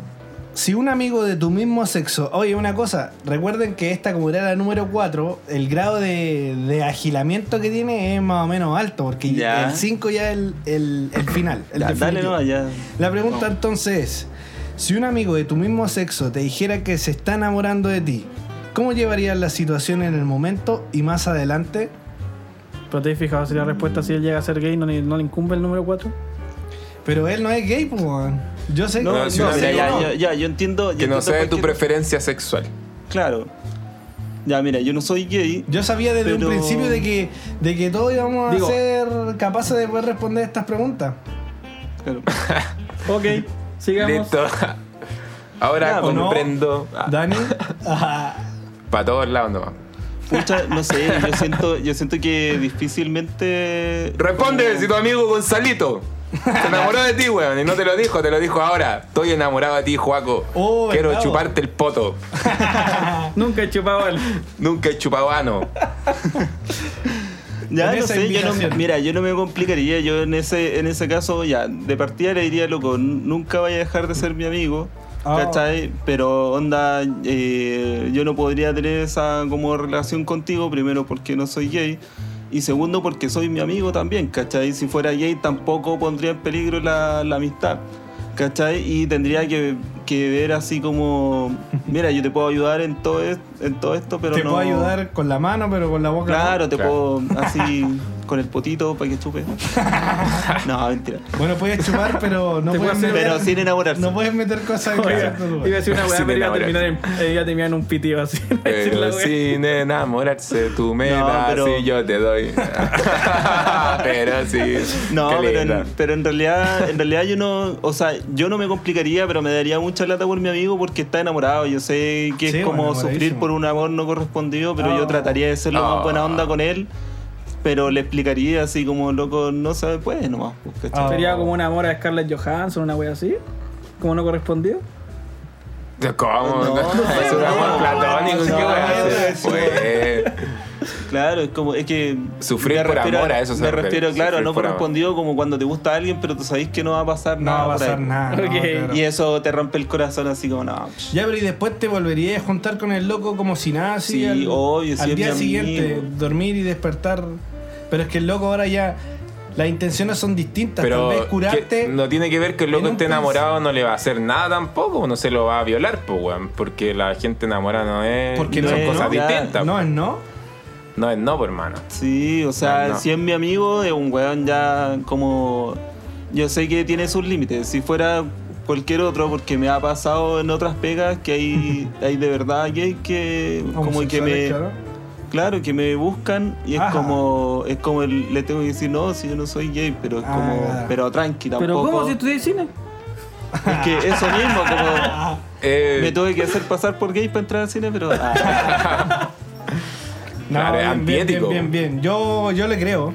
C: Si un amigo de tu mismo sexo, oye, una cosa, recuerden que esta como era la número 4, el grado de, de agilamiento que tiene es más o menos alto, porque
D: Ya.
C: el 5 ya es el, el- el final. el
D: Ya, dale,
C: definitivo.
D: no, ya.
C: La pregunta entonces es, si un amigo de tu mismo sexo te dijera que se está enamorando de ti, ¿cómo llevarías la situación en el momento y más adelante?
B: Pero te has fijado si la respuesta si él llega a ser gay no, le- no le incumbe el número 4.
C: Pero él no es gay, pues. weón. Yo sé
D: No,
A: No,
D: no,
A: si una
D: mira,
A: serie
D: ya,
A: no.
D: ya, ya, yo entiendo. yo
A: Que no
D: entiendo
A: sea de tu
D: cualquier-
A: preferencia sexual.
D: Claro. Ya, mira, yo no soy gay.
C: Yo sabía desde
D: Pero-
C: un principio de que, de que todos íbamos
B: Digo-
C: a ser capaces de poder responder estas preguntas.
D: Claro.
B: Ok, sigamos.
A: Listo. Ahora
D: Ya, pues,
C: ¿no?
A: comprendo. Ah,
C: Dani, ah,
A: Para todos lados nomás.
D: Pucha, no sé, yo siento, yo siento que difícilmente.
A: Responde si tu amigo Gonzalito se enamoró de ti, weón. Y no te lo dijo, te lo dijo ahora. Estoy enamorado de ti, Juaco.
C: Oh,
A: Quiero
C: bravo.
A: chuparte el poto.
B: Nunca he chupado el.
A: Nunca he chupado ano.
D: Ya,
C: En
D: no
C: esa
D: sé, yo no,
C: invitación.
D: mira, yo no me complicaría, yo en ese, en ese caso, ya, de partida le diría, loco, n- nunca vaya a dejar de ser mi amigo,
C: Ah.
D: ¿cachai? Pero onda, eh, yo no podría tener esa como relación contigo, primero porque no soy gay, y segundo porque soy mi amigo también, ¿cachai? Si fuera gay tampoco pondría en peligro la, la amistad. ¿Cachai? Y tendría que, que ver así como, mira, yo te puedo ayudar en todo, es- en todo esto, pero
C: te
D: no...
C: puedo ayudar con la mano, pero con la boca. no.
D: Claro, te
A: Claro.
D: puedo así con el potito para que chupe. No, mentira.
C: Bueno, puedes chupar, pero no
B: Te puedo
C: puedes
B: hacer-
C: meter,
D: Pero sin enamorarse.
C: no puedes meter cosas en
B: Oiga,
C: cierto
B: iba a
C: lugar.
B: decir una weá,
A: Sin
B: pero iba a terminar en, eh, iba a terminar en un pitido así. Decir la
A: Pero
B: weá.
A: sin enamorarse tú me
D: No,
A: das
D: pero-
A: y yo te doy. pero sí.
D: No,
A: Qué
D: pero
A: linda.
D: en, pero en realidad, en realidad yo no, o sea, yo no me complicaría, pero me daría mucha lata por mi amigo porque está enamorado. Yo sé que
C: Sí,
D: es como
C: bueno,
D: sufrir
C: enamoradísimo.
D: por un amor no correspondido, pero
C: Ah.
D: yo trataría de ser lo
A: Ah.
D: más buena onda con él. Pero le explicaría así como loco, no sabe pues nomás. pues, ¿cachai?
C: Ah.
B: Sería como una mora de Scarlett Johansson, una wea así. Como no correspondido.
A: ¿Cómo?
D: No,
A: es un
D: no,
A: amor
D: no,
A: platónico. ¿Qué
D: no,
A: voy a
D: no,
A: hacer?
D: no,
A: Pues,
D: Claro, es como, es que.
A: Sufrir
D: me
A: por
D: refiero
A: amor, a eso se
D: Me
A: refiere,
D: refiero, claro,
A: sufrir
D: no
A: por amor.
D: correspondido como cuando te gusta alguien, pero tú sabés que no va a pasar
C: No
D: nada.
C: va a
D: por
C: pasar
D: ahí.
C: nada. no,
B: Ok.
C: claro.
D: Y eso te rompe el corazón así como, no. psh.
C: Ya, pero y después te volverías a juntar con el loco como si nada, así.
D: Sí,
C: al,
D: obvio, sí,
C: al
D: es
C: día
D: mi
C: siguiente,
D: amigo.
C: dormir y despertar. Pero es que el loco ahora ya. Las intenciones son distintas.
A: pero
C: Tal vez curarte.
A: que no tiene que ver que el loco
C: en un
A: esté enamorado, no le va a hacer nada tampoco, no se lo va a violar, pues, weón. Porque la gente enamorada no es.
C: Porque
A: son
D: no es,
A: cosas
D: ¿no?
A: distintas.
C: No,
A: No,
C: es no.
A: es no, pues, hermano.
D: Sí, o sea,
A: No, no.
D: si es mi amigo, es un weón ya como. Yo sé que tiene sus límites. Si fuera cualquier otro, porque me ha pasado en otras pegas que hay, hay de verdad gays que. Como que me.
C: Homosexuales, claro.
D: Claro, que me buscan y es
C: Ajá.
D: como. Es como el- le tengo que decir, no, si yo no soy gay, pero es
C: Ah,
D: como.
C: claro.
D: Pero tranquila,
B: Pero ¿cómo si estudias cine?
D: Es que eso mismo, como.
A: Eh,
D: Me tuve que hacer pasar por gay para entrar al cine, pero. ah,
C: No,
A: Claro, es
C: bien, bien,
A: antiético.
C: bien, bien, bien. Yo, yo le creo.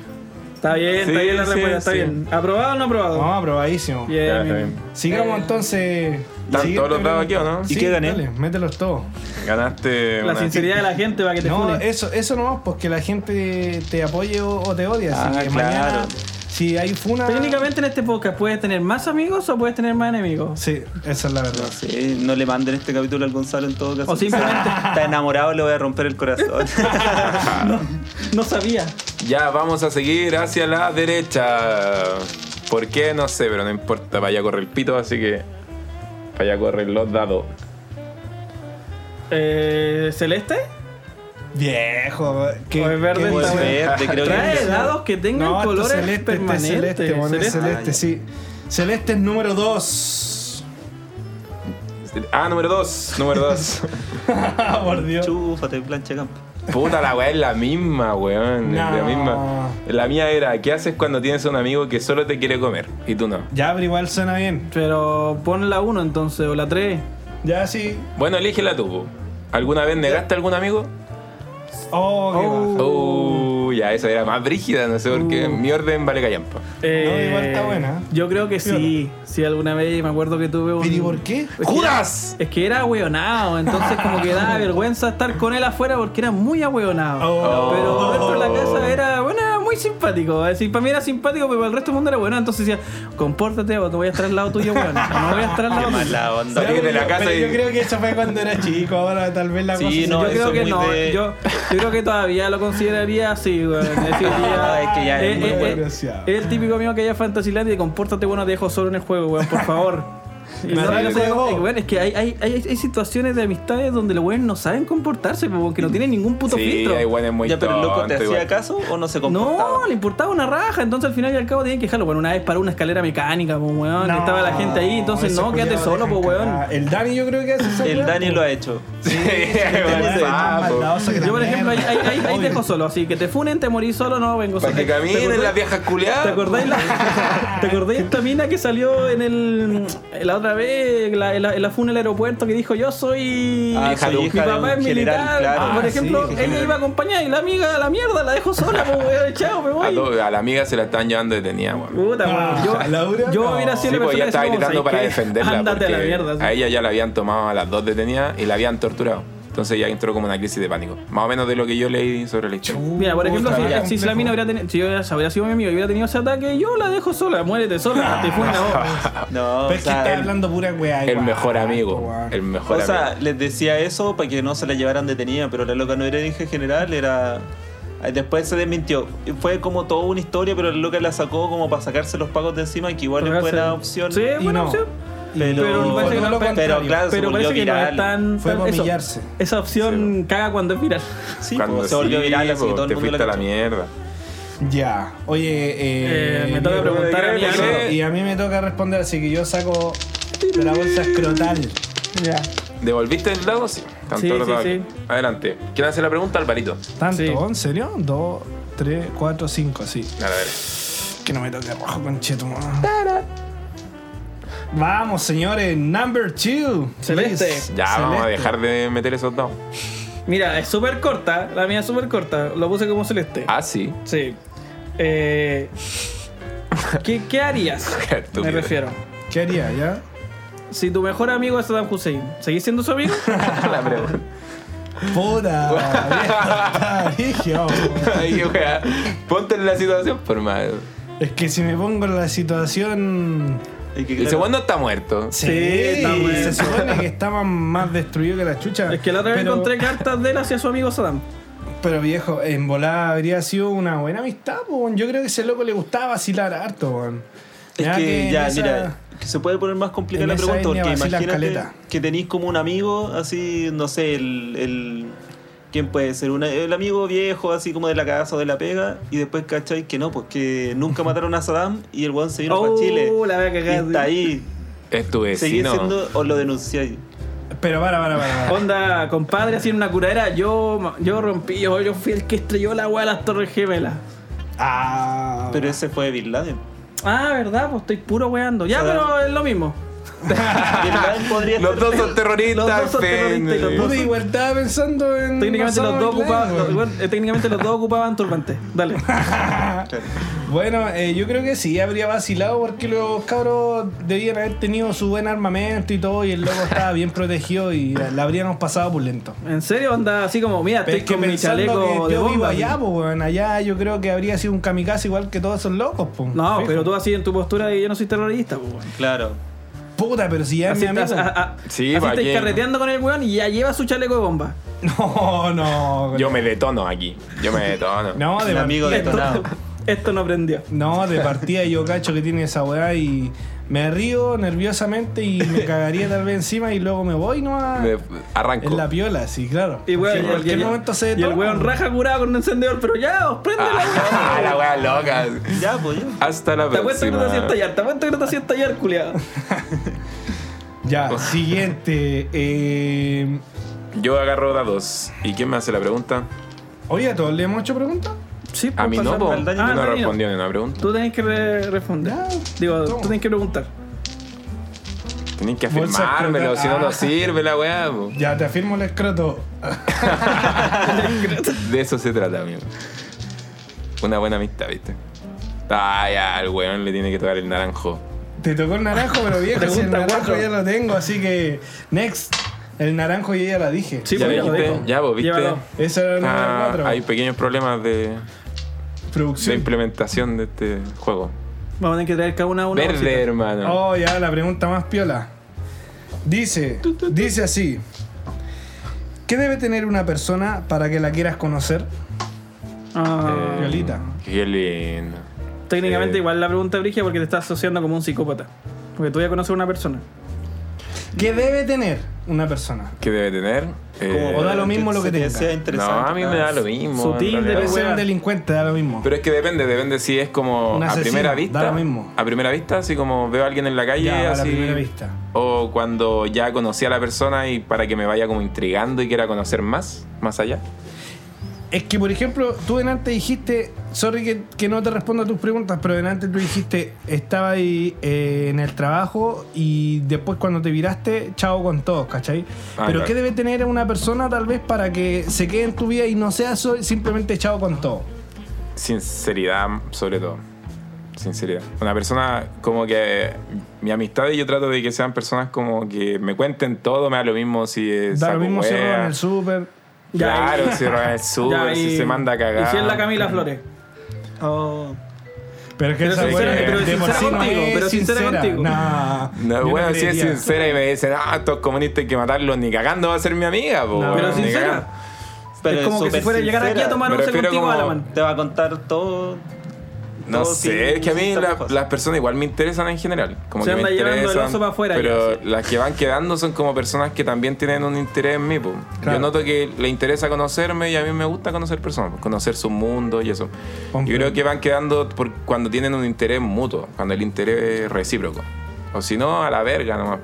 B: Está bien, está
A: Sí,
B: bien la
A: sí,
B: respuesta, está
A: sí. Ah.
B: bien. ¿Aprobado o no aprobado?
C: No, aprobadísimo.
B: Bien, Eh,
A: Ya, está
B: bien.
A: bien.
C: Sigamos entonces.
A: ¿Están
C: Siguiente
A: todos los dados aquí
C: pregunta.
A: o no?
D: ¿Y qué gané?
C: dale, mételos todos.
A: Ganaste.
B: La
A: una- eh.
B: sinceridad de la gente para que te
C: No,
B: june.
C: eso, eso no, porque la gente te apoye o, o te odia. así
D: Ah,
C: que
D: claro.
C: mañana, si hay funa.
B: Técnicamente en este podcast puedes tener más amigos o puedes tener más enemigos.
C: Sí, esa es la verdad.
D: no sé, no le manden este capítulo al Gonzalo en todo caso.
B: O simplemente-
D: Está enamorado, le voy a romper el corazón.
B: No sabía.
A: Ya, vamos a seguir hacia la derecha. ¿Por qué? No sé, pero no importa. Para allá corre el pito, así que. Para allá corren los dados.
B: Eh, ¿Celeste?
C: Viejo, que.
B: O es verde
C: que-
B: esta
D: Pues
B: wea.
D: verde, creo que
B: Trae
D: es-
B: helados que tengan
C: No, este
B: colores
C: celeste, este
B: permanentes.
C: celeste, bueno, es
B: celeste.
C: celeste, sí. Celeste es número 2.
A: Ah, número dos. Número dos.
C: Ah, por Dios.
D: Chúfate, plancha campo.
A: Puta, la weá es la misma, weón. es La
C: No.
A: misma. La mía era, ¿qué haces cuando tienes un amigo que solo te quiere comer? Y tú no.
C: Ya, pero igual suena bien.
B: Pero pon la 1 entonces, o la 3.
C: Ya, sí.
A: Bueno, elígela tú. po. ¿Alguna vez negaste a algún amigo?
C: Oh, qué
B: Oh.
C: baja.
A: Uh, ya, esa era más brígida, no sé por qué. Mi orden vale callampa.
C: igual está buena.
B: Eh, Yo creo que sí. Sí, alguna vez me acuerdo que tuve un.
C: ¿Pero y por qué?
B: que
A: ¡Judas!
B: Es que era ahueonado, entonces como que daba vergüenza estar con él afuera porque era muy ahueonado.
C: Oh.
B: Pero dentro de la casa era, bueno, era muy simpático. Es decir, para mí era simpático, pero para el resto del mundo era bueno. Entonces decía, compórtate o te voy a estar al lado tuyo, bueno. No voy a estar al
C: Ah,
D: Qué
B: lado tuyo.
D: mala onda.
A: Salir de la casa
C: Pero
A: y-
C: yo creo que eso fue cuando era chico, ahora tal vez la
D: Sí,
C: cosa se-
D: no,
B: yo creo
D: eso
B: que
D: es muy
B: no,
D: de-
B: yo, yo creo que todavía lo consideraría así, weón. Es decir, ya-
D: Ah, es que ya
B: eh,
D: es
B: eh,
D: muy
B: eh,
C: desgraciado.
B: es el típico amigo que haya Fantasylandia y compórtate bueno, te dejo solo en el juego, weón, por favor. Y
C: Me
B: no,
C: arreglo
B: no sé,
C: el juego.
B: eh, weón, es que hay, hay, hay, hay situaciones de amistades donde los weones no saben comportarse, porque no tienen ningún puto
A: Sí,
B: filtro.
A: hay weones muy
D: Ya, pero el loco te
A: tontos,
D: hacía
A: igual.
D: caso o no se comportaba.
B: No, le importaba una raja, entonces al final y al cabo tenían que dejarlo. Bueno, una vez paró una escalera mecánica, pues, weón,
C: No,
B: estaba la gente ahí, entonces
C: ese
B: no, quédate
C: culiao
B: solo,
C: deja
B: pues, weón.
C: cagada. El Dani yo creo que hace esa
D: el
C: weá,
D: Dani
C: po.
D: lo ha hecho.
A: Sí, weón,
C: Dani es más
A: papo.
C: maldadoso que la
B: Yo, por ejemplo, ahí,
C: mierda.
B: ahí, ahí- ahí
C: Obvio.
B: dejo solo, así que te funen, te morís solo, no vengo solo.
A: Para que
B: ¿Te
A: caminen
B: acordás-
A: las viejas culiadas.
B: ¿Te acordáis, la, ¿Te acordáis esta mina que salió en el. la otra vez, la- en la, en la funa del aeropuerto que dijo yo soy.
D: Ah,
A: hija de
B: mi
A: un-
D: hija de
B: papá
D: un
B: es
D: general,
B: militar.
D: claro.
B: Ah, por
C: Ah,
B: ejemplo,
C: sí,
B: él
C: qué
B: me iba a acompañar y la amiga a la mierda la dejo sola, pues weón, chao, me
A: A,
B: voy.
A: to- a la amiga se la están llevando detenida, weón.
B: Puta,
C: Ah,
B: weón. Yo,
C: Laura,
B: yo
C: no.
B: hubiera sido
A: Sí,
B: la
A: pues ya
B: persona
A: estaba
B: que decía,
A: gritando
B: "Vos,
A: para
B: ¿sabes qué?
A: defenderla.
B: Ándate a la
A: porque
B: mierda. sí.
A: a ella ya la habían tomado a las dos detenidas y la habían torturado. Entonces ya entró como una crisis de pánico. Más o menos de lo que yo leí sobre la historia.
B: Mira, por ejemplo,
C: Puta,
B: si,
C: ya,
B: si la mina
C: complejo.
B: hubiera tenido, si yo hubiera- hubiera sido mi amigo y hubiera tenido ese ataque, yo la dejo sola, muérete sola, te fuiste a
D: No,
C: Pero
D: o
C: es que
D: sea,
C: está
D: el-
C: hablando pura weá.
A: El
C: igual,
A: mejor
C: po,
A: amigo.
C: weón.
A: El mejor
D: o sea,
A: amigo.
D: les decía eso para que no se la llevaran detenida, pero la loca no era hija general, era. Ay, Después se desmintió. Y Fue como toda una historia, pero la loca la sacó como para sacarse los pagos de encima, que igual es
B: no.
D: buena opción.
B: Sí,
C: Y
B: buena
C: no.
B: opción.
C: Y-
D: Pero-
B: pero parece que no-
C: todo lo
B: pero-
C: contrario.
D: pero claro, se
B: Pero
D: volvió
B: parece que no
D: viral.
B: es tan.
C: Fue
B: tan-
C: para
B: eso-
C: humillarse.
B: Esa opción
A: Sí,
B: caga cuando es viral.
D: Sí,
A: Cuando
D: pues, se volvió
A: sí,
D: viral, así
A: po,
D: que todo el
A: te
D: mundo la
A: fuiste a la
D: cachó.
A: mierda.
C: Ya. Oye, eh,
B: Eh, me toca
C: mi-
B: preguntar a mi
A: creo que-
B: amigo.
C: Y a mí me toca responder, así que yo saco de la bolsa escrotal. Ya.
A: ¿Devolviste el dado? Sí. Están
B: Sí,
A: todos los
B: sí,
A: dados
B: sí.
A: aquí. Adelante. ¿Quién hace la pregunta? Alvarito.
C: ¿Tanto?
B: Sí.
C: ¿En serio? Dos, tres, cuatro, cinco, sí.
A: A ver.
C: Que no me toque rojo con Vamos, señores. Number two.
B: Celeste.
C: Please.
A: Ya vamos a
C: Celeste.
A: dejar de meter esos dados.
B: Mira, es súper corta. La mía es súper corta. Lo puse como celeste.
A: Ah, sí.
B: Sí. Eh, ¿qué, qué harías?
A: Qué estúpido.
B: me refiero.
C: ¿Qué haría, ya?
B: Si tu mejor amigo es Saddam Hussein, ¿seguís siendo su amigo?
A: la pregunta.
C: Puta. Vigio.
A: Ay, wea. Ponte en la situación, por madre.
C: es que si me pongo en la situación.
D: Y que,
A: El
D: claro,
A: segundo está muerto.
C: Sí,
B: está bueno.
C: se supone que estaba más destruido que la chucha.
B: es que la otra vez
C: pero,
B: encontré cartas de él hacia su amigo Saddam.
C: Pero viejo, en volada habría sido una buena amistad, po, weón. Yo creo que ese loco le gustaba vacilar harto, weón.
D: Es
C: Ya
D: que
C: en
D: ya,
C: esa-
D: mira, que se puede poner más complicada
C: en
D: la
C: esa
D: pregunta,
C: etnia
D: porque
C: vacilan
D: imagínate
C: caleta.
D: que tenéis como un amigo, así, no sé, el. el- ¿Quién puede ser? Una- el amigo viejo, así como de la casa o de la pega, y después cacháis que no, pues que nunca mataron a Saddam y el weón se vino para
B: Oh,
D: Chile.
B: la voy a cagar.
D: Y está ahí.
A: Es tu
D: Seguís
A: vecino.
D: siendo o lo denunciáis.
C: Pero para, para, para. para.
B: Onda, compadre, así en una curadera, yo, yo rompí, yo, yo fui el que estrelló la agua de las Torres Gemelas.
C: Ah,
D: Pero ese fue Bin Laden.
B: Ah, verdad, pues estoy puro weando. Ya,
D: Saddam.
B: pero es lo mismo.
D: Bin Laden podría
A: Los
D: ser-
A: dos son terroristas.
B: Los dos son terroristas y los
A: pen.
B: dos-
C: Puta, igual estaba pensando en.
D: mm,
B: Técnicamente los,
C: Osama
B: dos
C: Bin Laden,
B: ocupaban,
C: weón.
B: bueno, eh, técnicamente los dos ocupaban turbantes. Dale.
D: Claro.
C: Bueno, eh, yo creo que sí, habría vacilado porque los cabros debían haber tenido su buen armamento y todo, y el loco estaba bien protegido y la habríamos pasado por lento.
B: En serio, anda así como, mira,
C: Pero
B: estoy
C: es que
B: con mi
C: pensando
B: chaleco
C: que
B: de
C: yo vivo
B: bomba.
C: allá, pues, weón, allá yo creo que habría sido un kamikaze igual que todos esos locos, pues.
B: no,
C: Fijo.
B: pero tú así en tu postura de yo no soy terrorista, pues. weón.
D: Claro.
C: Puta, pero si ya es
B: Así,
C: mi amigo.
B: estás- ah, a- a-
A: Sí,
B: así
A: ¿pa'
B: estáis
A: qué?
B: carreteando con el weón y ya lleva su chaleco de bomba.
C: No, no.
A: Yo me detono aquí. Yo me detono.
C: No, de
D: El amigo
C: partida.
D: detonado.
B: Esto no aprendió.
C: No, de partida yo cacho que tiene esa weá y me río nerviosamente y me cagaría tal vez encima y luego me voy, ¿no? A...
A: Me- arranco.
C: En la piola, sí, claro.
B: Y, weón,
C: Porque
B: y-
C: en cualquier
B: y-
C: momento se
B: y el
C: toma.
B: weón raja curado con un encendedor, pero ya, os prende la weá.
A: Ah, la wea loca.
D: Ya, pues ya.
A: Hasta la
B: Te apuesto que no te hacía
A: próxima.
B: tallar, te apuesto que no te hacía tallar, culiado.
C: Ya, siguiente. Eh,
A: Yo agarro dados. ¿Y quién me hace la pregunta?
C: Oye, ¿a todos le hemos hecho preguntas?
B: Sí,
A: A mí no, po.
D: al daño.
B: Ah,
A: no
B: no,
A: respondió ni una pregunta.
B: Tú tenés que re- responder.
C: Ya,
B: Digo,
C: toma.
B: tú tenés que preguntar.
A: Tienen que
C: Bolsa
A: afirmármelo,
C: escrotal.
A: si no, no
C: Ah.
A: sirve la weá. po.
C: Ya, te afirmo el escroto.
A: De eso se trata, amigo. Una buena amistad, ¿viste? Ah, ya, al weón le tiene que tocar el naranjo.
C: Te tocó el naranjo, pero viejo, si el
B: Pregunta
C: naranjo
B: cuatro.
C: ya lo tengo, así que. Next. El naranjo y ella la dije.
B: Sí,
A: ¿Ya
B: pues, ya lo
A: viste?
B: dijo.
A: Ya, vos, ¿viste?
B: Llévalo.
C: Esa era la número
A: Ah,
C: 4.
A: hay pequeños problemas de, de
C: Producción.
A: implementación de este juego.
B: Vamos a tener que traer cada una una.
A: Verde,
B: bolsita.
A: hermano.
C: Oh, ya, la pregunta más piola. Dice, dice así. ¿Qué debe tener una persona para que la quieras conocer?
B: Ah,
A: Eh,
C: Violita.
A: Qué lindo.
B: técnicamente,
A: eh.
B: igual la pregunta brigia porque te estás asociando como un psicópata. Porque tú voy a conocer a una persona.
C: ¿Qué debe tener una persona?
A: ¿Qué debe tener? Eh,
C: o da lo mismo lo que
D: te
C: tenga.
D: sea
A: no,
D: interesante.
A: a mí me da lo mismo. en
B: Sutil,
A: realidad.
B: debe
C: Puede ser
B: Weón.
C: un delincuente, da lo mismo.
A: Pero es que depende, depende si es como
C: Un
A: a
C: asesino,
A: primera
C: da
A: vista.
C: lo mismo.
A: A primera vista, así como veo a alguien en la calle.
C: Ya, a la
A: así,
C: primera vista.
A: O cuando ya conocí a la persona y para que me vaya como intrigando y quiera conocer más, más allá.
C: Es que, por ejemplo, tú delante dijiste, sorry que, que no te respondo a tus preguntas, pero delante tú dijiste, estaba ahí eh, en el trabajo y después cuando te viraste, chao con todos, ¿cachai?
A: Ah,
C: pero
A: claro.
C: ¿qué debe tener una persona tal vez para que se quede en tu vida y no sea so- simplemente chao con todos?
A: Sinceridad, sobre todo. Sinceridad. Una persona como que. Mi amistad, yo trato de que sean personas como que me cuenten todo, me da lo mismo si es.
C: Da
A: saco
C: lo mismo si
A: hueá.
C: roban el súper.
A: Claro,
B: Ya,
A: si roban el
B: Ya,
A: súper, si
B: y-
A: se manda a cagar.
B: Y si es la Camila Flores.
D: Oh,
C: Pero es que
B: Pero
C: esa
A: sincera-
C: hueá
A: pero
C: de
B: sincera
C: por sí no
B: contigo,
C: es
B: pero sincera contigo.
C: Nah, yo
A: No, bueno, si es
C: creería.
A: sincera y me dicen, ah, estos comunistas hay que matarlos, ni cagando va a ser mi amiga, po, weón,
C: No,
B: Pero
A: Ah, ni cagando.
B: sincera.
D: pero
B: es como que si
D: súper
B: fuera a llegar aquí a
D: sincera.
B: tomar
A: Me
B: once
A: refiero
B: contigo,
A: como-
B: Alaman.
D: Te va a contar todo.
A: No
D: todo sin-
A: sé, es que a mí
D: sin
A: la-
D: tapujos.
A: las personas igual me interesan en general. Como
B: Se
A: que me
B: anda llevando el
A: interesan,
B: oso pa' afuera
A: Pero
B: ya,
A: las que van quedando son como personas que también tienen un interés en mí. po.
C: Claro.
A: Yo noto que le interesa conocerme y a mí me gusta conocer personas, po, conocer su mundo y eso. Yo
C: Comprendo.
A: creo que van quedando por cuando tienen un interés mutuo, cuando el interés es recíproco. O si no, a la verga nomás.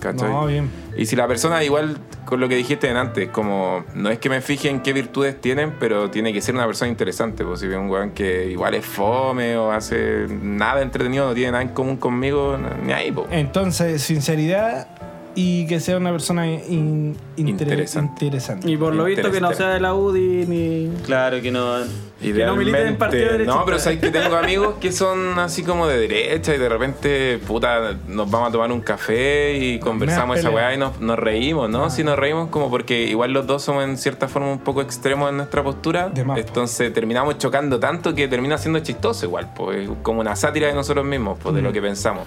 A: ¿cachai?
C: No, bien.
A: Y si la persona, igual con lo que dijiste antes, como no es que me fije en qué virtudes tienen, pero tiene que ser una persona interesante. Pues si veo un weón que igual es fome o hace nada entretenido, no tiene nada en común conmigo, n- ni ahí, pues. po.
C: Entonces, sinceridad y que sea una persona in- inter-
A: Interesante.
C: interesante.
B: Y por lo visto que no sea de la UDI ni.
D: Claro que no.
B: no militen en partido
A: Idealmente-
B: derechista.
A: No, pero sabes que tengo amigos que son así como de derecha y de repente, puta, nos vamos a tomar un café y conversamos esa
C: pelea. Ah.
A: weá y nos, nos reímos, ¿no? Si nos reímos como porque igual los dos somos en cierta forma un poco extremos en nuestra postura.
C: De más, po.
A: Entonces terminamos chocando tanto que termina siendo chistoso igual, pues como una sátira de nosotros mismos, pues de lo que pensamos.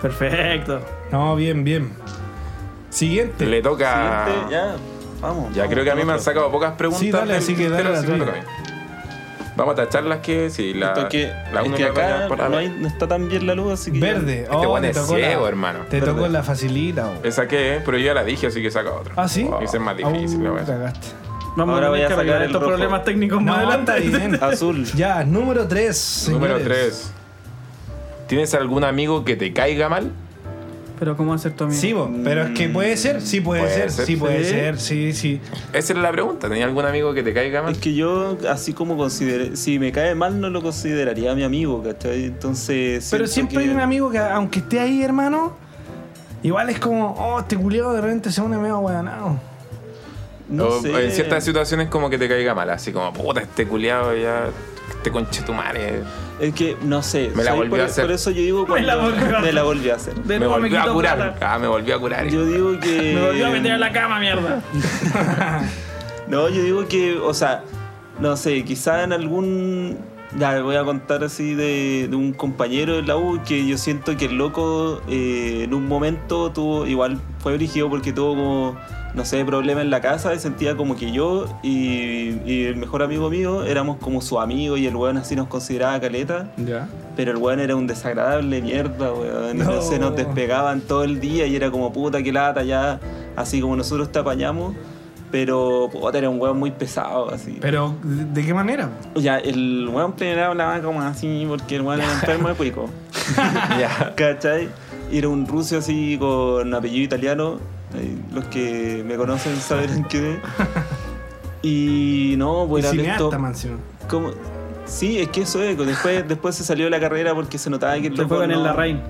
B: Perfecto.
C: No, bien, bien. Siguiente.
A: Le toca...
D: Siguiente,
A: Ah. ya.
D: ya. Vamos. vamos
A: creo que a
D: con
A: mí me han
D: otro.
A: sacado pocas preguntas.
C: Sí, dale,
A: del
C: así que dale
A: tintero,
C: la
A: así que me
C: tuya.
A: toca a mí. Vamos a tachar las que... Sí, la,
D: Esto es que,
A: la
D: es
A: uno y
D: que
A: la otra
D: acá
A: ya por la-
D: no, hay- no está tan bien la luz, así que. ya-
C: Verde.
A: Este weón
C: te
A: es
C: tocó la-
A: ciego, hermano.
C: Te tocó
D: Verde.
C: la facilita. oh.
A: Esa que es, ¿eh? pero yo ya la dije, así que saca otra.
C: ¿Ah, sí?
A: Esa es más
C: Au,
A: difícil, la verdad.
C: cagaste.
B: Vamos
D: Ahora
B: a
D: voy
B: tener
D: a
B: que
D: sacar
B: arreglar
D: el
B: estos
D: rojo.
B: problemas técnicos
C: No,
B: más
C: está
B: adelante.
C: bien.
D: Azul.
C: Ya, número 3.
A: Número 3. ¿Tienes algún amigo que te caiga mal?
B: Pero ¿cómo hacer tu amigo?
C: Sí, bo, pero es
D: Mm.
C: que puede ser, sí puede,
A: Puede
C: ser,
A: ser,
C: sí puede
B: sí.
C: ser, sí, sí.
A: Esa era la pregunta. ¿Tenías algún amigo que te caiga mal?
D: Es que yo, así como consideré, si me cae mal, no lo consideraría mi amigo, ¿cachai? Entonces.
C: Pero
D: siento
C: siempre
D: que-
C: hay un amigo que, aunque esté ahí, hermano, igual es como, oh, este culiado de repente se une medio guadanado.
D: No
A: o
D: sé.
A: Oh, en ciertas situaciones como que te caiga mal, así como, puta, este culiado ya, este conchetumare.
D: Es que, no sé.
A: Me la
D: soy
A: volvió
D: por,
A: a hacer.
D: Por eso yo digo
B: Me la
D: cuando-
B: volvió a
D: Me la
B: hacer.
D: volvió a hacer.
B: De
A: me
B: nuevo
A: volvió a
B: quitó
A: curar.
B: plata.
A: Ah, me volvió a curar.
D: Yo digo que.
B: Me
A: Eh.
B: volvió a meter a la cama, mierda.
D: No, yo digo que, o sea, no sé, quizá en algún. Ya, voy a contar así de, de un compañero de la U que yo siento que el loco eh, en un momento tuvo, igual fue brígido porque tuvo como no sé, problema en la casa y sentía como que yo y, y el mejor amigo mío éramos como su amigo y el weón así nos consideraba caleta.
C: Ya.
D: Pero el weón era un desagradable mierda, weón.
C: No.
D: Se nos despegaban todo el día y era como puta que lata ya, así como nosotros te apañamos. Pero puta, era un weón muy pesado, así.
C: Pero, ¿de de qué manera?
D: Ya, el weón primero hablaba como así porque el weón era enfermo de cuico.
A: Ya.
D: ¿Cachai? Y Era un ruso así con apellido italiano. eh, Los que me conocen sabrán quién es. Y no,
C: Y
D: pues era
C: cineasta,
D: lento.
C: man, encima.
D: Como- Sí, es que eso es. Después, después se salió de la carrera porque se notaba que el
B: Se fue
D: loco
B: con el
D: no-
B: Larraín.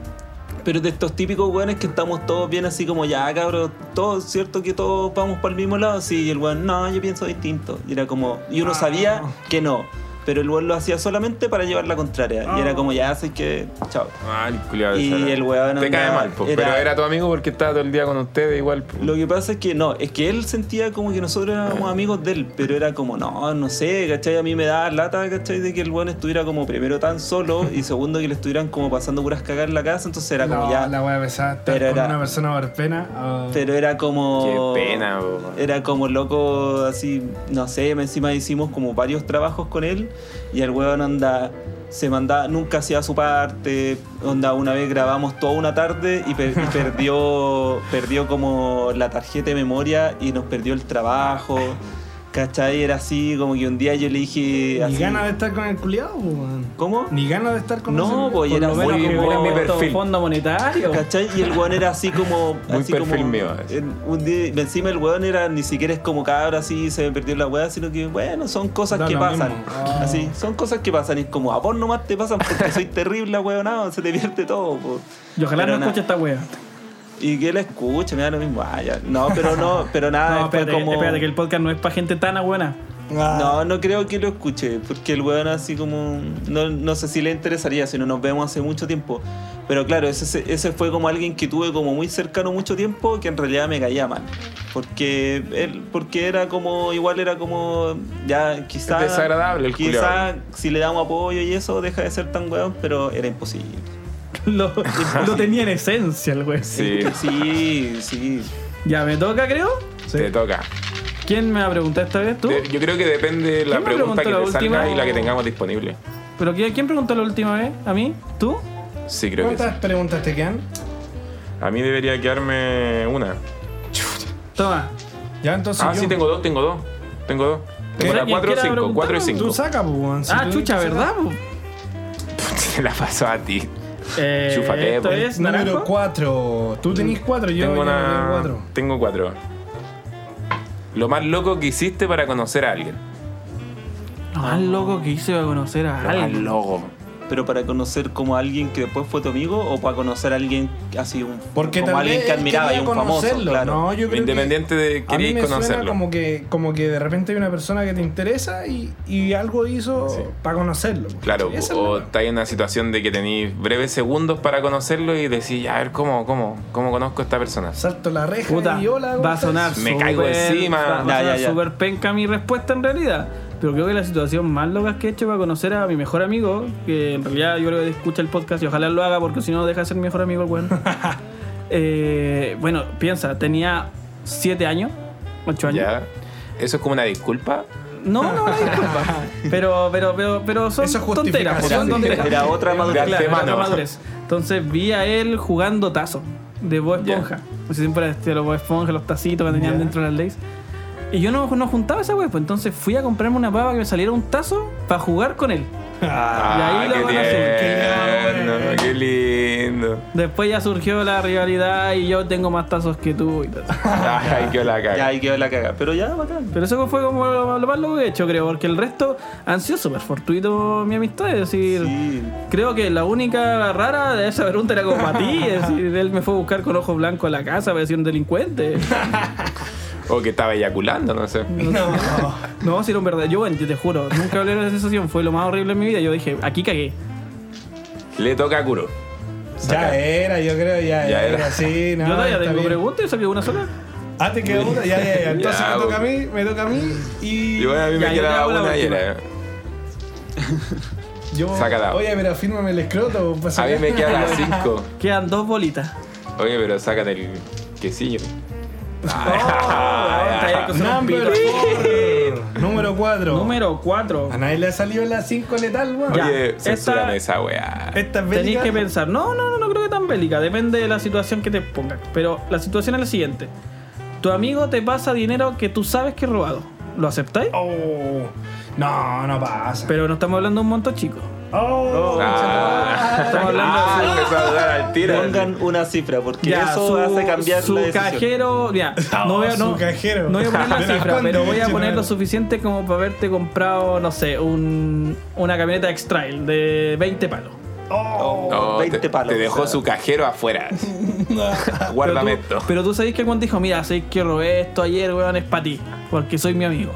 D: Pero de estos típicos weones que estamos todos bien así como ya, cabros, todos, ¿cierto? Que todos vamos para el mismo lado. Sí, y el weón, no, yo pienso distinto. Y era como, y uno
C: Ah.
D: sabía que no. Pero el weón lo hacía solamente para llevar la contraria. Y
C: Ah.
D: era como, ya, así que, chao.
A: Ah, el culiao de
D: Y
A: Sara.
D: el weón
A: Te cae
D: andaba-
A: mal, po,
D: era-
A: pero era tu amigo porque estaba todo el día con ustedes igual. po.
D: Lo que pasa es que no, es que él sentía como que nosotros éramos amigos de él, pero era como, no, no sé, ¿cachai? A mí me daba lata, ¿cachai? De que el weón estuviera como primero tan solo y segundo que le estuvieran como pasando puras cagar en la casa, entonces era como
C: No,
D: ya.
C: la wea pesada. Estar
D: Pero
C: con
D: era-
C: una persona barpena. ah.
D: Pero era como.
A: Qué pena, po, man.
D: Era como loco, así, no sé, encima hicimos como varios trabajos con él y el weón anda. Se mandaba, nunca hacía su parte. Onda, una vez grabamos toda una tarde y, per- y perdió, perdió como la tarjeta de memoria y nos perdió el trabajo. ¿Cachai? Era así, como que un día yo le dije.
C: Ni
D: Así,
C: ganas de estar con el culiado, weón.
D: ¿Cómo?
C: Ni ganas de estar con
D: No,
C: ese-
D: pues
B: Por
D: era
B: lo menos
A: muy
B: que
A: bueno
B: hubiera
A: mi
B: puesto un
A: perfil.
B: fondo monetario.
D: ¿Cachai? Y el weón era así como.
A: Muy
D: así
A: perfil
D: como-
A: mío, así.
D: en- un día, encima el weón era ni siquiera es como cabra así, se me perdió la weá, sino que bueno, son cosas
C: Da
D: que
C: lo
D: pasan.
C: mismo. Ah.
D: Así, son cosas que pasan. Y es como, a vos nomás te pasan porque soy terrible, weón, se te pierde todo. po.
B: Y ojalá
D: Pero
B: no
D: na-
B: escuche esta wea.
D: Y que él escuche, me da lo mismo. Ah, ya. No, pero no, pero nada,
B: no,
D: fue
B: espérate,
D: Ah, como.
B: espérate, que el podcast no es para gente tan buena.
C: Ah.
D: No, no creo que lo escuche, porque el weón así como... No, no sé si le interesaría, si no nos vemos hace mucho tiempo. Pero claro, ese, ese fue como alguien que tuve como muy cercano mucho tiempo, que en realidad me caía mal. Porque él, porque era como, igual era como, ya quizás...
A: Desagradable el
D: Quizás si le damos apoyo y eso, deja de ser tan weón, pero era imposible.
B: Lo, lo tenía en esencia el wey.
A: Sí,
D: Sí, sí.
B: Ya me toca, creo.
A: te toca.
B: ¿Quién me va a preguntar esta vez tú?
A: De- yo creo que depende la
B: me
A: pregunta que
B: preguntó la
A: te salga
B: última?
A: y la que tengamos disponible.
B: ¿Pero quién, quién preguntó la última vez? ¿A mí? ¿Tú?
A: Sí, creo que sí.
C: ¿Cuántas preguntas te quedan?
A: A mí debería quedarme una.
B: Toma.
C: Ya entonces.
A: Ah,
C: yo.
A: sí, tengo dos, tengo dos. Tengo dos. Tengo
B: ¿Qué?
A: la 4
B: ¿Quién quiera
A: cinco, 4 y
B: preguntar?
A: cinco.
C: Tú saca, pues, weón. Si
B: ah,
C: tú-
B: chucha,
C: tú saca.
B: ¿verdad? po?
A: Te la paso a ti.
B: Eh,
A: Chúfate,
B: esto
A: po.
B: es
C: Número
B: naranjo.
C: 4. Tú tenés 4, yo
A: tengo
C: yo
A: una.
C: tengo 4.
A: Tengo cuatro. Lo más loco que hiciste para conocer a alguien.
B: Lo más Ah, loco que hice para conocer a
A: Lo más
B: alguien.
A: loco.
D: Pero para conocer como a alguien que después fue tu amigo o para conocer a alguien así un
C: Porque
D: como
C: tal
D: alguien
C: vez
D: que
C: él
D: admiraba y
C: quería
D: un famoso,
C: conocerlo.
D: claro.
C: No, yo creo que-
A: Independiente de
C: A mí
A: queréis
C: me
A: conocerlo.
C: suena como que, como que de repente hay una persona que te interesa y, y algo hizo para conocerlo.
A: Claro,
C: Esa es la
A: o
C: weá.
A: estáis en una situación de que tenéis breves segundos para conocerlo y decís, a ver, ¿cómo, cómo, cómo conozco a esta persona?
C: Salto la reja
B: Puta,
C: y hola. ¿cómo
B: va a
C: estás?
B: sonar
A: Me caigo
B: súper-
A: encima.
B: Va a
D: Ya,
B: sonar
D: ya, ya.
B: súper penca mi respuesta en realidad. Pero creo que la situación más loca que he hecho para conocer a mi mejor amigo, que en realidad yo creo que escucha el podcast y ojalá lo haga porque si no deja de ser mi mejor amigo, el weón. Eh, bueno, piensa, tenía 7 años, 8 años.
A: Ya. ¿Eso es como una disculpa?
B: No, no, no, disculpa. Pero, pero, pero, pero son
C: Eso es
B: tonteras. po, Son
C: justificación.
B: tonteras.
D: Era otra madurez.
A: De
B: Claro, era
A: antemano.
B: otra madurez. Entonces vi a él jugando tazo de Bob
A: Ya.
B: Esponja. Así siempre este, los Bob Esponja, los tacitos que tenían
C: Ya.
B: dentro de las leyes. Y yo no, no juntaba esa web, pues entonces fui a comprarme una pava que me saliera un tazo para jugar con él.
A: Ah,
B: ahí lo
A: qué
B: conocí.
A: tierno,
C: Qué
A: qué lindo.
B: Después ya surgió la rivalidad y yo tengo más tazos que tú y tal.
A: Ay, qué la
D: Ya
A: cara.
D: ahí quedó la caga. Pero ya, bacán.
B: Pero eso fue como lo, lo más loco que he hecho, creo, porque el resto han sido súper fortuito mi amistad. Es decir,
D: Sí.
B: Creo que la única rara de esa pregunta era como para ti. Es decir, él me fue a buscar con ojos blancos a la casa, parecía un delincuente.
A: O Oh, que estaba eyaculando, no sé.
B: No, si era un verdadero. Yo, bueno, yo te juro, nunca hablé de esa sensación. Fue lo más horrible en mi vida. Yo dije, aquí cagué.
A: Le toca a Kuro.
C: Ya era, yo creo, ya,
A: Ya
C: era.
A: era.
C: Sí, no,
B: yo todavía
C: Ah, está
B: tengo
C: bien.
B: preguntas y saqué una sola.
C: Ah, te quedó una, ya, ya, ya. Entonces
A: Ya,
C: me toca a
A: porque-
C: mí, me toca a mí y.
A: Y bueno, a mí
B: Ya,
A: me
B: yo te
A: quedaba
B: hago la
A: una
B: última.
A: ayer.
C: yo,
A: sácala.
C: Oye, pero fírmame el escroto. pues,
A: ¿eh? A mí me quedan las cinco.
B: Quedan dos bolitas.
A: Oye, pero sácate el quesillo.
C: Ah.
B: Oh, Number
C: Número 4.
B: Número 4.
C: A nadie le ha salido la 5 letal, weón.
B: Ya.
A: Oye,
B: esta-
A: censúrame esa weá.
C: Esta es
B: Tenéis
C: bélica.
B: que pensar. No, no, no, no creo que tan bélica. Depende de la situación que te pongas. Pero la situación es la siguiente. Tu amigo te pasa dinero que tú sabes que es robado. ¿Lo aceptáis?
C: Oh. No, no pasa.
B: Pero no estamos hablando de un monto chico.
C: Oh.
A: Ah,
B: Estamos hablando de-
A: Ah, empezó a dudar al tiro.
D: Pongan una cifra, porque
B: Ya,
D: eso
B: su-
D: hace cambiar
B: su
D: la decisión.
B: cajero, ya, no,
C: Oh,
B: voy a, no,
C: su cajero.
B: no voy a poner la
C: ¿De las
B: cifra,
C: cuántas
B: pero voy a
C: dice,
B: poner
C: madre?
B: lo suficiente como para haberte comprado, no sé, un, una camioneta X-Trail de 20 palos.
C: Oh.
A: No,
D: 20
A: te,
D: palos,
A: te dejó
D: o sea.
A: su cajero afuera. Guárdame
B: pero tú,
A: esto.
B: Pero tú sabés que cuando dijo, mira, sé que robé esto ayer, weón, es para ti, porque soy mi amigo.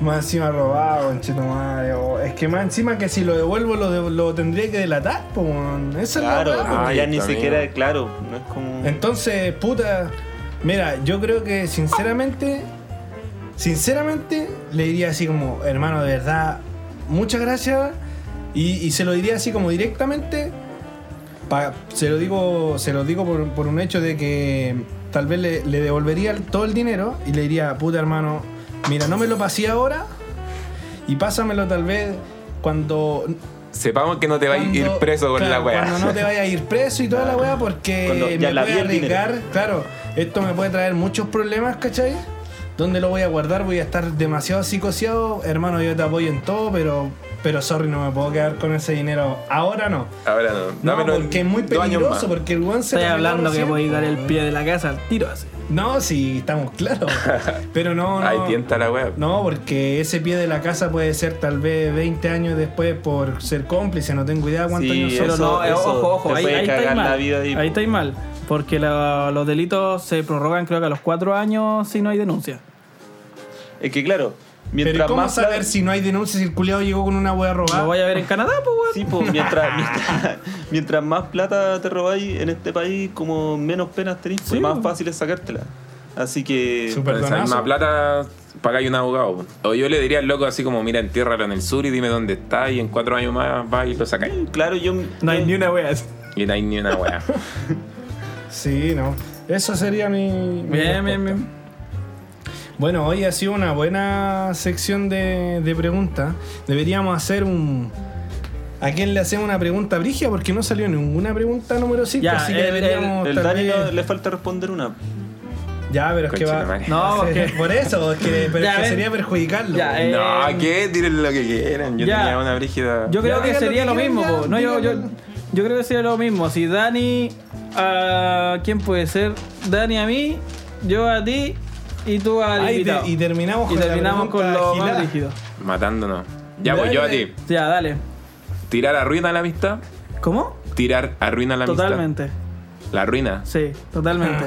C: Más encima robado, conchetumare. Oh, Es que más encima que si lo devuelvo lo, de- lo tendría que delatar, po. weón. Esa es la
D: Claro,
C: weá, po.
D: porque
A: Ay,
D: ya ni
A: amigo.
D: siquiera, claro, no es como...
C: Entonces, puta. Mira, yo creo que sinceramente. Sinceramente, le diría así como, hermano, de verdad, muchas gracias. Y, y se lo diría así como directamente. pa- se lo digo, se lo digo por, por un hecho de que tal vez le, le devolvería el- todo el dinero y le diría, puta hermano, mira, no me lo pasé ahora y pásamelo tal vez cuando.
A: Sepamos que no te va a ir
C: cuando-
A: preso con
C: claro,
A: la weá.
C: Cuando no te vaya a ir preso y toda la weá, porque
D: Cuando
C: me
D: ya la vi
C: puede
D: el dinero.
C: arriesgar. Claro, esto me puede traer muchos problemas, ¿cachai? ¿Dónde lo voy a guardar? Voy a estar demasiado psicoseado. Hermano, yo te apoyo en todo, pero. Pero sorry, no me puedo quedar con ese dinero. Ahora no.
A: Ahora no.
C: No,
A: Dámelo en
C: porque es muy
A: dos años
C: peligroso,
A: más.
C: porque el one se
B: Estoy
C: la
B: hablando
C: metió
B: que voy
C: recién,
B: a dar el
C: po.
B: pie de la casa al tiro así.
C: No, sí, estamos claros. Pero no, no.
A: Ahí tienta la weá.
C: No, porque ese pie de la casa puede ser tal vez 20 años después por ser cómplice, no tengo idea cuántos
D: Sí,
C: años son.
B: Pero
D: Eso-
B: no, eh,
D: eso
B: ojo, ojo,
D: te
B: ahí,
D: puede
B: ahí estáis
D: cagar
B: mal.
D: la vida ahí,
B: ahí
D: po.
B: estáis mal, porque la- los delitos se prorrogan creo que a los cuatro años si no hay denuncia.
D: Es que claro, mientras
C: Pero ¿y ¿cómo
D: más...
C: saber
D: plata-
C: si no hay denuncia si el culiado llegó con una hueá
B: Lo voy
C: robada?
B: a ver en Canadá, pues, weón.
D: Sí, po, mientras, mientras, mientras más plata te robáis en este país, como menos penas tenéis, pues,
B: Sí,
D: más
B: po.
D: fácil es sacártela. Así que...
C: Súper.
A: Con esa
C: Perdonazo.
A: misma plata pagáis un abogado. O yo le diría al loco así como, mira, entiérralo en el sur y dime dónde está y en cuatro años más vas y lo sacáis.
D: Claro, yo...
B: No hay
D: yo-
B: ni una wea así.
A: Y no hay ni una weá.
C: Sí, no. Eso sería mi. mi
B: Bien,
C: respuesta.
B: bien, bien.
C: Bueno, hoy ha sido una buena sección de, de preguntas. Deberíamos hacer un. ¿A quién le hacemos una pregunta, Brigia? Porque no salió ninguna pregunta número 5,
B: Ya,
C: así que
B: el-
C: deberíamos.
D: El
C: tal
D: Dani
C: vez-
D: no- le falta responder una.
C: Ya, pero es que va.
A: Conchetumare.
B: No, porque.
C: Por eso, es que, pero
B: Ya,
C: es que
B: ven.
C: sería perjudicarlo.
B: Ya, eh,
A: No, ¿qué? Tiren lo que quieran. Yo
B: ya.
A: tenía una brígida.
B: Yo creo
C: Ya,
B: que
C: digan lo
B: sería
C: que
B: lo
C: quieran,
B: mismo.
C: ya,
B: po. No, yo, yo,
C: digan.
B: yo creo que sería lo mismo. Si Dani. a- ¿Quién puede ser? Dani a mí, yo a ti y tú al
C: Ah, y,
B: invitado.
C: te- y terminamos
B: Y
C: con, la
B: terminamos con
C: pregunta
B: lo
C: gilada.
B: más rígido.
A: Matándonos. Ya voy
C: Dale.
A: yo a ti.
B: Ya, dale.
A: ¿Tirar arruina la amistad?
B: ¿Cómo?
A: ¿Tirar arruina la amistad?
B: Totalmente.
A: ¿La arruina?
B: Sí, totalmente.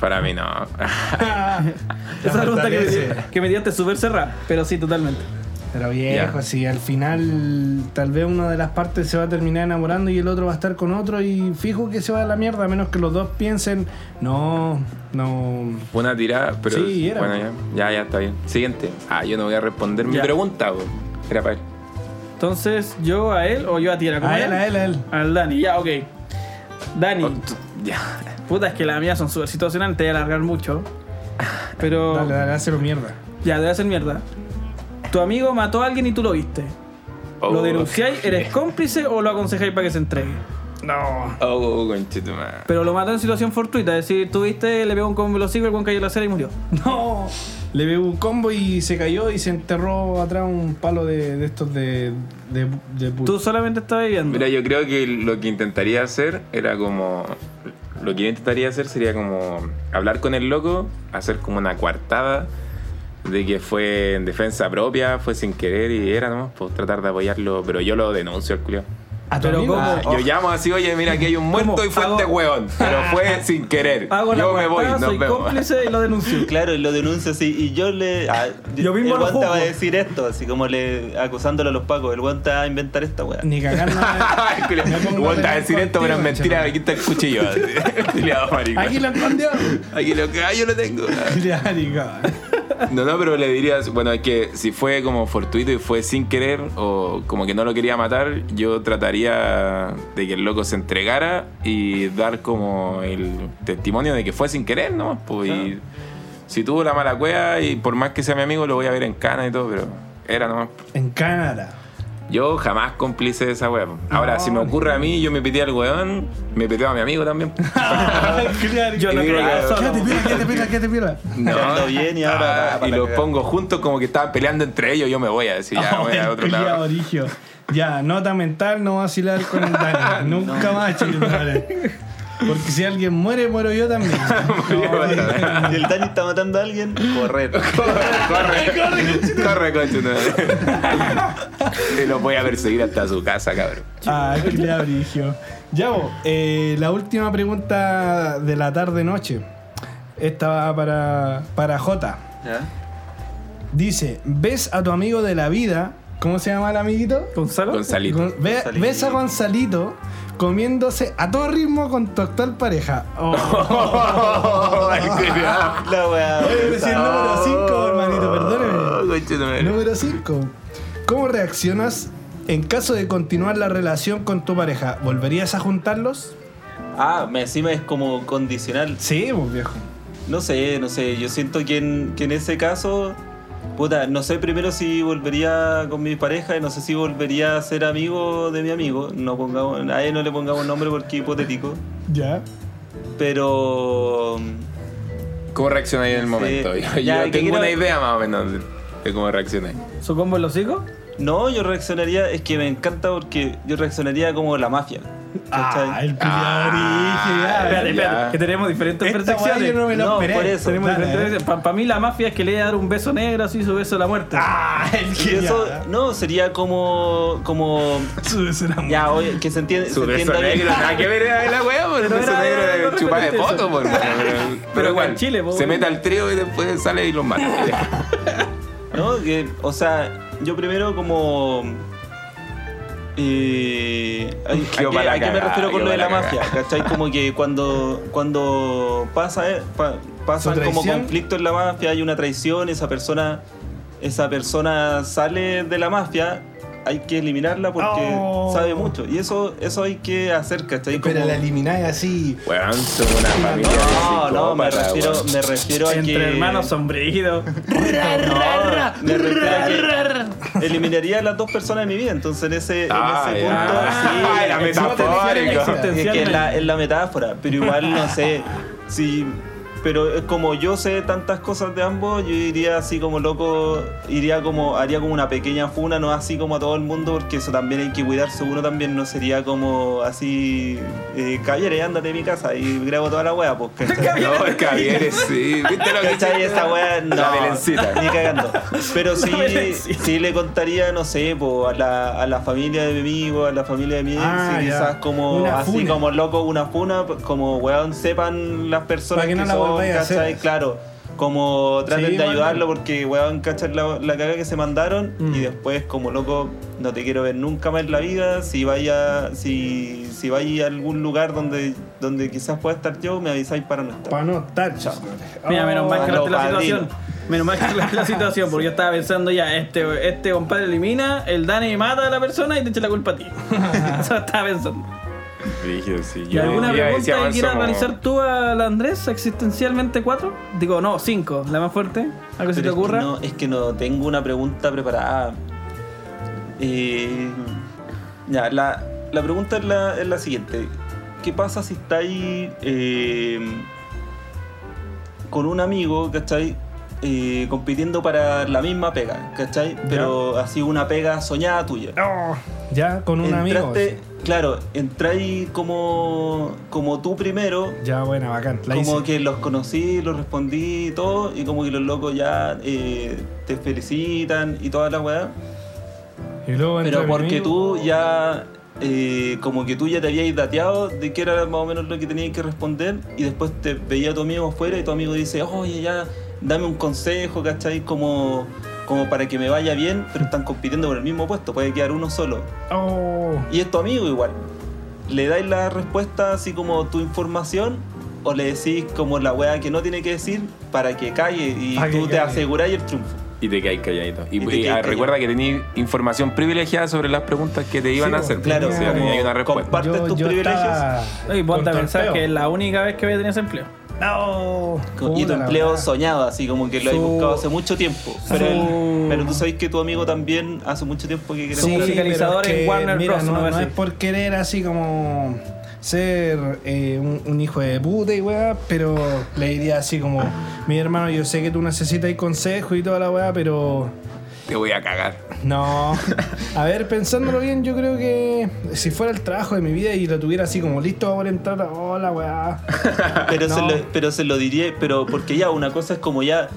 A: Para mí no.
B: Esa pregunta que,
C: fortalece.
B: me- que me diste súper cerrada, pero sí, totalmente.
C: Pero viejo,
A: Ya.
C: si al final tal vez una de las partes se va a terminar enamorando y el otro va a estar con otro y fijo que se va a la mierda, a menos que los dos piensen, no, no.
A: Una tirada, pero.
C: Sí, era.
A: Bueno, ya, ya, ya, está bien. Siguiente. Ah, yo no voy a responder mi
B: Ya.
A: pregunta, po. Era para él.
B: Entonces, yo a él o yo a ti, ¿era como
C: A él, a él, a él.
B: Al Dani, ya, ok. Dani,
A: Oh, tú- ya.
B: puta, es que las mías son súper situacionales, te voy a alargar mucho. Pero
C: Dale, dale, hazlo mierda.
B: ya, te voy a hacer mierda. Tu amigo mató a alguien y tú lo viste. ¿Lo
A: Oh,
B: denunciáis? ¿Eres cómplice o lo aconsejáis para que se entregue?
C: No.
A: Oh, conchetumare.
B: Pero lo mató en situación fortuita, es decir, tú viste, le pegó un combo en los hijos, el buen cayó en la acera y murió.
C: No. Le pegó un combo y se cayó y se enterró atrás un palo de, de estos de. de, de pu-
B: Tú solamente estabas viviendo.
A: Mira, yo creo que lo que intentaría hacer era como. Lo que yo intentaría hacer sería como hablar con el loco, hacer como una coartada de que fue en defensa propia, fue sin querer y era nomás, pues tratar de apoyarlo, pero yo lo denuncio al culiao.
C: ¿A tu
B: Pero
C: amigo?
B: ¿cómo?
A: Ah, yo llamo así, oye, mira, aquí hay un muerto y fue
B: Hago-
A: este weón, pero fue sin querer.
B: Hago la
A: Yo me voy,
B: guardada,
A: nos
B: soy
A: vemos.
B: cómplice y lo denuncio.
D: Claro, y lo denuncio así. Y yo le. ah,
B: Yo mismo
D: el
B: lo
D: guan te va a
B: juzgo.
D: decir esto, así como le acusándolo a los pacos. El guante va a inventar esta weá.
C: Ni cagar
A: Ay, culiao.
C: Me pongo
A: Weón, te vas a
C: a
A: decir esto,
C: contigo,
A: pero es mentira,
C: chaval.
A: aquí está el cuchillo. Culiao, maricón.
C: Aquí lo escondió.
A: Aquí lo que hay, yo lo tengo.
C: Ya, ni cagar.
A: No, no, pero le dirías, bueno, es que si fue como fortuito y fue sin querer o como que no lo quería matar, yo trataría de que el loco se entregara y dar como el testimonio de que fue sin querer, ¿no? Pues, y si tuvo la mala cueva y por más que sea mi amigo lo voy a ver en cana y todo, pero era nomás.
C: En Canadá.
A: Yo jamás cómplice de esa weón. Ahora, si me ocurre a mí, yo me pité al weón, me pité a mi amigo también.
B: Yo no
A: digo,
B: creo que
A: ah,
B: solo.
C: Quédate, pila, quédate, pila, quédate, pila.
D: Ando bien y ahora-
A: y los pongo juntos como que estaban peleando entre ellos, yo me voy a decir, ya,
D: Ah,
A: voy a
C: Oh, El
A: otro lado.
C: culiao origio. Ya, nota mental, no vacilar con el Dani. Nunca más, chicos. vale. Porque si alguien muere, muero yo también.
D: Y el Dani está matando a alguien. Correr.
A: Corre, corre, corre, conche, no. Y los voy a perseguir hasta su casa, cabrón.
C: Ah, qué abrigio. Ya, vos, eh, la última pregunta de la tarde-noche. Esta va para, para Jota.
D: ¿Ya?
C: Dice, ¿ves a tu amigo de la vida? ¿Cómo se llama el amiguito?
B: ¿Gonzalo?
A: Gonzalito.
C: Gon- ve-
D: Gonzalito.
C: ¿Ves a Gonzalito comiéndose a todo ritmo con tu actual pareja? Oh.
D: La weá.
C: Voy a decir número 5, hermanito,
A: Oh,
C: perdóneme.
A: perdóneme.
C: Número 5. ¿Cómo reaccionas en caso de continuar la relación con tu pareja? ¿Volverías a juntarlos?
D: Ah, me- encima es como condicional.
C: Sí, pues viejo.
D: No sé, no sé. Yo siento que en, que en ese caso. Puta, no sé primero si volvería con mi pareja y no sé si volvería a ser amigo de mi amigo. No pongamos, a él no le pongamos nombre porque es hipotético.
C: Ya.
D: Pero.
A: ¿Cómo reaccionáis en el momento? Yo, yo
D: Ya, ¿qué
A: tengo
D: quiero-
A: una idea más o menos de, de cómo reaccionáis.
B: ¿Su combo en los hijos?
D: No, yo reaccionaría, es que me encanta porque yo reaccionaría como la mafia. ¿cachai?
C: Ah, el
A: Ah,
C: culiado
B: Espérate,
A: Ya.
B: espérate, que tenemos diferentes
C: Esta weá
B: percepciones.
C: yo no me lo
D: No,
C: esperé.
D: por eso.
C: Tenemos
B: Para
C: diferentes-
B: mí la mafia es que le iba a dar un beso negro así su beso a la muerte.
C: Ah, el
D: Y eso,
C: genial.
D: no, sería como. como
C: Su beso era muy-
D: ya, oye, que se entiende.
A: Su
D: se
A: beso
D: entienda
A: negro,
D: que-
A: nada que ver era la weá, por el
B: Pero
A: beso
B: era-
A: negro
B: era-
A: de
B: no
A: chupar de
B: referente
A: foto,
B: eso.
A: por Pero,
B: Pero acá
A: igual,
B: en Chile, po,
A: se
B: weón.
A: mete al trío y después sale y los mata.
D: ¿no? Que, o sea, yo primero como... Eh, ¿A, a qué,
A: Quedó pa' la
D: a qué me
A: cagada,
D: refiero con
A: quedó
D: lo de
A: pa'
D: la
A: la
D: mafia? ¿Cachai? Como que cuando, cuando pasa, eh, pa- pasan
C: ¿Su
D: como
C: traición?
D: conflictos en la mafia, hay una traición, esa persona, esa persona sale de la mafia, hay que eliminarla porque
C: Oh.
D: sabe mucho. Y eso, eso hay que hacer, ¿cachai?
C: Pero
D: Como-
C: la elimináis así.
A: Weón, son una familia. de
D: no, no, me
A: psicópatas,
D: refiero,
A: weón.
D: me refiero a que...
B: Entre hermanos sombríos.
D: No, me refiero a que eliminaría a las dos personas de mi vida, entonces en ese, en
A: Ah,
D: ese
A: ya.
D: punto sí,
A: Ah, era
D: es como-
A: metafórico.
D: es que es la, es la metáfora, pero igual no sé si pero es como yo sé tantas cosas de ambos, yo iría así como loco, iría como haría como una pequeña funa, no así como a todo el mundo, porque eso también hay que cuidarse, uno también no sería como así eh, "Caballero, ándate de mi casa y grabo toda la wea, pues. ¿cachai?
A: No, el Cavieres, sí. ¿Viste lo que
D: ¿Cachai? Esta weá, no.
A: La violencita.
D: Ni cagando. Pero sí,
B: violencita.
D: sí le contaría, no sé, po, a, la, a la familia de mi amigo, a la familia de mi ex,
C: Ah,
D: y
C: ya.
D: quizás como
C: Una
D: así
C: funa.
D: como loco, una funa, como weón, sepan las personas
C: Para que
D: que,
C: no la
D: son,
C: volváis a hacer.
D: ¿cachai? Claro. Como traten
C: Sí,
D: de
C: bueno.
D: ayudarlo porque, weón, cachar la, la caga que se mandaron
C: Mm.
D: y después, como loco, no te quiero ver nunca más en la vida. Si vaya, si, si vaya a algún lugar donde, donde quizás pueda estar yo, me avisáis para no estar.
C: Para no estar, chao.
B: Mira, menos mal que
D: no,
B: aclaraste la
D: padrino.
B: situación. Menos mal que aclaraste la situación, porque yo estaba pensando ya, este, este compadre elimina, el Dani mata a la persona y te echa la culpa a ti. Eso estaba pensando.
A: Rígido, sí.
B: ¿Y alguna
A: ya
B: pregunta que
A: decíamos,
B: quieras
A: somos-
B: realizar tú al Andrés? ¿Existencialmente cuatro? Digo, no, cinco, la más fuerte. ¿Algo se te
D: Pero es que
B: ocurra?
D: no- es que no tengo una pregunta preparada. Eh, ya, la, la pregunta es la, es la siguiente. ¿Qué pasa si estáis eh, con un amigo, ¿cachai? Eh, compitiendo para la misma pega, ¿cachai? Pero así una pega soñada tuya.
C: Oh, ya, con un amigo.
D: Entraste, claro, entráis como, como tú primero,
C: Ya, buena, bacán. La
D: como
C: hice.
D: que los conocí, los respondí y todo, y como que los locos ya eh, te felicitan y toda la weá.
C: Y luego entra
D: Pero
C: mi
D: porque
C: amigo.
D: tú ya, eh, como que tú ya te habías dateado de que era más o menos lo que tenías que responder, y después te veía a tu amigo afuera y tu amigo dice, oye, ya, dame un consejo, ¿cachai? Como, como para que me vaya bien, pero están compitiendo por el mismo puesto, puede quedar uno solo.
C: Oh,
D: Y es tu amigo igual. Le dais la respuesta así como tu información o le decís como la weá que no tiene que decir para que calle y
C: Pa' que
D: tú te
C: calle.
D: aseguráis el triunfo.
A: Y te caes calladito. Y,
D: Y te
A: y,
D: quedáis
A: ah,
D: callado.
A: recuerda que tenías información privilegiada sobre las preguntas que te iban a
C: pues,
A: hacer.
D: claro,
A: o sea,
D: como
A: tenías una respuesta.
D: compa- Parte de tus privilegios.
B: Y ponte a pensar que es
C: el
B: la única vez que voy a tener ese empleo.
C: No.
D: y tu
C: Puta la
D: empleo
C: weá.
D: soñado, así como que lo has
C: Su-
D: buscado hace mucho tiempo. Pero,
C: su-
D: el- pero tú sabes que tu amigo también hace mucho tiempo que quiere
B: Su
C: Sí,
D: entrar.
B: musicalizador
C: pero es
B: en Warner
C: mira,
B: Bros,
C: No,
B: una
C: no
B: vez
C: es
B: así.
C: por querer así como ser eh, un, un hijo de puta y weá, pero le diría así como, mi hermano, yo sé que tú necesitas consejo y toda la weá, pero
A: Te voy a cagar.
C: no. A ver, pensándolo bien, yo creo que si fuera el trabajo de mi vida y lo tuviera así como listo para entrar, hola weá.
D: pero, se
C: No.
D: lo, pero se lo diría, pero porque ya una cosa es como ya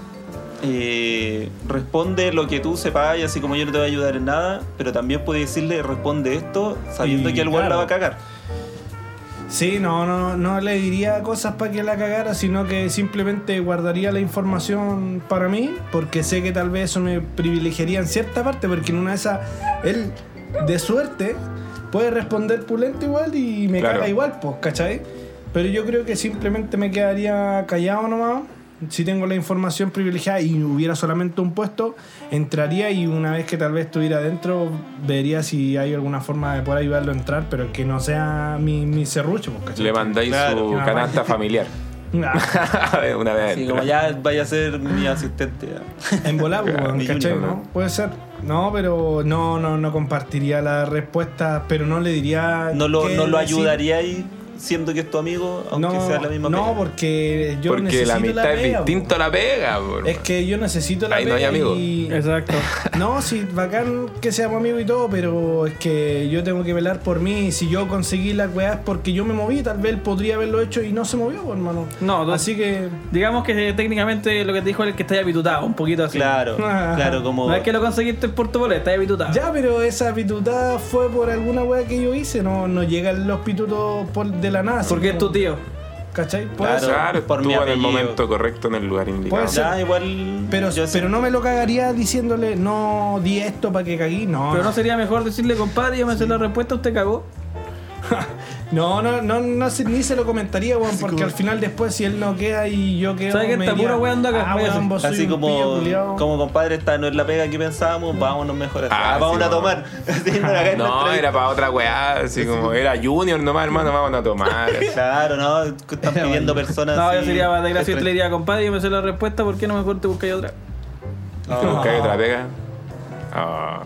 D: eh, responde lo que tú sepas y así como yo no te voy a ayudar en nada, pero también puedes decirle responde esto sabiendo
C: Y
D: que el weón la
C: claro.
D: va a cagar.
C: Sí, no, no, no le diría cosas para que la cagara, sino que simplemente guardaría la información para mí, porque sé que tal vez eso me privilegiaría en cierta parte, porque en una de esas, él, de suerte, puede responder pulento igual y me
A: Claro.
C: caga igual, pues, ¿cachai? Pero yo creo que simplemente me quedaría callado nomás. Si tengo la información privilegiada y hubiera solamente un puesto, entraría y una vez que tal vez estuviera adentro, vería si hay alguna forma de poder ayudarlo a entrar, pero que no sea mi, mi serrucho. pues, ¿cachai?
A: Le mandáis
D: Claro,
A: su
C: una
A: canasta familiar.
C: Ah,
A: una vez
D: Así
A: adentro.
D: como ya vaya a ser mi asistente. ya.
C: En volar, pues,
A: Claro,
C: weón,
D: ni
C: ¿cachai?
A: uno,
C: ¿no?
A: ¿no?
C: Puede ser. No, pero no, no, no compartiría la respuesta, pero no le diría.
D: No lo,
C: qué
D: no lo
C: decir.
D: ayudaría ahí siendo que es tu amigo, aunque
C: No,
D: sea la misma
C: no,
D: pega.
C: porque yo
A: Porque
C: necesito
A: la amistad
C: pega,
A: es distinto a la pega, por
C: weón. Es que yo necesito la
A: Ahí no hay
C: pega
A: amigos.
C: y-
B: Exacto.
C: No, sí, bacán que seamos amigos y todo, pero es que yo tengo que velar por mí. y Si yo conseguí las weas porque yo me moví, tal vez él podría haberlo hecho y no se movió, pues, hermano.
B: No, tú-
C: Así que.
B: Digamos que eh, técnicamente lo que te dijo el que está habitutado, un poquito así.
D: Claro,
C: Ajá.
D: claro, como
B: No es que lo conseguiste por tu bola, está habitutado.
C: Ya, pero esa pitutada fue por alguna wea que yo hice. No, no llegan los pitutos por, de la nada. así
B: Porque es
C: como-
B: tu tío.
C: ¿Cachai? Puede
D: Claro.
C: ser.
A: Claro,
D: por mi
A: estuvo en el
D: apellido.
A: momento correcto, en el lugar indicado.
C: Puede ser.
D: ya igual
C: Pero,
D: yo sé-
C: pero no me lo cagaría diciéndole, no, di esto para que caguí. No,
B: Pero no sería mejor decirle, compadre, yo me sé la respuesta, usted cagó.
C: no, no, no, no se- ni se lo comentaría, weón, porque al final después si él no queda y yo quedo.
B: ¿Sabes qué?
C: me
B: Está
C: diría,
B: puro weando acá,
C: Ah,
B: voy a
C: weón,
B: hacer".
C: vos soy
D: Así
C: un
D: como,
C: pillo culiao.
D: como compadre, esta no es la pega que pensábamos, vámonos mejor así.
A: Ah,
D: Ah, vámonos
A: sí,
D: a tomar. Así, no, acá en
A: No,
D: nuestra-
A: era para otra weá, así como era Junior nomás, hermano, vamos a tomar.
D: Claro, no, están pidiendo personas.
B: No,
D: así,
B: yo sería más desgraciado y le
D: estren-
B: diría, compadre, yo me sé la respuesta, ¿por qué no mejor te buscáis otra?
A: ¿Te
D: No,
A: buscáis otra pega? Ah.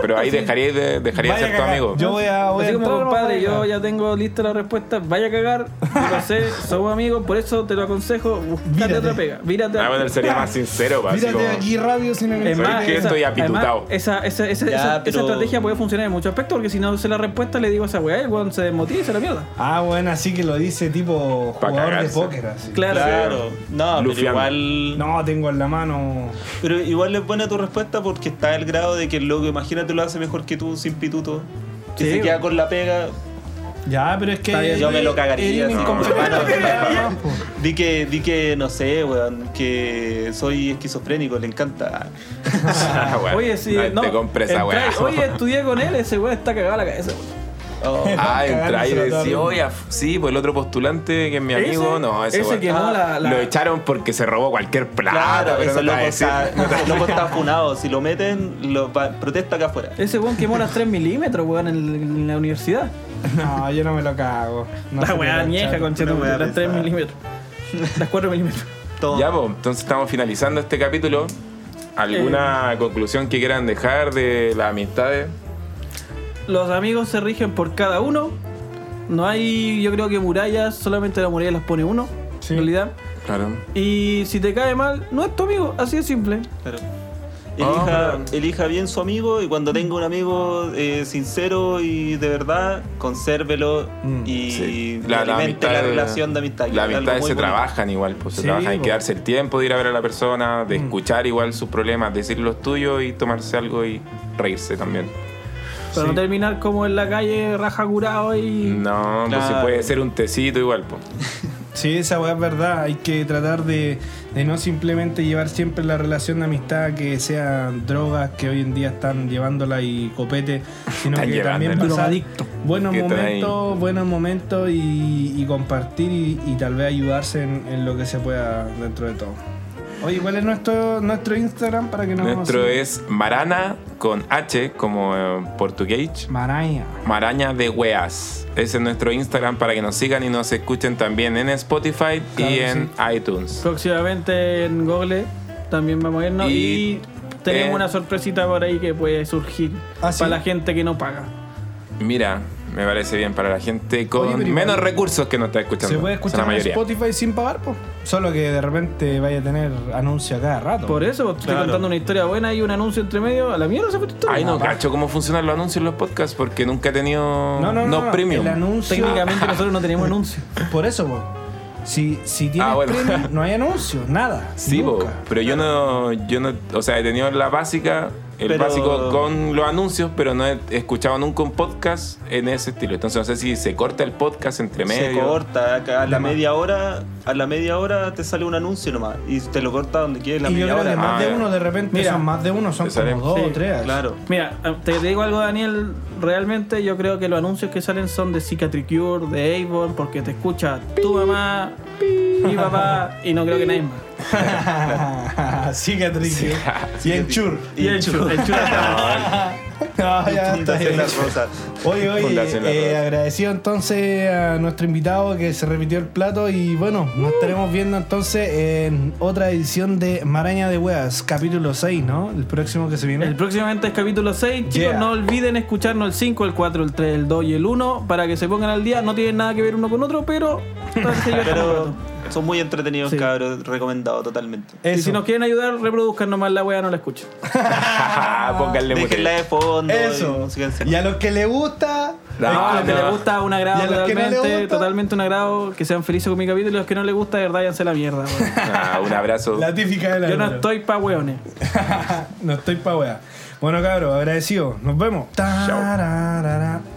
A: Pero
B: pues
A: ahí dejaría, de, dejaría de
C: Vaya
A: ser tu
C: cagá.
A: amigo.
C: Yo voy a. Voy a
B: Así como,
C: entrar,
B: Ah, compadre,
C: weón.
B: yo ya tengo lista la respuesta, vaya a cagar, yo lo sé, somos amigos, por eso te lo aconsejo, buscate
C: Vírate.
B: otra pega, mírate.
A: Ah, bueno, él sería más sincero, pa, así
C: Mírate
A: como-
C: aquí radio sin
B: Es
A: ¿Sabes
B: más,
A: qué?
B: esa,
A: Estoy apitutado.
B: además, esa, esa, esa,
D: Ya,
B: esa- esa
D: pero-
B: estrategia puede funcionar en muchos aspectos, porque si no sé la respuesta, le digo a esa weá, el weón se desmotiva y se la mierda.
C: Ah, bueno, así que lo dice tipo
A: Pa'
C: jugador de
A: cagarse.
C: póker. Así.
B: Claro.
D: Claro, no, pero
A: Lufián.
D: igual,
C: No, tengo en la mano.
D: pero igual es buena tu respuesta porque está el grado de que el loco, imagínate, lo hace mejor que tú sin pituto. Que
B: Sí,
D: se queda
B: bueno.
D: con la pega.
C: Ya, pero es que.
B: Está bien,
D: Yo me lo cagaría.
C: Eres
D: así como,
C: incompetente,
D: hermano,
C: weón, po.
D: Di que, di que, no sé, weón, que soy esquizofrénico, le encanta.
A: Ah, bueno,
B: oye, si
A: no,
B: no,
A: te compres esa
B: entra-
A: weá.
B: Oye, estudié con él, ese weón está cagado la cabeza. weón.
D: Oh.
A: Ah, entra y
C: Cagándosela toda
A: decía,
C: la
A: oye, af- sí, pues el otro postulante que es mi amigo,
B: Ese-
A: no, ese,
B: ese
A: weón-
B: quemó
A: Ah,
B: la- la-
A: Lo echaron porque se robó cualquier plata,
D: Claro,
A: pero
D: ese
A: no te va a
D: loco
A: decir.
D: está, ese loco está funado. Si lo meten, lo, va- protesta acá afuera.
B: Ese weón quemó las 3 milímetros, weón, en, en la universidad.
C: No, yo no me lo cago. No
B: la
C: se
B: weá
C: puede
B: vieja,
C: echar.
B: conchetumare,
D: Una weá
B: las 3
D: pesada.
B: milímetros. Las 4 milímetros.
D: Toma.
A: Ya, pues, entonces estamos finalizando este capítulo. ¿Alguna conclusión que quieran dejar de las amistades?
B: Los amigos se rigen por cada uno. No hay, yo creo que murallas, solamente las murallas las pone uno,
C: Sí.
B: en realidad.
A: Claro.
B: Y si te cae mal, no es tu amigo, así de simple.
D: Claro.
A: Ah,
D: Elija,
A: claro.
D: elija bien su amigo y cuando tenga un amigo eh, sincero y de verdad, consérvelo
C: Mm,
D: y
A: Sí.
D: la, alimente la relación de amistad. que
A: Las
D: es algo
A: amistades
D: muy
A: se
D: bonito.
A: trabajan igual, pues se
C: Sí,
A: trabajan en
C: po. Mm.
A: quedarse el tiempo de ir a ver a la persona, de escuchar igual sus problemas, decir los tuyos y tomarse algo y reírse también.
B: Para no
C: Sí.
B: terminar como en la calle, raja curado y.
A: No, pues
D: Claro.
A: si puede ser un tecito igual, pues.
C: Sí, esa weá es verdad. Hay que tratar de, de no simplemente llevar siempre la relación de amistad que sean drogas que hoy en día están llevándola y copete, sino
A: Están
C: que también
A: llevándola.
C: pasar,
B: Drogadicto.
C: buenos
A: que están ahí.
C: momentos, buenos momentos y, y compartir y, y tal vez ayudarse en, en lo que se pueda dentro de todo. Oye, ¿cuál es nuestro, nuestro Instagram para que nos
A: Nuestro
C: sigan?
A: es Marana con H como eh, portugués.
C: Maraña.
A: Maraña de Weas. Ese es nuestro Instagram para que nos sigan y nos escuchen también en Spotify y
C: Claro que
A: en iTunes.
B: Próximamente en Google también vamos a irnos y,
A: Y,
B: tenemos
A: eh,
B: una sorpresita por ahí que puede surgir
C: Ah, sí.
B: para la gente que no paga.
A: Mira, me parece bien para la gente con
C: Oye, pero igual-
A: menos recursos que nos está escuchando.
C: ¿Se
A: O
C: puede
A: sea, la
C: escuchar en
A: mayoría.
C: Spotify sin pagar? po? Solo que de repente vaya a tener anuncio a cada rato.
B: Por eso, pues, estoy
D: Claro.
B: contando una historia buena y un anuncio entre medio. A la mierda se fue tu historia.
A: Ay, no
C: Ah, va.
A: cacho cómo funcionan los anuncios en los podcasts porque nunca he tenido
C: no, no, no, no,
A: premium.
C: El anuncio.
B: Técnicamente nosotros no tenemos anuncio.
C: Por eso, po. Si, si tienes
A: Ah, bueno.
C: premium, no hay anuncios, nada.
A: Sí, bo,
C: nunca.
A: pero yo no, yo no, o sea, he tenido la básica, el
D: Pero-
A: básico con los anuncios, pero no he escuchado nunca un podcast en ese estilo. Entonces no sé si se corta el podcast entre medio.
D: Se corta, a la
C: Demás.
D: media hora, a la media hora te sale un anuncio nomás y te lo corta donde quieres la
C: y yo
D: media
C: creo
D: hora. Ah,
C: que más
A: Ah,
C: de
A: ya.
C: uno de repente
B: Mira,
C: son más de uno, son
A: te sale-
C: como dos
B: Sí,
C: o tres.
D: Claro.
B: Mira, te digo algo, Daniel. Realmente yo creo que los anuncios que salen son de Cicatricure, de Avon, porque te escucha tu mamá, mi papá y no creo que nadie más.
C: sí que triste. y el chur.
B: Y el chur, el chur hasta-
C: Ah, ya está
D: Fundación La
C: bien.
D: Rosa.
C: Oye,
A: Fundación La
C: oye, eh,
A: Rosa.
C: agradecido entonces a nuestro invitado que se repitió el plato y bueno, nos estaremos viendo entonces en otra edición de Maraña de Huevas, capítulo 6, ¿no? El próximo que se viene.
B: El próximamente es capítulo 6. Chicos,
C: Yeah.
B: no olviden escucharnos el 5, el 4, el 3, el 2 y el 1 para que se pongan al día. No tienen nada que ver uno con otro, pero.
D: Pero son muy entretenidos,
B: Sí.
D: cabros, recomendado totalmente.
B: Y
C: Eso.
B: si nos quieren ayudar, reproduzcan nomás la wea, no la escuchen.
A: Pónganle música.
D: Déjenla de fondo.
C: Eso.
D: y síganse.
C: Y a los que le gusta.
A: Ah,
B: A
A: no.
B: los que les gusta, un agrado
C: Y a los que no les
B: totalmente,
C: gusta-
B: totalmente un agrado, que sean felices con mi capítulo y los que no les gusta, de verdad, váyanse a la mierda. weón.
A: Ah, un abrazo.
C: La típica de la
B: Yo no
C: hora.
B: estoy pa' weones.
C: no estoy pa' wea. Bueno, cabros, agradecido. Nos vemos. Tararara.